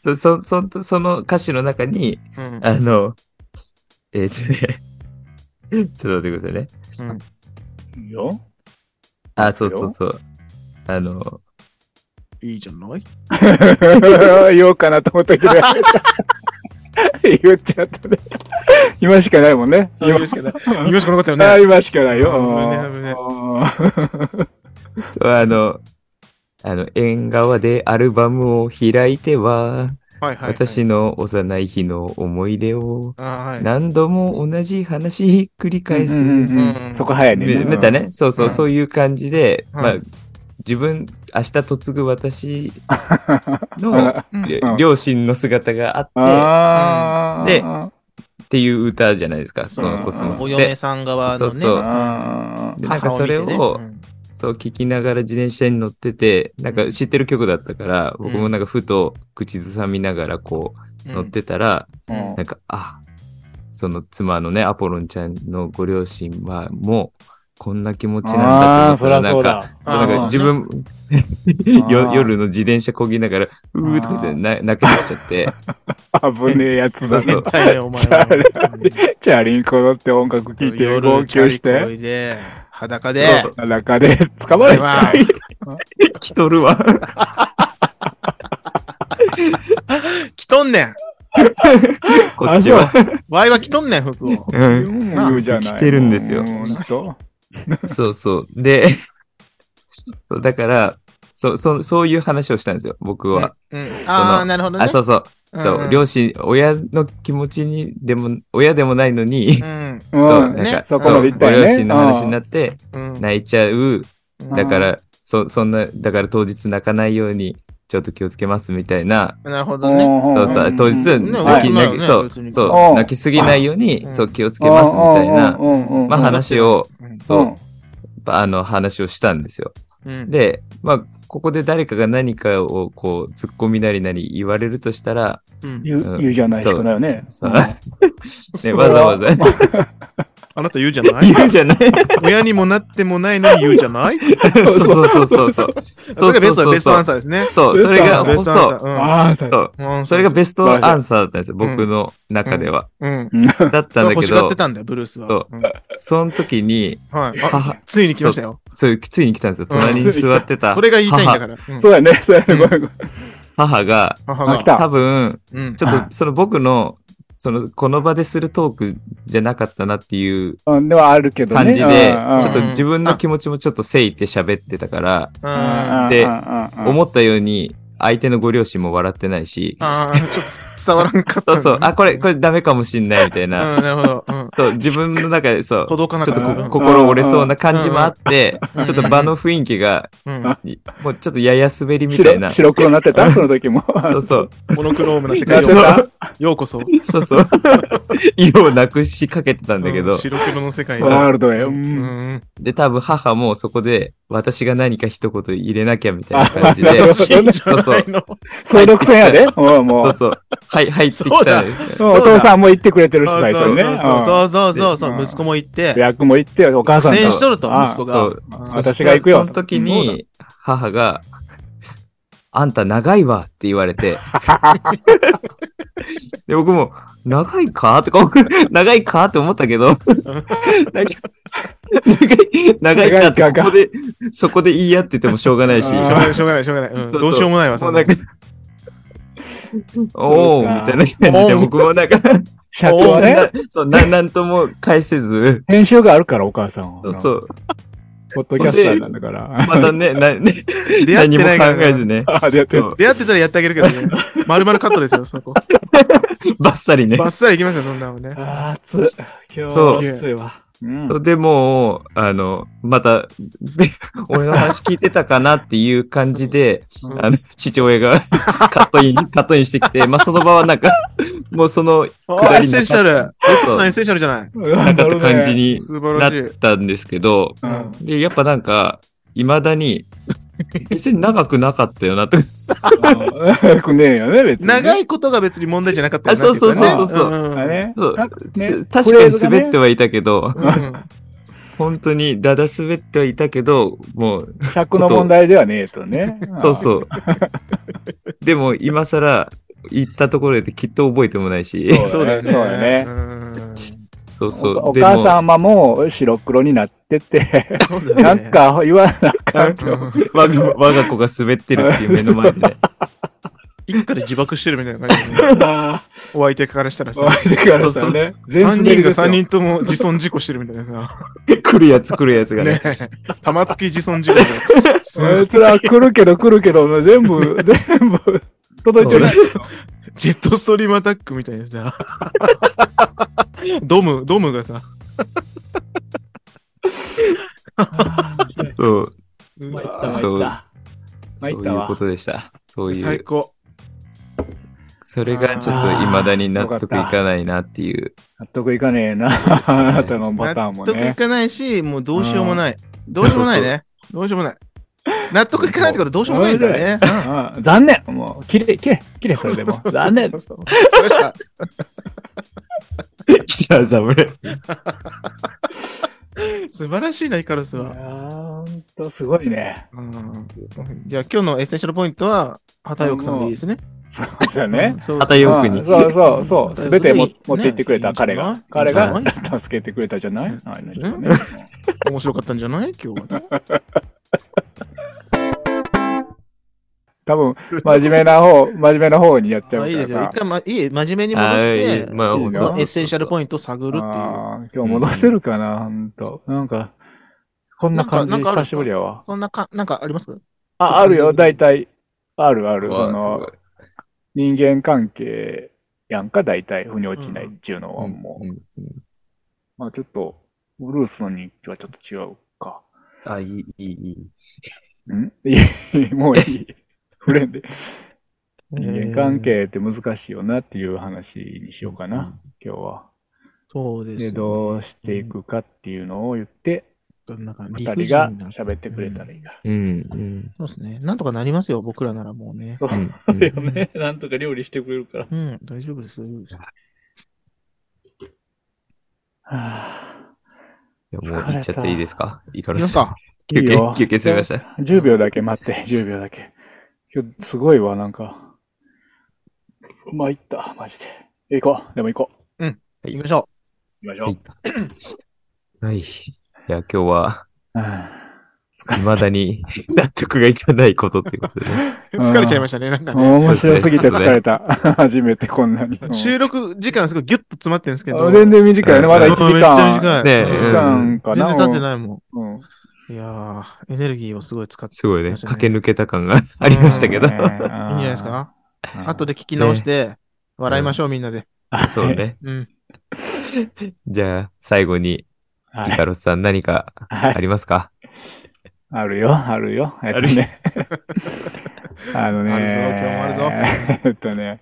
Speaker 3: そ、そ、そ、その歌詞の中に、
Speaker 4: うん
Speaker 3: あの、えー、ちょっ とね、ちょっと待ってくださいね。
Speaker 4: うん
Speaker 2: か。いいよ。
Speaker 3: あ、そうそうそう。あの、
Speaker 4: いいじゃない
Speaker 2: 言おうかなと思ったけど、 言っちゃったね。今しかないもんね。
Speaker 4: 言
Speaker 2: 今
Speaker 4: いましかない。言いましかなかったよ
Speaker 2: あー
Speaker 4: ね。
Speaker 2: 今しかないよ。
Speaker 4: あ危ね
Speaker 3: あの、あの、縁側でアルバムを開いては、
Speaker 4: はいはい。
Speaker 3: 私の幼い日の思い出を、
Speaker 4: あーはい。
Speaker 3: 何度も同じ話繰り返す。
Speaker 2: うんうんうん
Speaker 4: うん
Speaker 2: そこ早いね。
Speaker 3: めめったね。そうそう、
Speaker 4: うん
Speaker 3: そういう感じで、
Speaker 4: うん
Speaker 3: まあ、自分、明日嫁ぐ私の
Speaker 2: あ
Speaker 4: うん
Speaker 3: り
Speaker 2: うん
Speaker 3: 両親の姿があっ
Speaker 2: あー。
Speaker 3: でてっていう歌じゃないですか、そのコスモスっ
Speaker 4: お
Speaker 3: て
Speaker 4: 嫁。さん側のね。
Speaker 3: そうそう
Speaker 2: あー
Speaker 3: でなんかそれ
Speaker 4: 母
Speaker 3: を
Speaker 4: 見て、ね
Speaker 3: そう聞きながら自転車に乗ってて、なんか知ってる曲だったから、
Speaker 4: ん
Speaker 3: 僕もなんかふと口ずさみながらこ
Speaker 4: う
Speaker 3: うん乗ってたら、
Speaker 4: うん
Speaker 3: なんか、あ、その妻のね、アポロンちゃんのご両親はもうこんな気持ちなん
Speaker 2: あー、
Speaker 3: だと
Speaker 2: そ
Speaker 3: 思
Speaker 2: ら
Speaker 3: ったら、
Speaker 2: そうだ。
Speaker 3: なんか、そうなんか
Speaker 4: あー
Speaker 3: 自分、
Speaker 2: あ
Speaker 3: よ
Speaker 2: ー
Speaker 3: 夜の自転車こぎながら、うーとかでな泣けてきちゃって、
Speaker 2: 危ねえやつだ
Speaker 3: そ
Speaker 2: ね
Speaker 3: う。
Speaker 4: 絶対ね、お前
Speaker 2: チャ
Speaker 4: は。
Speaker 2: チャリンコ乗って音楽聴いて
Speaker 4: 夜
Speaker 2: 号泣し
Speaker 4: チャリこ
Speaker 2: て、
Speaker 4: いで、裸で
Speaker 3: そう、
Speaker 2: 中で捕ま
Speaker 4: 俺
Speaker 2: れ
Speaker 4: は、
Speaker 3: 来とるわ。
Speaker 4: 着とんねん
Speaker 3: こっちは。
Speaker 4: ワイは着とんねん、服を。
Speaker 3: うん
Speaker 2: 言うじゃない。
Speaker 3: 来てるんですよ
Speaker 2: うほんと
Speaker 3: そうそう。で、 そうだから、そう、そう、そういう話をしたんですよ、僕は。
Speaker 4: うん。あ
Speaker 3: そ
Speaker 4: あ、
Speaker 3: の
Speaker 4: なるほどね。
Speaker 3: あ、そうそう。
Speaker 4: うん
Speaker 3: そう、両親、親の気持ちに、でも、親でもないのに
Speaker 4: う、ん。うん。
Speaker 2: うん
Speaker 3: そう、
Speaker 2: ね
Speaker 3: なんか、
Speaker 2: そこまで言ったよね
Speaker 3: そうご両親の話になって、
Speaker 4: うん。
Speaker 3: 泣いちゃう。
Speaker 4: うん
Speaker 3: だから、そ、そんな、だから当日泣かないように、ちょっと気をつけますみたいな。
Speaker 4: なるほどね。
Speaker 3: そ
Speaker 2: そう
Speaker 3: さ、当日、
Speaker 4: ね
Speaker 3: 泣き、
Speaker 4: まあね
Speaker 3: 泣き、そ
Speaker 4: 別に
Speaker 3: う、そう
Speaker 2: うん、
Speaker 3: 泣きすぎないように
Speaker 4: う、ん
Speaker 3: そう、気をつけますみたいな、まあ話を、
Speaker 4: うん
Speaker 3: そう、あの、話をしたんですよ。
Speaker 4: うん。
Speaker 3: で、まあ、ここで誰かが何かを、こう、突っ込みなりなり言われるとしたら、
Speaker 4: うん
Speaker 2: 言
Speaker 3: う
Speaker 2: うん言うじゃないしかないよね。
Speaker 3: そう
Speaker 2: うん
Speaker 3: ね、わざわざ
Speaker 4: あなた言うじゃな
Speaker 3: 言う
Speaker 4: い
Speaker 3: じゃない
Speaker 4: 親にもなってもないのに言うじゃない
Speaker 3: そうそうそうそう。
Speaker 4: それがベスト、ベストアン
Speaker 3: サ
Speaker 4: サーですね
Speaker 3: ー。。そう、それが、
Speaker 4: ベ
Speaker 3: そ
Speaker 4: ス
Speaker 3: う
Speaker 4: トアンサー。
Speaker 2: ああ、そう
Speaker 3: そう。
Speaker 4: うん。
Speaker 3: それがベスト
Speaker 2: 素晴らしい
Speaker 3: アンサーだったんですよ、僕の中では。
Speaker 4: うん。
Speaker 3: だったんだ
Speaker 4: 欲
Speaker 3: け
Speaker 4: しがっ
Speaker 3: ど
Speaker 4: て、たんだよ、ブルースは。
Speaker 3: そう
Speaker 4: うん。
Speaker 3: その時に、
Speaker 4: はい。あ
Speaker 3: 母、
Speaker 4: ついに来ましたよ。
Speaker 3: そういう、ついに来たんですよ。
Speaker 4: うん
Speaker 3: 隣に座ってた
Speaker 4: それが言いたいんだから。うん
Speaker 2: そうやね、そうやね、ごめんごめん。
Speaker 3: 母が、
Speaker 4: 母
Speaker 2: あ、
Speaker 4: が
Speaker 2: 来。
Speaker 3: 多
Speaker 2: た。
Speaker 3: 分、
Speaker 4: うん
Speaker 3: ちょ っと、その僕の、その、この場でするトークじゃなかったなっていう
Speaker 2: うん、ではあるけどね。
Speaker 3: 感じで、
Speaker 2: うんうん
Speaker 3: ちょっと自分の気持ちもちょっとせいて喋ってたから、
Speaker 4: うん
Speaker 2: うん
Speaker 3: で
Speaker 2: うんうんうん
Speaker 3: 思ったように、相手のご両親も笑ってないし、
Speaker 4: ああ、ちょっと伝わらんかった
Speaker 3: そ
Speaker 4: ん
Speaker 3: うそ
Speaker 4: だ。
Speaker 3: う、あ、これ、これダメかもしんないみたい
Speaker 4: うん、
Speaker 3: な。
Speaker 4: なるほど。うん。
Speaker 3: そう、自分の中 でそう、
Speaker 4: 届かな
Speaker 3: ち
Speaker 4: か
Speaker 3: ょ
Speaker 4: っ。
Speaker 3: ったと
Speaker 4: う
Speaker 3: こ
Speaker 4: ん
Speaker 3: 心折れそうな感じもあって、ち
Speaker 4: う
Speaker 3: ょ
Speaker 4: ん
Speaker 3: っと場の雰囲気が、
Speaker 4: うん
Speaker 3: もうちょっとやや滑りみたい
Speaker 2: 白
Speaker 3: な。そ
Speaker 2: 白黒になってたその時も。
Speaker 3: うそう。
Speaker 4: モノクロームな世
Speaker 2: なっ
Speaker 4: 界 を
Speaker 2: てた
Speaker 4: ようこそ。
Speaker 3: そうそう。 色をなくしかけてたんだけ
Speaker 4: う
Speaker 3: ど
Speaker 4: ん、白黒の世界
Speaker 2: ワー
Speaker 4: だ。
Speaker 2: ルドへ。う
Speaker 4: うんん。
Speaker 3: で、多分母もそこで、私が何か一言入れなきゃみたいな感じ
Speaker 2: なるほ
Speaker 3: で、
Speaker 2: ど
Speaker 3: そうそう、
Speaker 4: ないの
Speaker 2: 総力戦やで。もうも
Speaker 3: そうう。そう、はい、入ってきたんです。
Speaker 2: うんお父さんも言ってくれてるし、最初にね。うん
Speaker 4: そうそうそうそうそうそう
Speaker 2: う
Speaker 4: そ
Speaker 2: ん
Speaker 4: う、息子も行って、
Speaker 2: 役も言ってよ、お母さん
Speaker 4: 苦
Speaker 2: と。
Speaker 4: 戦しとると、
Speaker 2: あ
Speaker 4: 息子
Speaker 3: そ
Speaker 4: が
Speaker 3: う。
Speaker 4: あ
Speaker 2: そう私が行くよ
Speaker 3: その時に、母が、あんた長いわって言われて、で、僕も、長いかとか 思う、長いかって思ったけど、なんか長い、長いかって、ここで、そこで言い合っててもしょうがないし、
Speaker 2: あ
Speaker 4: し
Speaker 2: ー
Speaker 4: ょうがない、しょうがない、しょうがない。うん
Speaker 3: そうそう
Speaker 4: どうしようもないわ、
Speaker 3: も
Speaker 4: そ
Speaker 3: うんな
Speaker 4: なん
Speaker 3: か。、おー、みたいな感じで、僕もなんか、
Speaker 2: 社長ね
Speaker 3: な。そう、ななんとも返せず、
Speaker 2: 編集があるから、お母さんは。。
Speaker 3: そうう、
Speaker 2: ポッドキャスターなんだから。
Speaker 3: またね、な、ね、
Speaker 4: 出会っ
Speaker 3: 何
Speaker 4: て
Speaker 3: も考
Speaker 4: ないから
Speaker 3: え
Speaker 4: な。
Speaker 3: ず ね、
Speaker 2: あ、でやって
Speaker 3: そ
Speaker 2: る
Speaker 3: う
Speaker 4: 出会ってたらやってあげるけどね。丸々カットですよ、そこ。
Speaker 3: バッサリね
Speaker 4: バ。ッサリ行きますよ、そんなのね。
Speaker 2: あー、暑い。今
Speaker 3: そう
Speaker 2: 日暑いわ。うん
Speaker 3: でもう、あの、また、 べ俺の話聞いてたかなっていう感じで、
Speaker 4: うん
Speaker 3: あの、父親 がカットイン、カットインしてきて、まあ、その場はなんか、もうその、
Speaker 4: あ
Speaker 3: 下りなかった
Speaker 4: エッセンシャル。
Speaker 3: そう
Speaker 4: そんなエッセンシャルじゃない。
Speaker 3: なかった感じ。に
Speaker 4: 素晴
Speaker 3: な
Speaker 4: ら
Speaker 3: っ
Speaker 4: しい。
Speaker 3: たんですけど、
Speaker 2: うん
Speaker 3: で、やっぱなんか、未だに、別に長くなかったよなと。
Speaker 2: よくねえよね、別にね。
Speaker 4: 長いことが別に問題じゃなかったよな
Speaker 3: あそうそう
Speaker 2: そうそう
Speaker 4: っていかねん
Speaker 2: あれ
Speaker 3: そう
Speaker 2: なね
Speaker 3: す確かに滑ってはいたけど、
Speaker 4: うん
Speaker 3: 本当にだだ滑ってはいたけど、もう、。
Speaker 2: 尺の問題ではねえとね
Speaker 3: そうそう。 でも、今更、行ったところできっと覚えてもないし。
Speaker 2: うん
Speaker 4: そうだよね。
Speaker 2: そうだね
Speaker 4: うん
Speaker 3: そうそう。
Speaker 2: おお
Speaker 3: でも
Speaker 2: 母様も白黒になって て、
Speaker 4: そうだよ ね
Speaker 2: なん、か言わなあかんって
Speaker 4: うん
Speaker 3: 我が我が子が滑ってるっていう目の前でね。
Speaker 4: 一家で自爆してるみたいな感じで、お相手からしたら
Speaker 2: 思
Speaker 4: さ、
Speaker 2: ってからしたらね。全
Speaker 4: 3
Speaker 2: 滑
Speaker 4: 人
Speaker 2: り
Speaker 4: が
Speaker 2: ですよ
Speaker 4: 3人とも自損事故してるみたいなさ、
Speaker 3: 来るやつ来るやつがね。
Speaker 4: ねえ、玉突き自損事故だよすご
Speaker 2: そ
Speaker 4: い
Speaker 2: いつら来るけど来るけど、全 部、全部、届いてない。
Speaker 4: ジェットストリームアタックみたいなさ、ドム、ドムがさ、
Speaker 3: そう。
Speaker 4: う
Speaker 2: 参った
Speaker 4: わ
Speaker 3: そう
Speaker 2: 参った。参
Speaker 3: そ
Speaker 2: っ
Speaker 3: う
Speaker 2: た
Speaker 3: いう
Speaker 2: わ
Speaker 3: ことでした。そうい
Speaker 4: 最
Speaker 3: う。
Speaker 4: 高。
Speaker 3: それがちょっと未だに納得いかないなっていう。
Speaker 2: 納得いかねえな、あなたのパターンも
Speaker 4: 納得い
Speaker 2: ね。
Speaker 4: かないし、もうどうしようもない。どうしようもないね。どうしようもない。納得いかないってことはどうしようもないんだよね。
Speaker 2: うん残念もう、綺麗、綺麗、綺麗、それでも
Speaker 4: そうそうそ。う
Speaker 2: 残念
Speaker 4: そうそうそれしか
Speaker 3: 北侍。
Speaker 4: 素晴らしいな、イカロス
Speaker 2: いや
Speaker 4: は。
Speaker 2: ーほんと、すごい ね。
Speaker 4: うんじゃあ今日のエッセンシャルポイントは、畑奥さんでいいですね。
Speaker 2: そうだね。
Speaker 4: そう
Speaker 3: 旗よくに
Speaker 2: うん。そうそうそ
Speaker 4: うん
Speaker 2: う。すべても
Speaker 4: ね
Speaker 2: 持って行ってくれた彼
Speaker 4: いいん
Speaker 2: が
Speaker 4: じ。ゃない
Speaker 2: 彼が
Speaker 4: いいん
Speaker 2: 助けてくれたじゃないあの人ね。
Speaker 4: 面白かったんじゃない今日はね。
Speaker 2: 多分、真面目な方、真面目な方にやっちゃ
Speaker 4: あ
Speaker 2: う
Speaker 4: いい
Speaker 2: か
Speaker 4: で
Speaker 2: ら
Speaker 4: すよ。
Speaker 2: さ
Speaker 4: 一。回、ま、いい、真面目に戻
Speaker 3: あ
Speaker 4: し
Speaker 3: ー
Speaker 4: て、
Speaker 3: いいまあ
Speaker 2: いいな
Speaker 4: そのエッセンシャル
Speaker 3: イン
Speaker 4: ポイントを探るっていう。
Speaker 2: あー今日戻せるかな、ほんと。なんか、こんな感じ
Speaker 4: なんかなんか
Speaker 2: 久
Speaker 4: ある
Speaker 2: しぶりやわ。
Speaker 4: そんなか、なんかあります
Speaker 2: あ、あるよ、大体。あるある、その
Speaker 3: は、
Speaker 2: 人間関係やんか、大体、腑に落ちないっちゅうのはもう。まあちょっと、ブルースの日記はちょっと違うか。
Speaker 3: あ、いい、いい、いい。
Speaker 2: んいい、もういい。フレンで。
Speaker 4: え
Speaker 2: 人
Speaker 4: ー
Speaker 2: 間関係って難しいよなっていう話にしようかな、
Speaker 3: うん
Speaker 2: 今日は。
Speaker 4: そうです
Speaker 2: で、
Speaker 4: ね
Speaker 2: どうしていくかっていうのを言って、
Speaker 4: なんか
Speaker 2: 二
Speaker 4: 理
Speaker 2: 人
Speaker 4: 不尽
Speaker 2: が
Speaker 4: な
Speaker 2: 喋ってくれたらいいか
Speaker 3: うん、うん。
Speaker 4: そうですね。なんとかなりますよ、僕らならもう
Speaker 2: ら。
Speaker 4: ね。
Speaker 2: そう
Speaker 3: うん
Speaker 2: だよね。なんとか料理してくれるから。は
Speaker 4: うん、大丈夫です。大丈夫です
Speaker 2: あ
Speaker 3: いやもう行っちゃっていいですかいいか
Speaker 4: い
Speaker 3: ら
Speaker 4: きますか。
Speaker 3: 休
Speaker 2: いいよ
Speaker 3: 憩、休憩すみました。
Speaker 2: 10秒だけ待って、10秒だけ。今日すごいわ、なんか。参った、マジで。行こう、でも行こう。
Speaker 3: い
Speaker 4: 行きましょ
Speaker 2: 行きましょう。
Speaker 3: はいはい。いや、今日は、
Speaker 2: うん
Speaker 3: 未だに 納得がいかないことということで、ね。
Speaker 4: う。疲れちゃいましたね、なんかね。
Speaker 2: 面白すぎて疲れた。 初めてこんなに。うん
Speaker 4: 収録時間すごいギュッと詰まってるんですけど。
Speaker 2: あ全然短いよね。まだ1時間。
Speaker 4: めっちゃ短い。
Speaker 3: ね
Speaker 2: 1時
Speaker 3: う
Speaker 2: 間
Speaker 3: ん
Speaker 2: か
Speaker 4: 全
Speaker 2: な。
Speaker 4: 然経ってないも
Speaker 2: うんうん
Speaker 4: ん。いやー、エネルギーをすごい使って。
Speaker 3: すごいね、
Speaker 4: そうですね
Speaker 3: 駆け抜けた感が ありましたけど。
Speaker 2: ね
Speaker 4: いいんじゃないですか
Speaker 2: うん
Speaker 4: 後で聞き直して、笑いましょう、みんなで。
Speaker 3: そうね。
Speaker 4: うん。
Speaker 3: じゃあ、最後に、
Speaker 2: はい
Speaker 3: イカロスさん何かありますか
Speaker 2: あるよ、あるよ。えっとね。あのね。
Speaker 4: あるぞ今日もあるぞ
Speaker 2: えっとね。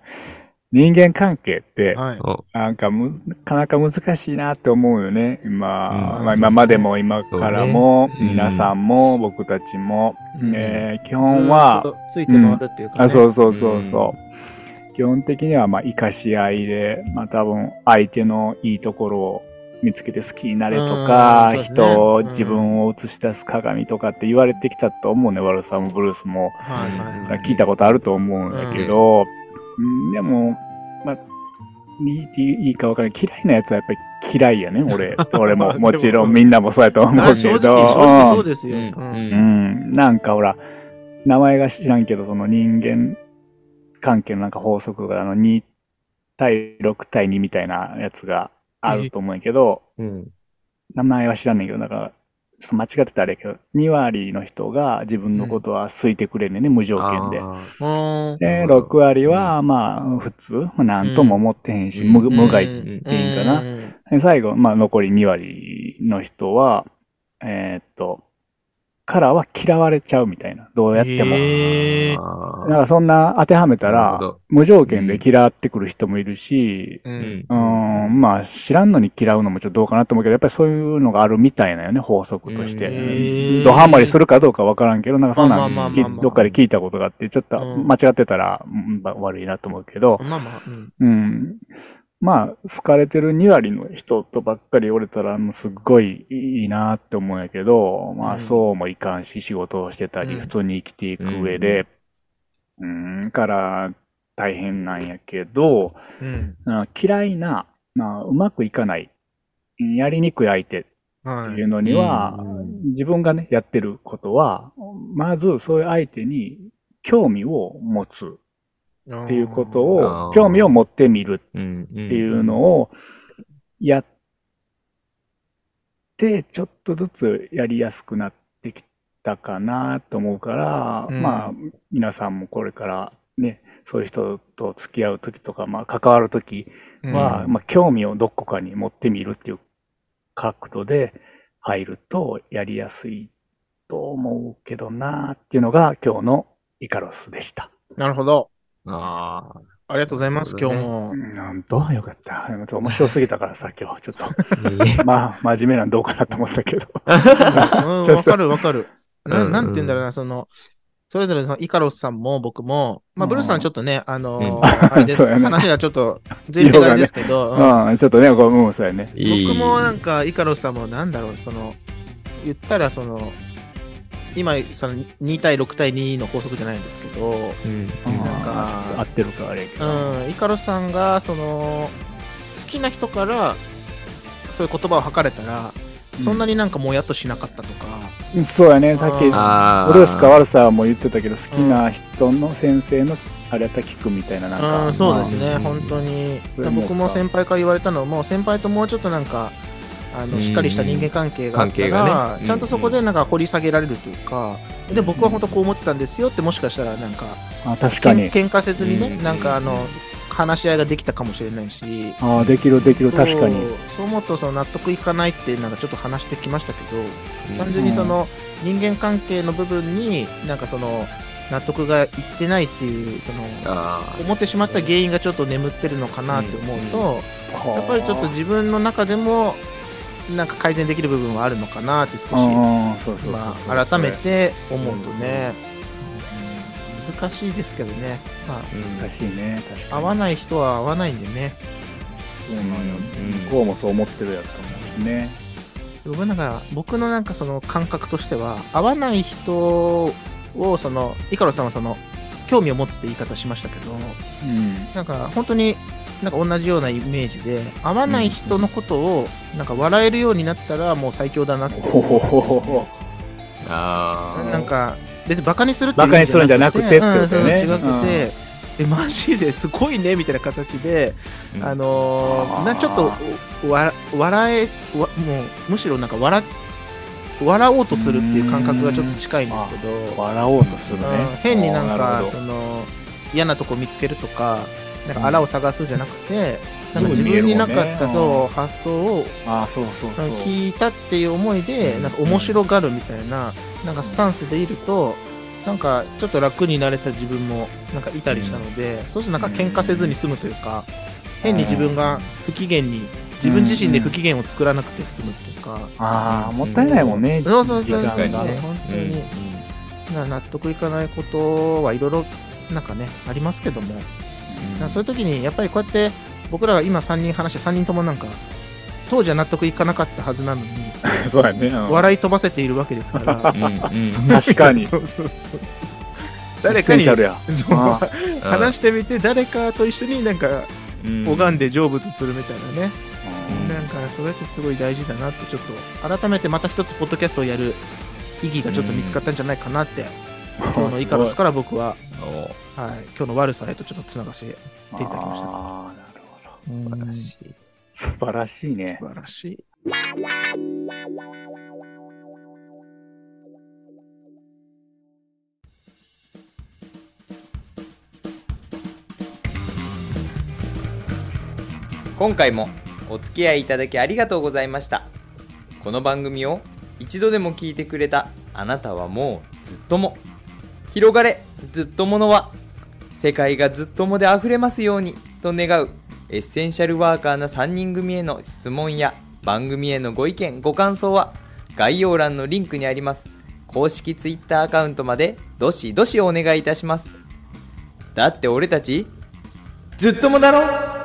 Speaker 2: 人間関係って、
Speaker 4: はい。
Speaker 2: なんかむ、なかなか難しいなって思うよね。今、
Speaker 3: う
Speaker 2: ま
Speaker 3: ん
Speaker 4: そう
Speaker 2: あ
Speaker 4: そう
Speaker 2: 今までも今からも、
Speaker 3: そうねうん
Speaker 2: 皆さんも僕たちも、
Speaker 4: うん
Speaker 2: えー基本は、
Speaker 4: ずーっとついて回るっていうかね。
Speaker 2: あそうそうそうそう、基本的にはまあ生かし合いで、まあ、多分相手のいいところを見つけて好きになれとか、
Speaker 4: うんそうですね
Speaker 2: 人を
Speaker 4: うん
Speaker 2: 自分を映し出す鏡とかって言われてきたと思うね、ワルサム・ブルースも
Speaker 4: はいはい
Speaker 2: さ聞いたことあると思うんだけど、うんでも、まあ、いいいいか分からない嫌いなやつはやっぱり嫌いやね 俺俺
Speaker 4: ま
Speaker 2: も
Speaker 4: あでも
Speaker 2: もちろんみんなもそうやと思
Speaker 4: あ
Speaker 2: う
Speaker 4: 正
Speaker 2: け
Speaker 4: 直、
Speaker 2: ど。
Speaker 4: 正直そう
Speaker 2: うん
Speaker 4: ですよ。うん
Speaker 2: うん、なんかほら、名前が知らんけど、その人間関係のなんか法則が、あの、2対6対2みたいなやつがあると思うんやけど、
Speaker 3: うん。
Speaker 2: 名前は知らんねんけど、なんか、ちょっと間違ってたらあれやけど、2割の人が自分のことは好いてくれんねんね、無条件で。
Speaker 3: あー
Speaker 4: うん
Speaker 2: で、
Speaker 3: なるほど
Speaker 2: 6割は、まあ、普通、なんとも思ってへんし、
Speaker 3: うん
Speaker 2: 無無害
Speaker 4: うん
Speaker 3: うん
Speaker 2: ていいんかな
Speaker 4: うん
Speaker 2: で最後、まあ、残り2割の人は、えーっと、からは嫌われちゃうみたいな。どうやっても。
Speaker 4: へー
Speaker 3: あー
Speaker 2: なんかそんな当てはめた
Speaker 3: なる
Speaker 2: ら
Speaker 3: ほど、
Speaker 2: 無条件で嫌ってくる人もいるし、
Speaker 4: う
Speaker 3: うんん
Speaker 2: うーん、まあ知らんのに嫌うのもちょっとどうかなと思うけど、やっぱりそういうのがあるみたいなよね、法則とし
Speaker 3: へ
Speaker 2: て。
Speaker 4: ー
Speaker 2: ドハマりするかどうかわからんけど、なんかそん
Speaker 4: ま
Speaker 2: な
Speaker 4: あ
Speaker 2: ん
Speaker 4: まあまあ
Speaker 2: き
Speaker 4: まあまあ
Speaker 2: どっかで聞いたことがあって、ちょっと
Speaker 4: うん
Speaker 2: 間違ってたら、うんまあ悪いなと思うけど、
Speaker 4: まあまあ、うん
Speaker 2: うん。まあ、好かれてる2割の人とばっかりおれたら、もうすっごいいいなって思うんやけど、ま
Speaker 4: うん
Speaker 2: あ、そうもいかんし、仕事をしてたり、
Speaker 4: うん
Speaker 2: 普通に生きていく上で、うん、から大変なんやけど、
Speaker 4: うん。
Speaker 2: あ嫌いな、まあ、うまくいかない、うんやりにくい相手っ
Speaker 4: は
Speaker 2: て
Speaker 4: い
Speaker 2: いうのには、
Speaker 3: うん
Speaker 2: 自分がね、やってることは、まずそういう相手に興味を持つっていうこと
Speaker 3: あ
Speaker 2: を、
Speaker 3: ー
Speaker 2: 興味を持ってみる
Speaker 3: うんうん。
Speaker 2: っていうのをやって、ちょっとずつやりやすくなってきたかなと思うから、
Speaker 4: うん
Speaker 2: まあ、皆さんもこれからね、そういう人と付き合うときとか、まあ、関わるときは、
Speaker 3: うん
Speaker 2: まあ、興味をどこかに持ってみるっていう角度で入るとやりやすいと思うけどなっていうのが今日のイカロスでした。
Speaker 4: なるほど。
Speaker 3: ああ。
Speaker 4: ありがとうございます、今日も。
Speaker 2: なんとよか った。でもちょっと面白すぎたからさ、今日ちょっと。
Speaker 3: いい
Speaker 2: まあ、真面目なんどうかなと思ったけど。
Speaker 4: うん、わかるわかる。な
Speaker 3: うん
Speaker 4: なんて言うんだろうな、その、それぞれのイカロスさんも僕も、まあ、
Speaker 2: うん
Speaker 4: ブルースさんちょっとね、あの
Speaker 3: う
Speaker 4: ー、あれです
Speaker 2: そうやね
Speaker 4: 話がちょっと前提があれですけど、
Speaker 2: うん、ちょっとね、こう、うん、そうやね。
Speaker 4: うん
Speaker 3: いい
Speaker 4: 僕もなんか、イカロスさんもなんだろう、その、言ったら、その、今、その2対6対2の法則じゃないんですけど、
Speaker 3: うん
Speaker 4: なんか
Speaker 2: うんちょっと合ってるか、あれやけど。
Speaker 4: うん、イカロスさんが、その、好きな人から、そういう言葉を吐かれたら、そんなになんかもやっとしなかったとか、
Speaker 2: うんそうやね、さっき、ブ
Speaker 3: ああ。
Speaker 2: ルースか悪さも言ってたけど、好きな人の先生のあれやったら聞くみたいな、なんか。
Speaker 4: うん、そうですね、
Speaker 3: うん
Speaker 4: 本当に
Speaker 2: それ。も
Speaker 4: 僕も先輩から言われたのも、先輩ともうちょっとなんか、あ
Speaker 3: う
Speaker 4: の
Speaker 3: ん
Speaker 4: しっかりした人間関係があっ
Speaker 3: 関
Speaker 4: た
Speaker 3: 係が
Speaker 4: ら、
Speaker 3: ね
Speaker 4: ちゃんとそこでなんか掘り下げられるというか、で、僕は本当こう思ってたんですよって、もしかしたらなんか、
Speaker 2: あ確かに。
Speaker 4: けん喧嘩せずにね、
Speaker 3: うん
Speaker 4: なんかあの、話し合いができたかもしれないし
Speaker 2: ああ、できるできる、確かに。
Speaker 4: そうそう思うとその納得いかないってなんかちょっと話してきましたけど、
Speaker 3: うん
Speaker 4: 単純にその人間関係の部分になんかその納得がいってないっていうその
Speaker 3: あ
Speaker 4: 思ってしまった原因がちょっと眠ってるのかなって思うと、や
Speaker 2: や
Speaker 4: っぱりちょっと自分の中でもなんか改善できる部分はあるのかなって少し、
Speaker 2: ああ、そうそうそう
Speaker 4: ま
Speaker 2: そう
Speaker 4: あ、改めて思うとね、うん難しいですけどね、ま
Speaker 3: ー、うん
Speaker 2: 難しいね、確か
Speaker 4: あ、
Speaker 2: に。
Speaker 4: 合わない人は合わないんでね
Speaker 2: そうなんよ
Speaker 3: うん。
Speaker 2: 向こうもそう思ってるやつかもね。
Speaker 4: 僕なんか僕のなんかその感覚としては合わない人をそのイカロさんはその興味を持つって言い方しましたけど
Speaker 2: うん。
Speaker 4: なんか本当になんか同じようなイメージで合わない人のことをなんか笑えるようになったらもう最強だなって
Speaker 2: ほほほほほ。
Speaker 3: あー
Speaker 4: なんか別にバカにするって
Speaker 2: バカにするんじゃなくてってことだよね
Speaker 4: うんそう違くて、えマジですごいねみたいな形で、
Speaker 3: うん
Speaker 4: あのー
Speaker 2: あー
Speaker 4: なちょっとわ笑えわもうむしろなんか笑笑おうとするっていう感覚がちょっと近いんですけど、
Speaker 2: 笑おうとするね
Speaker 4: うん。変になん
Speaker 2: あー
Speaker 4: か
Speaker 2: るほ
Speaker 4: そ
Speaker 2: ど
Speaker 4: の嫌なとこ見つけるとかなんかあらを探すじゃなくて、
Speaker 2: うん
Speaker 4: なんか自分になかった、
Speaker 2: よく見えるもんね
Speaker 4: そう発想を
Speaker 2: ああ、そうそうそう。
Speaker 4: 聞いたっていう思いで、
Speaker 3: うん
Speaker 4: なんか面白がるみたいななんかスタンスでいるとなんかちょっと楽になれた自分もなんかいたりしたので、そうするとなんか喧嘩せずに済むというか、変に自分が不機嫌に自分自身で不機嫌を作らなくて済むというか、
Speaker 2: ああ、もったいないもんね。
Speaker 4: そうそうそう
Speaker 2: 時
Speaker 4: そう、
Speaker 2: 間
Speaker 4: ね、
Speaker 2: がね
Speaker 4: 本当
Speaker 3: うん
Speaker 4: に、な納得いかないことはいろいろなんかねありますけども、なんかそういう時にやっぱりこうやって僕らが今3人話して3人ともなんか当時は納得いかなかったはずなのに
Speaker 2: そうやね。うん
Speaker 4: 笑い飛ばせているわけですか ら
Speaker 3: うんうん
Speaker 2: 確かに。
Speaker 4: そうそうそうそう誰か
Speaker 2: エッセン
Speaker 4: に
Speaker 2: シャルや。
Speaker 4: そう
Speaker 2: あ
Speaker 4: 話してみて誰かと一緒になんか
Speaker 3: うん
Speaker 4: 拝んで成仏するみたいなね、
Speaker 3: うん
Speaker 4: なんかそれってすごい大事だなとちょっと改めてまた一つポッドキャストをやる意義がちょっと見つかったんじゃないかなって、今日のイカロスから僕は、
Speaker 3: お
Speaker 4: はい、今日の悪さへとちょっとつながせていただきました。
Speaker 2: ああ、なるほど。
Speaker 3: 素晴
Speaker 4: 素
Speaker 3: らしい。
Speaker 2: 素晴らしいね。
Speaker 4: 晴らしい。
Speaker 6: 今回もお付き合いいただきありがとうございましたこの番組を一度でも聞いてくれたあなたはもうずっとも広がれずっとものは世界がずっともであふれますようにと願うエッセンシャルワーカーな3人組への質問や番組へのご意見ご感想は概要欄のリンクにあります公式 Twitter アカウントまでどしどしお願いいたしますだって俺たちずっともだろ